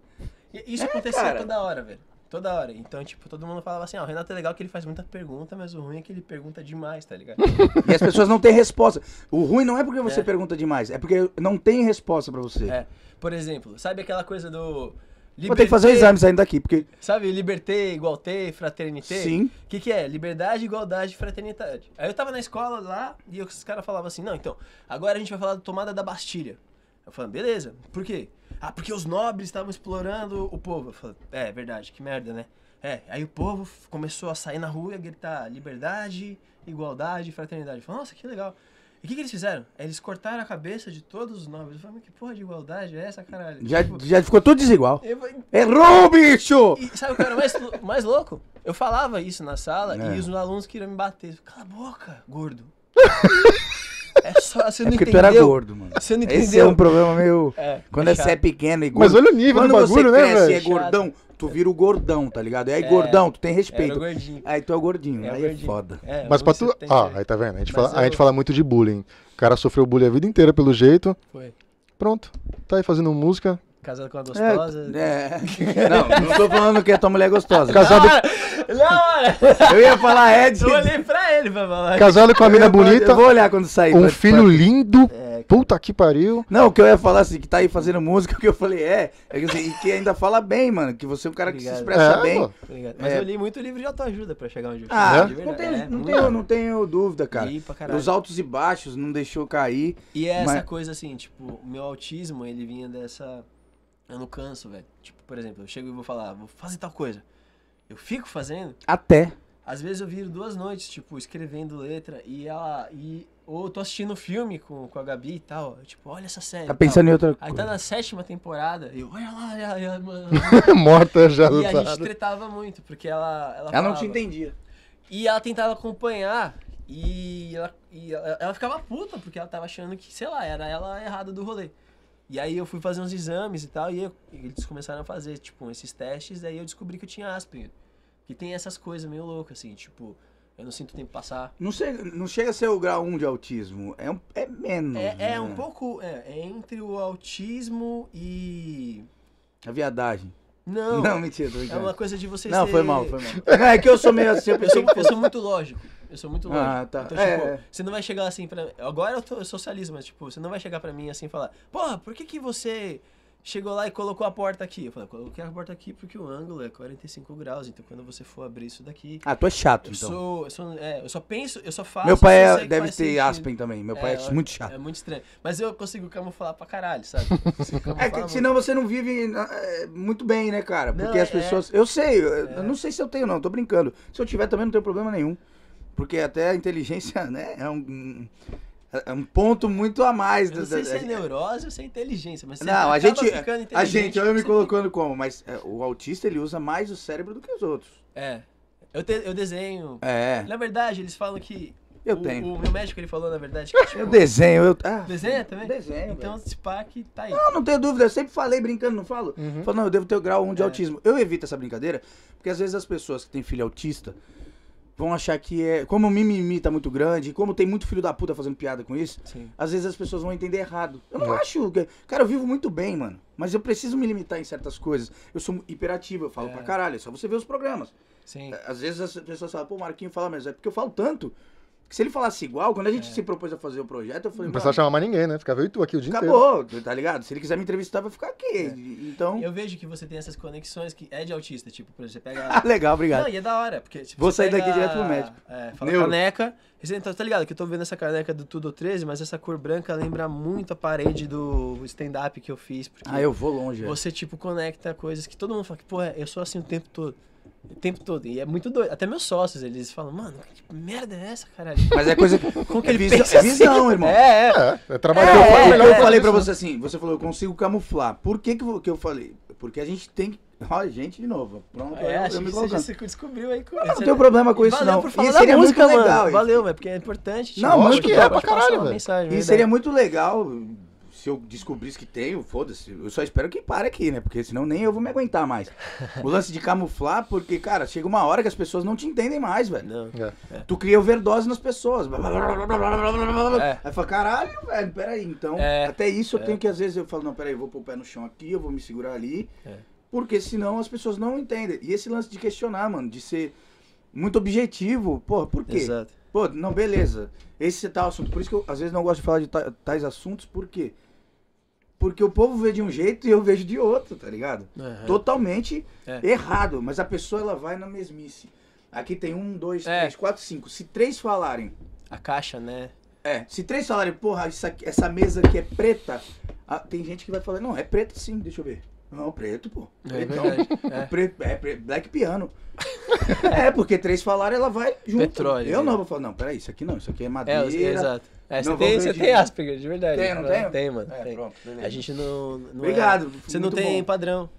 e Isso acontecia
É, cara.
toda hora, velho. Toda hora. Então, tipo, todo mundo falava assim, ah, o Renato é legal que ele faz muita pergunta, mas o ruim é que ele pergunta demais, tá ligado?
E as pessoas não têm resposta. O ruim não é porque você
É.
pergunta demais, é porque não tem resposta pra você.
É, por exemplo, sabe aquela coisa do.
Vou ter que fazer o
liberté-
exame saindo daqui, porque...
Sabe, liberté, igualté, fraternité?
Sim.
O que, que é? Liberdade, igualdade, fraternidade. Aí eu tava na escola lá e os caras falavam assim: não, então, agora a gente vai falar da tomada da Bastilha. Eu falando, beleza, por quê? Ah, porque os nobres estavam explorando o povo. Eu falando, é, é verdade, que merda, né? É, aí o povo f- começou a sair na rua e a gritar liberdade, igualdade, fraternidade. Eu falei, nossa, que legal. E o que, que eles fizeram? Eles cortaram a cabeça de todos os nobres. Eu falei, mas que porra de igualdade é essa, caralho?
Já,
Tipo,
já ficou tudo desigual.
eu falei,
Errou, bicho!
e sabe o que era mais, lou- mais louco? Eu falava isso na sala
É.
e os alunos queriam me bater. Cala a boca, gordo. é só, você
É
não
porque
entendeu.
tu era gordo, mano.
Você não
Esse é
entendeu.
um problema meio...
É,
Quando
é
você é
chato.
pequeno e gordo.
Mas olha o nível
Quando
do
você
bagulho, né,
cresce e é
velho?
gordão, tu vira o gordão, tá ligado? E aí,
É,
gordão, tu tem
Era o
respeito.
gordinho.
Aí tu é o gordinho,
Era o
aí
gordinho.
é foda.
É,
Mas pra
você
tu.
tem que-
Ah, aí tá vendo? A gente,
Mas
fala, a
é
eu-
gente fala muito de bullying. O cara sofreu bullying a vida inteira pelo jeito.
Foi.
Pronto. Tá aí fazendo música.
Casado com uma gostosa.
É. Não, não tô falando que a tua mulher é gostosa.
Casado,
Não, olha,
Eu ia falar, Ed.
eu olhei pra ele pra falar.
casado com uma mina bonita.
Eu vou olhar quando sair.
Um
pra-
filho lindo.
É,
Puta que pariu.
Não, o que eu ia falar assim, que tá aí fazendo música, o que eu falei é, é que, assim, e que ainda fala bem, mano, que você é um cara que se
Obrigado.
expressa
É,
bem.
pô.
tá ligado? Mas
É.
eu li muito livro de autoajuda pra chegar onde eu
Ah,
cheguei, de
não,
verdade.
tenho,
É,
não,
muito.
tenho, não tenho dúvida, cara.
Li pra caralho.
Os altos e baixos, não deixou cair.
E é essa
Mas-
coisa assim, tipo, o meu autismo, ele vinha dessa. Eu não canso, velho. Tipo, por exemplo, eu chego e vou falar, "Ah, vou fazer tal coisa. Eu fico fazendo,
Até.
às vezes eu viro duas noites, tipo, escrevendo letra e ela. E, ou eu tô assistindo um filme com, com a Gabi e tal. eu, tipo, olha essa série.
Tá
e
pensando
tal.
em outra
Aí
coisa.
tá na sétima temporada, e eu, olha lá, olha lá, olha lá, mano.
Morta já.
E a
sabe?
gente tretava muito, porque ela. Ela,
Tá Ela não
falava.
te entendia.
E ela tentava acompanhar E, ela, e ela, ela ficava puta, porque ela tava achando que, sei lá, era ela errada do rolê. E aí eu fui fazer uns exames e tal, e, eu- e eles começaram a fazer, tipo, esses testes, aí eu descobri que eu tinha Asperger. Que tem essas coisas meio loucas, assim, tipo, eu não sinto o tempo passar.
Não chega, não chega a ser o grau 1 de autismo. É, um, é menos.
É,
né?
é um pouco. É, é entre o autismo e.
A viadagem.
Não.
Não, mentira, tô
é
brincando.
uma coisa de você
Não,
ser-
foi mal, foi mal. Não, é que eu sou meio assim, eu
Eu sou,
pensei que
eu
fosse.
sou muito lógico. Eu sou muito lógico.
Ah, tá.
Então,
É,
tipo,
é.
você não vai chegar assim pra. Agora eu, tô, eu socializo, mas, tipo, você não vai chegar pra mim assim e falar: Porra, por que, que você chegou lá e colocou a porta aqui? Eu falo: Coloquei a porta aqui porque o ângulo é 45 graus, então quando você for abrir isso daqui.
Ah, tu é chato,
Eu
então.
sou, eu sou, é, eu só penso, eu só faço.
Meu pai
eu
é-
sei que
deve ter
faz sentido.
Aspen também. Meu pai é,
eu-
muito chato.
É muito estranho. Mas eu consigo camuflar pra caralho, sabe? Eu consigo
É
camuflar
que
muito.
senão você não vive na- é, muito bem, né, cara? Porque
Não,
as
é-
pessoas. Eu sei, eu eu não sei se eu tenho, não, tô brincando. Se eu tiver também não tenho problema nenhum. Porque até a inteligência, né, é um, é um ponto muito a mais.
Eu não sei se é neurose ou se é inteligência, mas você
Não, a
acaba
gente.
ficando
A gente,
inteligente
olha eu me
porque você-
colocando como, mas é, o autista ele usa mais o cérebro do que os outros.
É. Eu, te- eu desenho.
É.
Na verdade, eles falam que.
Eu
o,
tenho.
O meu médico ele falou, na verdade, que tipo,
Eu desenho, eu. Ah,
desenha também?
Desenho.
Então,
velho.
esse pack tá aí.
Não, não tenho dúvida, eu sempre falei brincando, não falo? Falo, não, eu devo ter o grau 1 de autismo. Eu evito essa brincadeira, porque às vezes as pessoas que têm filho autista vão achar que é. Como o mimimi tá muito grande, como tem muito filho da puta fazendo piada com isso,
Sim.
às vezes as pessoas vão entender errado. Eu não
É.
acho. que- Cara, eu vivo muito bem, mano. Mas eu preciso me limitar em certas coisas. Eu sou hiperativo, eu falo pra caralho. É só você ver os programas.
Sim.
É, Às vezes as pessoas falam, pô, Marquinho fala, mas é porque eu falo tanto. Que se ele falasse igual, quando a gente se propôs a fazer o projeto, eu falei,
Não
mano,
precisava chamar mais ninguém, né? Ficava eu e tu aqui o dia inteiro.
Acabou, tá ligado? Se ele quiser me entrevistar, vai ficar aqui. Então.
É. Eu vejo que você tem essas conexões que é de autista, tipo, por exemplo, você pega.
Ah, legal, obrigado.
Não, e é da hora, porque tipo,
Vou
você
sair daqui
pega-
direto pro médico.
É, fala
Neuro.
caneca. Você tá, tá ligado que eu tô vendo essa caneca do Tudo 13, mas essa cor branca lembra muito a parede do stand-up que eu fiz. Porque
Ah, eu vou longe.
você, tipo, conecta coisas que todo mundo fala que, pô, eu sou assim o tempo todo. O tempo todo. E é muito doido. Até meus sócios, eles falam, mano, que merda é essa, caralho?
Mas é coisa que.
Como que
é
ele
visão,
pensa
é visão,
assim?
irmão.
É, é.
É, é trabalhar.
eu, falei,
melhor
eu
fazer
falei pra
isso.
você assim, você falou, eu consigo camuflar. Por que que, vo- que eu falei? Porque a gente tem que. Olha, gente, de novo. Pronto,
É,
eu,
acho
eu me
que você já
colocando.
se descobriu aí com
não tenho problema com isso,
Valeu
não.
por
E
falar
seria
da
muito
música,
legal
mano.
isso.
Valeu, é porque é importante.
Não,
tipo,
muito
pode-
que é
pode
pra
passar
caralho,
uma
velho.
mensagem,
E
é verdade.
seria muito legal se eu descobrisse que tenho, foda-se. Eu só espero que pare aqui, né? Porque senão nem eu vou me aguentar mais. O lance de camuflar, porque, cara, chega uma hora que as pessoas não te entendem mais, velho.
Não.
É.
Tu cria overdose nas pessoas. Blá, blá, blá, blá, blá, blá, blá, blá, blá.
É.
Aí fala, caralho, velho, peraí, então.
É.
Até isso eu tenho que, às vezes, eu falo, não, peraí, eu vou pôr o pé no chão aqui, eu vou me segurar ali.
É.
Porque senão as pessoas não entendem. E esse lance de questionar, mano, de ser muito objetivo, porra, por quê?
Exato.
Pô, não, beleza. Esse é tal assunto. Por isso que eu, às vezes, não gosto de falar de ta- tais assuntos, por quê? Porque o povo vê de um jeito e eu vejo de outro, tá ligado?
Aham.
Totalmente
É.
errado. Mas a pessoa, ela vai na mesmice. Aqui tem um, dois,
É.
três, quatro, cinco. Se três falarem
A caixa, né?
é, se três falarem, porra, isso aqui- essa mesa aqui é preta, ah, tem gente que vai falar, não, é preto sim, deixa eu ver. Não, preto, pô.
É
Pretão.
verdade.
É, preto, é pre- black piano. é, porque três falaram, ela vai junto.
Petróleo,
Eu
né?
não vou falar, não, peraí, isso aqui não, isso aqui é
É,
madeira.
os- exato. É,
Não
você
vou
tem, você
agredir.
tem Asperger, de verdade.
Tem, não tem?
Tem, mano.
É,
tem.
pronto, beleza.
A gente não. não é-
Obrigado,
você não
muito
tem
bom.
padrão.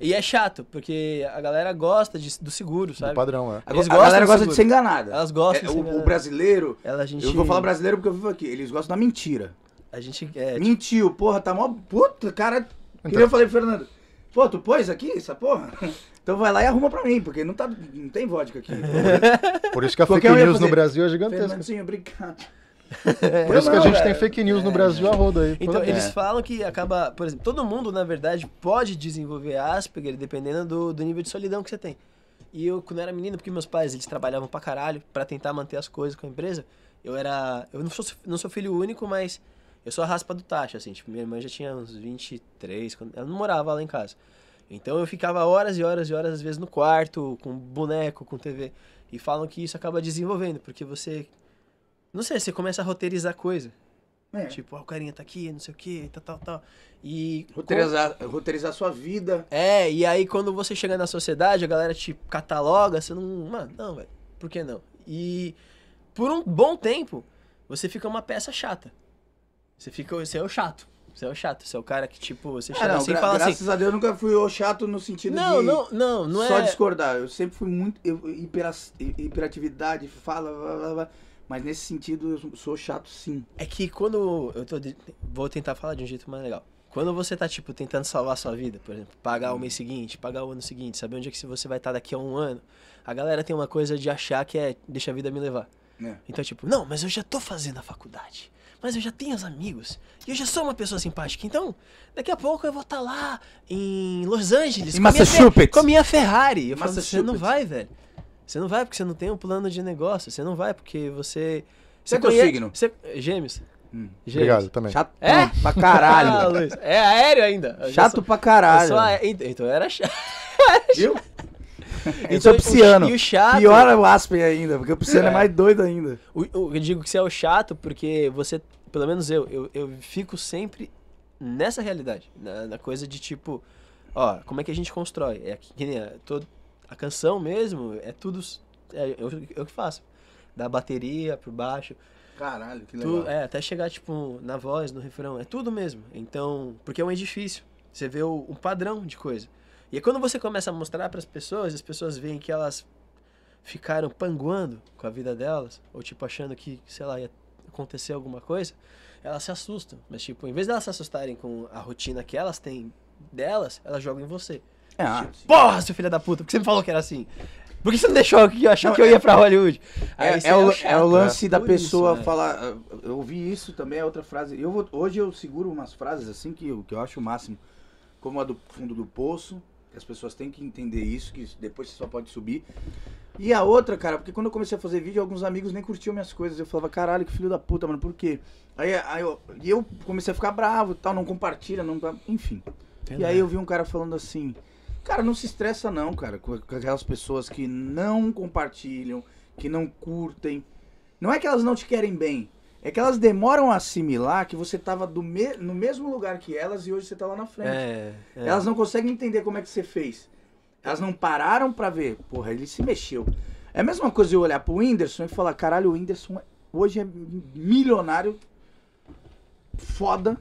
E é chato, porque a galera gosta de- do seguro,
Do
sabe?
padrão, é.
A,
Eles
a
gostam
galera
do
gosta de
seguro.
ser enganada.
Elas gostam de
É,
ser
o- o,
enganada.
brasileiro,
Ela, a gente,
eu vou falar brasileiro porque eu vivo aqui, eles gostam da mentira.
A gente. É, tipo, Então-
Mentiu, porra, tá mó puta, cara. Que nem eu falei pro Fernando, pô, tu pôs aqui essa porra? Então vai lá e arruma pra mim, porque não, tá, não tem vodka aqui.
Por isso que a
Qualquer
fake
um ia
news no
fazer.
Brasil é gigantesca.
Fernandinho, obrigado.
Por isso que a gente tem fake news no Brasil a roda aí.
Então,
Toda-
eles falam que acaba, por exemplo, todo mundo, na verdade, pode desenvolver Asperger dependendo do, do nível de solidão que você tem. E eu, quando era menino, porque meus pais, eles trabalhavam pra caralho pra tentar manter as coisas com a empresa, eu era... Eu não sou, não sou filho único, mas eu sou a raspa do tacho, assim. Tipo, minha irmã já tinha uns 23, quando, ela não morava lá em casa. Então eu ficava horas e horas e horas, às vezes, no quarto, com boneco, com TV. E falam que isso acaba desenvolvendo, porque você... Não sei, você começa a roteirizar coisa.
É.
Tipo, ó, o carinha tá aqui, não sei o que, tal, tal, tal. E.
Roteirizar, roteirizar sua vida.
É, e aí quando você chega na sociedade, a galera te cataloga, você não. Mano, não, velho. Por que não? E por um bom tempo, você fica uma peça chata. Você fica. Você é o chato. Você é o chato, você é o cara que, tipo, você
Ah,
chega
não,
assim e
gra-
fala assim.
graças a Deus eu nunca fui o chato no sentido
Não,
de
não, não, não
só
é.
discordar. Eu sempre fui muito eu- hipera- hi- hiperatividade, fala, blá, blá, blá. mas nesse sentido eu sou chato sim.
É que quando eu tô. de- Vou tentar falar de um jeito mais legal. Quando você tá, tipo, tentando salvar a sua vida, por exemplo, pagar o mês seguinte, pagar o ano seguinte, saber onde é que você vai estar daqui a um ano, a galera tem uma coisa de achar que é deixa a vida me levar.
É.
Então é tipo, não, mas eu já tô fazendo a faculdade. Mas eu já tenho os amigos. E eu já sou uma pessoa simpática. Então, daqui a pouco eu vou estar lá em Los Angeles.
Em
com a minha Fe-
Massachusetts.
Com a minha Ferrari. Eu falo, você não
Massachusetts.
vai, velho. Você não vai porque você não tem um plano de negócio. Você não vai porque você.
Qual é teu signo?
Você... Gêmeos.
Hum.
Gêmeos.
Obrigado também.
Chato
É?
pra
Ah,
caralho.
Luiz, É aéreo ainda. Eu já
chato
sou-
pra
eu
caralho.
sou aé- Então então eu era chato.
Viu? Eu
Então,
sou pisciano.
E o chato.
Pior é o Aspen ainda, porque o pisciano é. mais doido ainda.
O- o- Eu digo que você é o chato porque você, pelo menos eu, eu, eu fico sempre nessa realidade, na, na coisa de tipo, ó, como é que a gente constrói? É que nem a, todo- a canção mesmo, é tudo, s- é, eu, eu que faço. Da bateria pro baixo,
Caralho, que
tu- é, até chegar, tipo, na voz, no refrão, é tudo mesmo. Então, porque é um edifício, você vê o, um padrão de coisa. E aí quando você começa a mostrar para as pessoas, as pessoas veem que elas ficaram panguando com a vida delas, ou tipo, achando que, sei lá, ia acontecer alguma coisa, elas se assustam. Mas, tipo, em vez delas se assustarem com a rotina que elas têm delas, elas jogam em você.
É, ah,
Porra, seu filho da puta, por que você me falou que era assim? Por que você não deixou que eu achar que eu ia pra Hollywood?
É,
Aí você
é o,
chato,
é o lance
né?
da
Por isso,
pessoa
né?
falar. ah, Eu ouvi isso também, é outra frase. Eu vou- hoje eu seguro umas frases assim que eu, que eu acho o máximo. Como a do fundo do poço, que as pessoas têm que entender isso, que depois você só pode subir. E a outra, cara, porque quando eu comecei a fazer vídeo, alguns amigos nem curtiam minhas coisas. Eu falava, caralho, que filho da puta, mano, por quê? Aí, aí eu, e eu comecei a ficar bravo e tal, não compartilha, não. Enfim.
é
E aí eu vi um cara falando assim, cara, não se estressa não, cara, com com aquelas pessoas que não compartilham, que não curtem. Não é que elas não te querem bem, é que elas demoram a assimilar que você tava do me- no mesmo lugar que elas e hoje você tá lá na frente.
É, é.
Elas não conseguem entender como é que você fez. Elas não pararam pra ver. Porra, ele se mexeu. É a mesma coisa eu olhar pro Whindersson e falar: caralho, o Whindersson hoje é milionário, foda.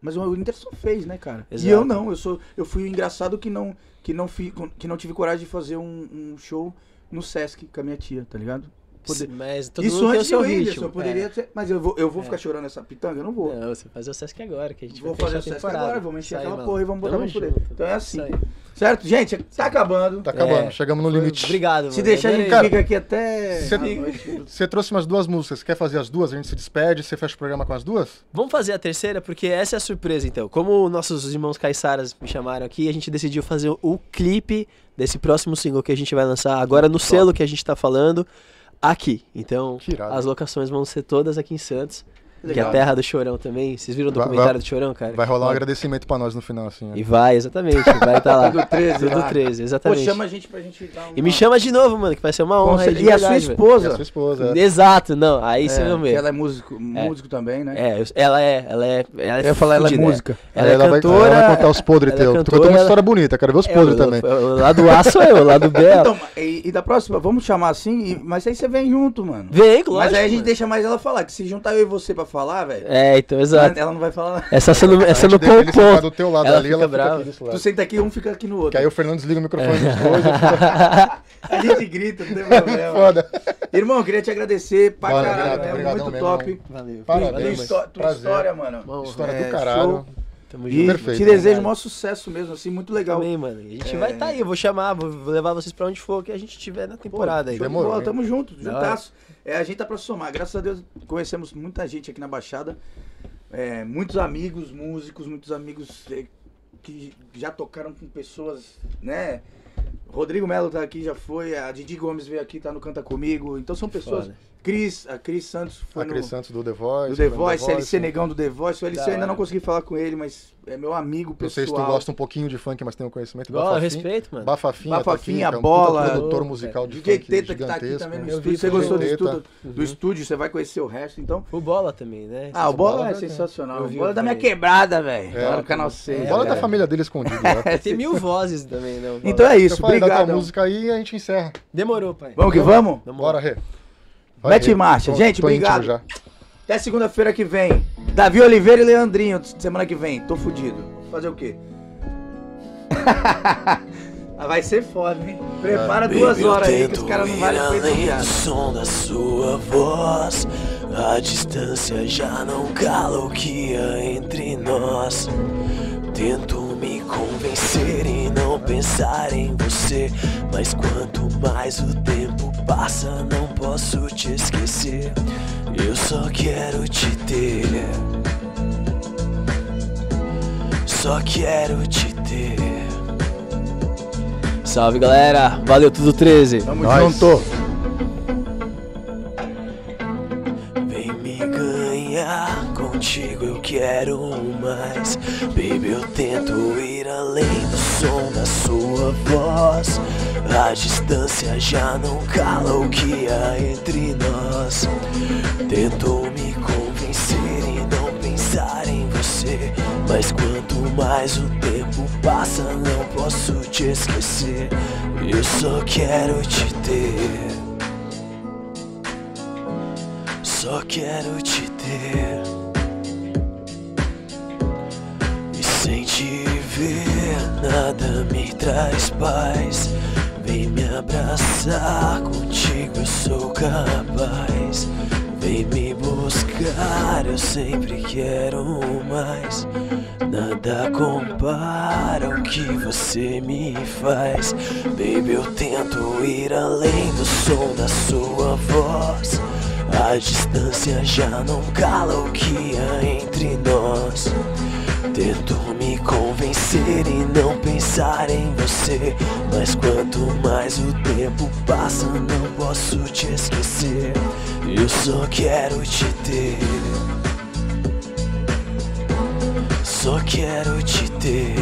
Mas o Whindersson fez, né, cara?
Exato.
E eu não. Eu, sou, eu fui o engraçado que não, que, não fi, que não tive coragem de fazer um, um show no Sesc com a minha tia, tá ligado? Poder-
Mas todo
Isso
mundo tem o
antes
seu
do Whindersson.
ritmo.
eu poderia ter- mas eu vou, eu vou
É.
ficar chorando essa pitanga? Eu não vou.
É. Não, você vai fazer o Sesc agora, que a gente
Vou
vai
fazer o
fechar a
Sesc
temporada.
agora, vamos
Isso
encher
aí,
aquela
mano.
porra e vamos botar
Tamo
pra fuder.
junto.
Então
Isso
é assim.
aí.
Certo, gente? Tá acabando.
Tá acabando,
É.
chegamos no limite.
Obrigado, mano.
Se deixar, a
Adorei.
gente
Cara,
fica aqui até.
cê-
a
Tá
noite.
Você trouxe umas duas músicas. Quer fazer as duas? A gente se despede, você fecha o programa com as duas?
Vamos fazer a terceira, porque essa é a surpresa, então. Como nossos irmãos Caiçaras me chamaram aqui, a gente decidiu fazer o clipe desse próximo single que a gente vai lançar agora no selo que a gente tá falando, aqui. Então,
Que irado.
as locações vão ser todas aqui em Santos, que é a
Legal.
terra do Chorão também. Vocês viram o
Vai-
documentário
vai-
do Chorão, cara?
Vai rolar um
Foda.
agradecimento pra nós no final, assim. ó.
E vai, exatamente. Vai estar lá.
Do 13
Do
lá.
13,
Pô,
exatamente.
chama a gente pra gente dar uma...
E me chama de novo, mano, que vai ser uma honra. aí, de
E a sua
verdade, velho.
E a
esposa.
sua esposa. é.
Exato, não. Aí
É,
você vai
que
ver.
Ela é músico, músico também, né?
É, eu- ela é, ela é, ela é.
Eu ia falar, ela é
fudida,
música.
Ela, é
vai-
cantora.
ela vai contar os podres
ela é
teu. tu
cantora,
contou uma
ela-
história bonita, quero ver os
É,
podres
o-
também.
O, o lado A sou eu, o lado B é ela.
Então, e, e da próxima, vamos chamar assim, e- mas aí você vem junto, mano.
Vem, lógico.
mas aí a gente
mano.
deixa mais ela falar, que se juntar eu e você pra falar, velho,
É, então, exato.
ela não vai falar nada.
Essa você não, essa
A gente
não
deixa ele sentado
compôs.
do teu lado
Ela
ali, ela
fica
fica aqui
brava.
desse
Tu
lado.
senta aqui, um fica aqui no
Que
outro.
aí o Fernando desliga o microfone dos dois. ele fica
A gente grita, não tem problema.
Foda.
Irmão, queria te agradecer pra
Valeu,
caralho,
obrigado,
mesmo,
obrigadão
muito
mesmo,
top.
irmão.
Valeu.
Tua,
Parabéns.
histó- tua
Prazer.
história, mano.
Bom,
História
É,
do caralho.
show.
Tamo
E
junto.
Perfeito.
te desejo o maior sucesso mesmo, assim, muito legal.
Também, mano. E A gente vai estar aí, eu vou chamar, vou vou levar vocês pra onde for que a gente tiver na temporada aí.
Show de
Demorou,
bola,
hein?
tamo junto,
Da hora.
juntasso. É, a gente tá pra somar. Graças a Deus, conhecemos muita gente aqui na Baixada. É, muitos amigos, músicos, muitos amigos é, que já tocaram com pessoas, né? Rodrigo Melo tá aqui, já foi. A Didi Gomes veio aqui, tá no Canta Comigo. Então são pessoas.
Foda.
Cris, a Cris Santos foi
A
no,
Cris Santos do The Voice.
do The
Fernando
Voice, LC
né?
Negão do The Voice. O LC eu
hora.
ainda não consegui falar com ele, mas é meu amigo pessoal.
Não sei se tu gosta um pouquinho de funk, mas tem um conhecimento.
Igual, eu
Bafafinha.
respeito, mano.
Bafafinha, tá
Bafafinha,
aqui, que é um
Bola,
puta produtor
ô,
musical de
DJ
funk
Teta que tá aqui
gigantesco,
também no
né?
Eu vi
estúdio. Você gostou do
Teta. Uhum.
estúdio, do estúdio? Você vai conhecer o resto, então.
O Bola também, né?
Ah, o
Bola
Bola é
vai ter.
sensacional.
Eu
O
vi,
Bola
eu
da minha
vi.
quebrada, velho.
É,
Lá no canal 6.
Bola é da
cara.
família dele escondida. né?
É, Tem mil vozes também, né? o Bola.
Então é
Eu
isso,
falei da tua
obrigado.
música aí e a gente encerra.
Demorou, pai.
Vamos que vamos?
Demorou.
Bora, Rê.
Mete
Rê.
em marcha.
Tô-
Gente,
tô íntimo
obrigado.
já.
Até segunda-feira que vem. Davi Oliveira e Leandrinho, semana que vem. Tô fudido. Fazer o quê? Ah, Vai ser foda, hein? Prepara duas horas aí que os caras não valem coisa piada.
som da sua voz. A distância já não cala o que há entre nós. Tento me convencer e não pensar em você. Mas quanto mais o tempo passa, não posso te esquecer. Eu só quero te ter. Só quero te ter. Salve galera, valeu tudo 13.
Tamo
Nós.
junto.
Vem me ganhar, contigo eu quero mais. Baby, eu tento ir além do som da sua voz. A distância já não cala o que há entre nós. Tento me convencer e não pensar em você. Mas quanto mais o tempo passa, não posso te esquecer. Eu só quero te ter. Só quero te ter E sem te ver nada me traz paz Vem me abraçar, contigo eu sou capaz Vem me buscar, eu sempre quero mais Nada compara o que você me faz Baby, eu tento ir além do som da sua voz a distância já não cala o que há entre nós. Tento me convencer e não pensar em você. Mas quanto mais o tempo passa, não posso te esquecer. Eu só quero te ter. Só quero te ter.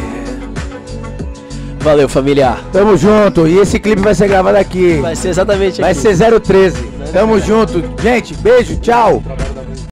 Valeu, família.
Tamo junto. E esse clipe vai ser gravado aqui.
Vai ser exatamente
Vai ser 013. Tamo junto. Gente, beijo, tchau.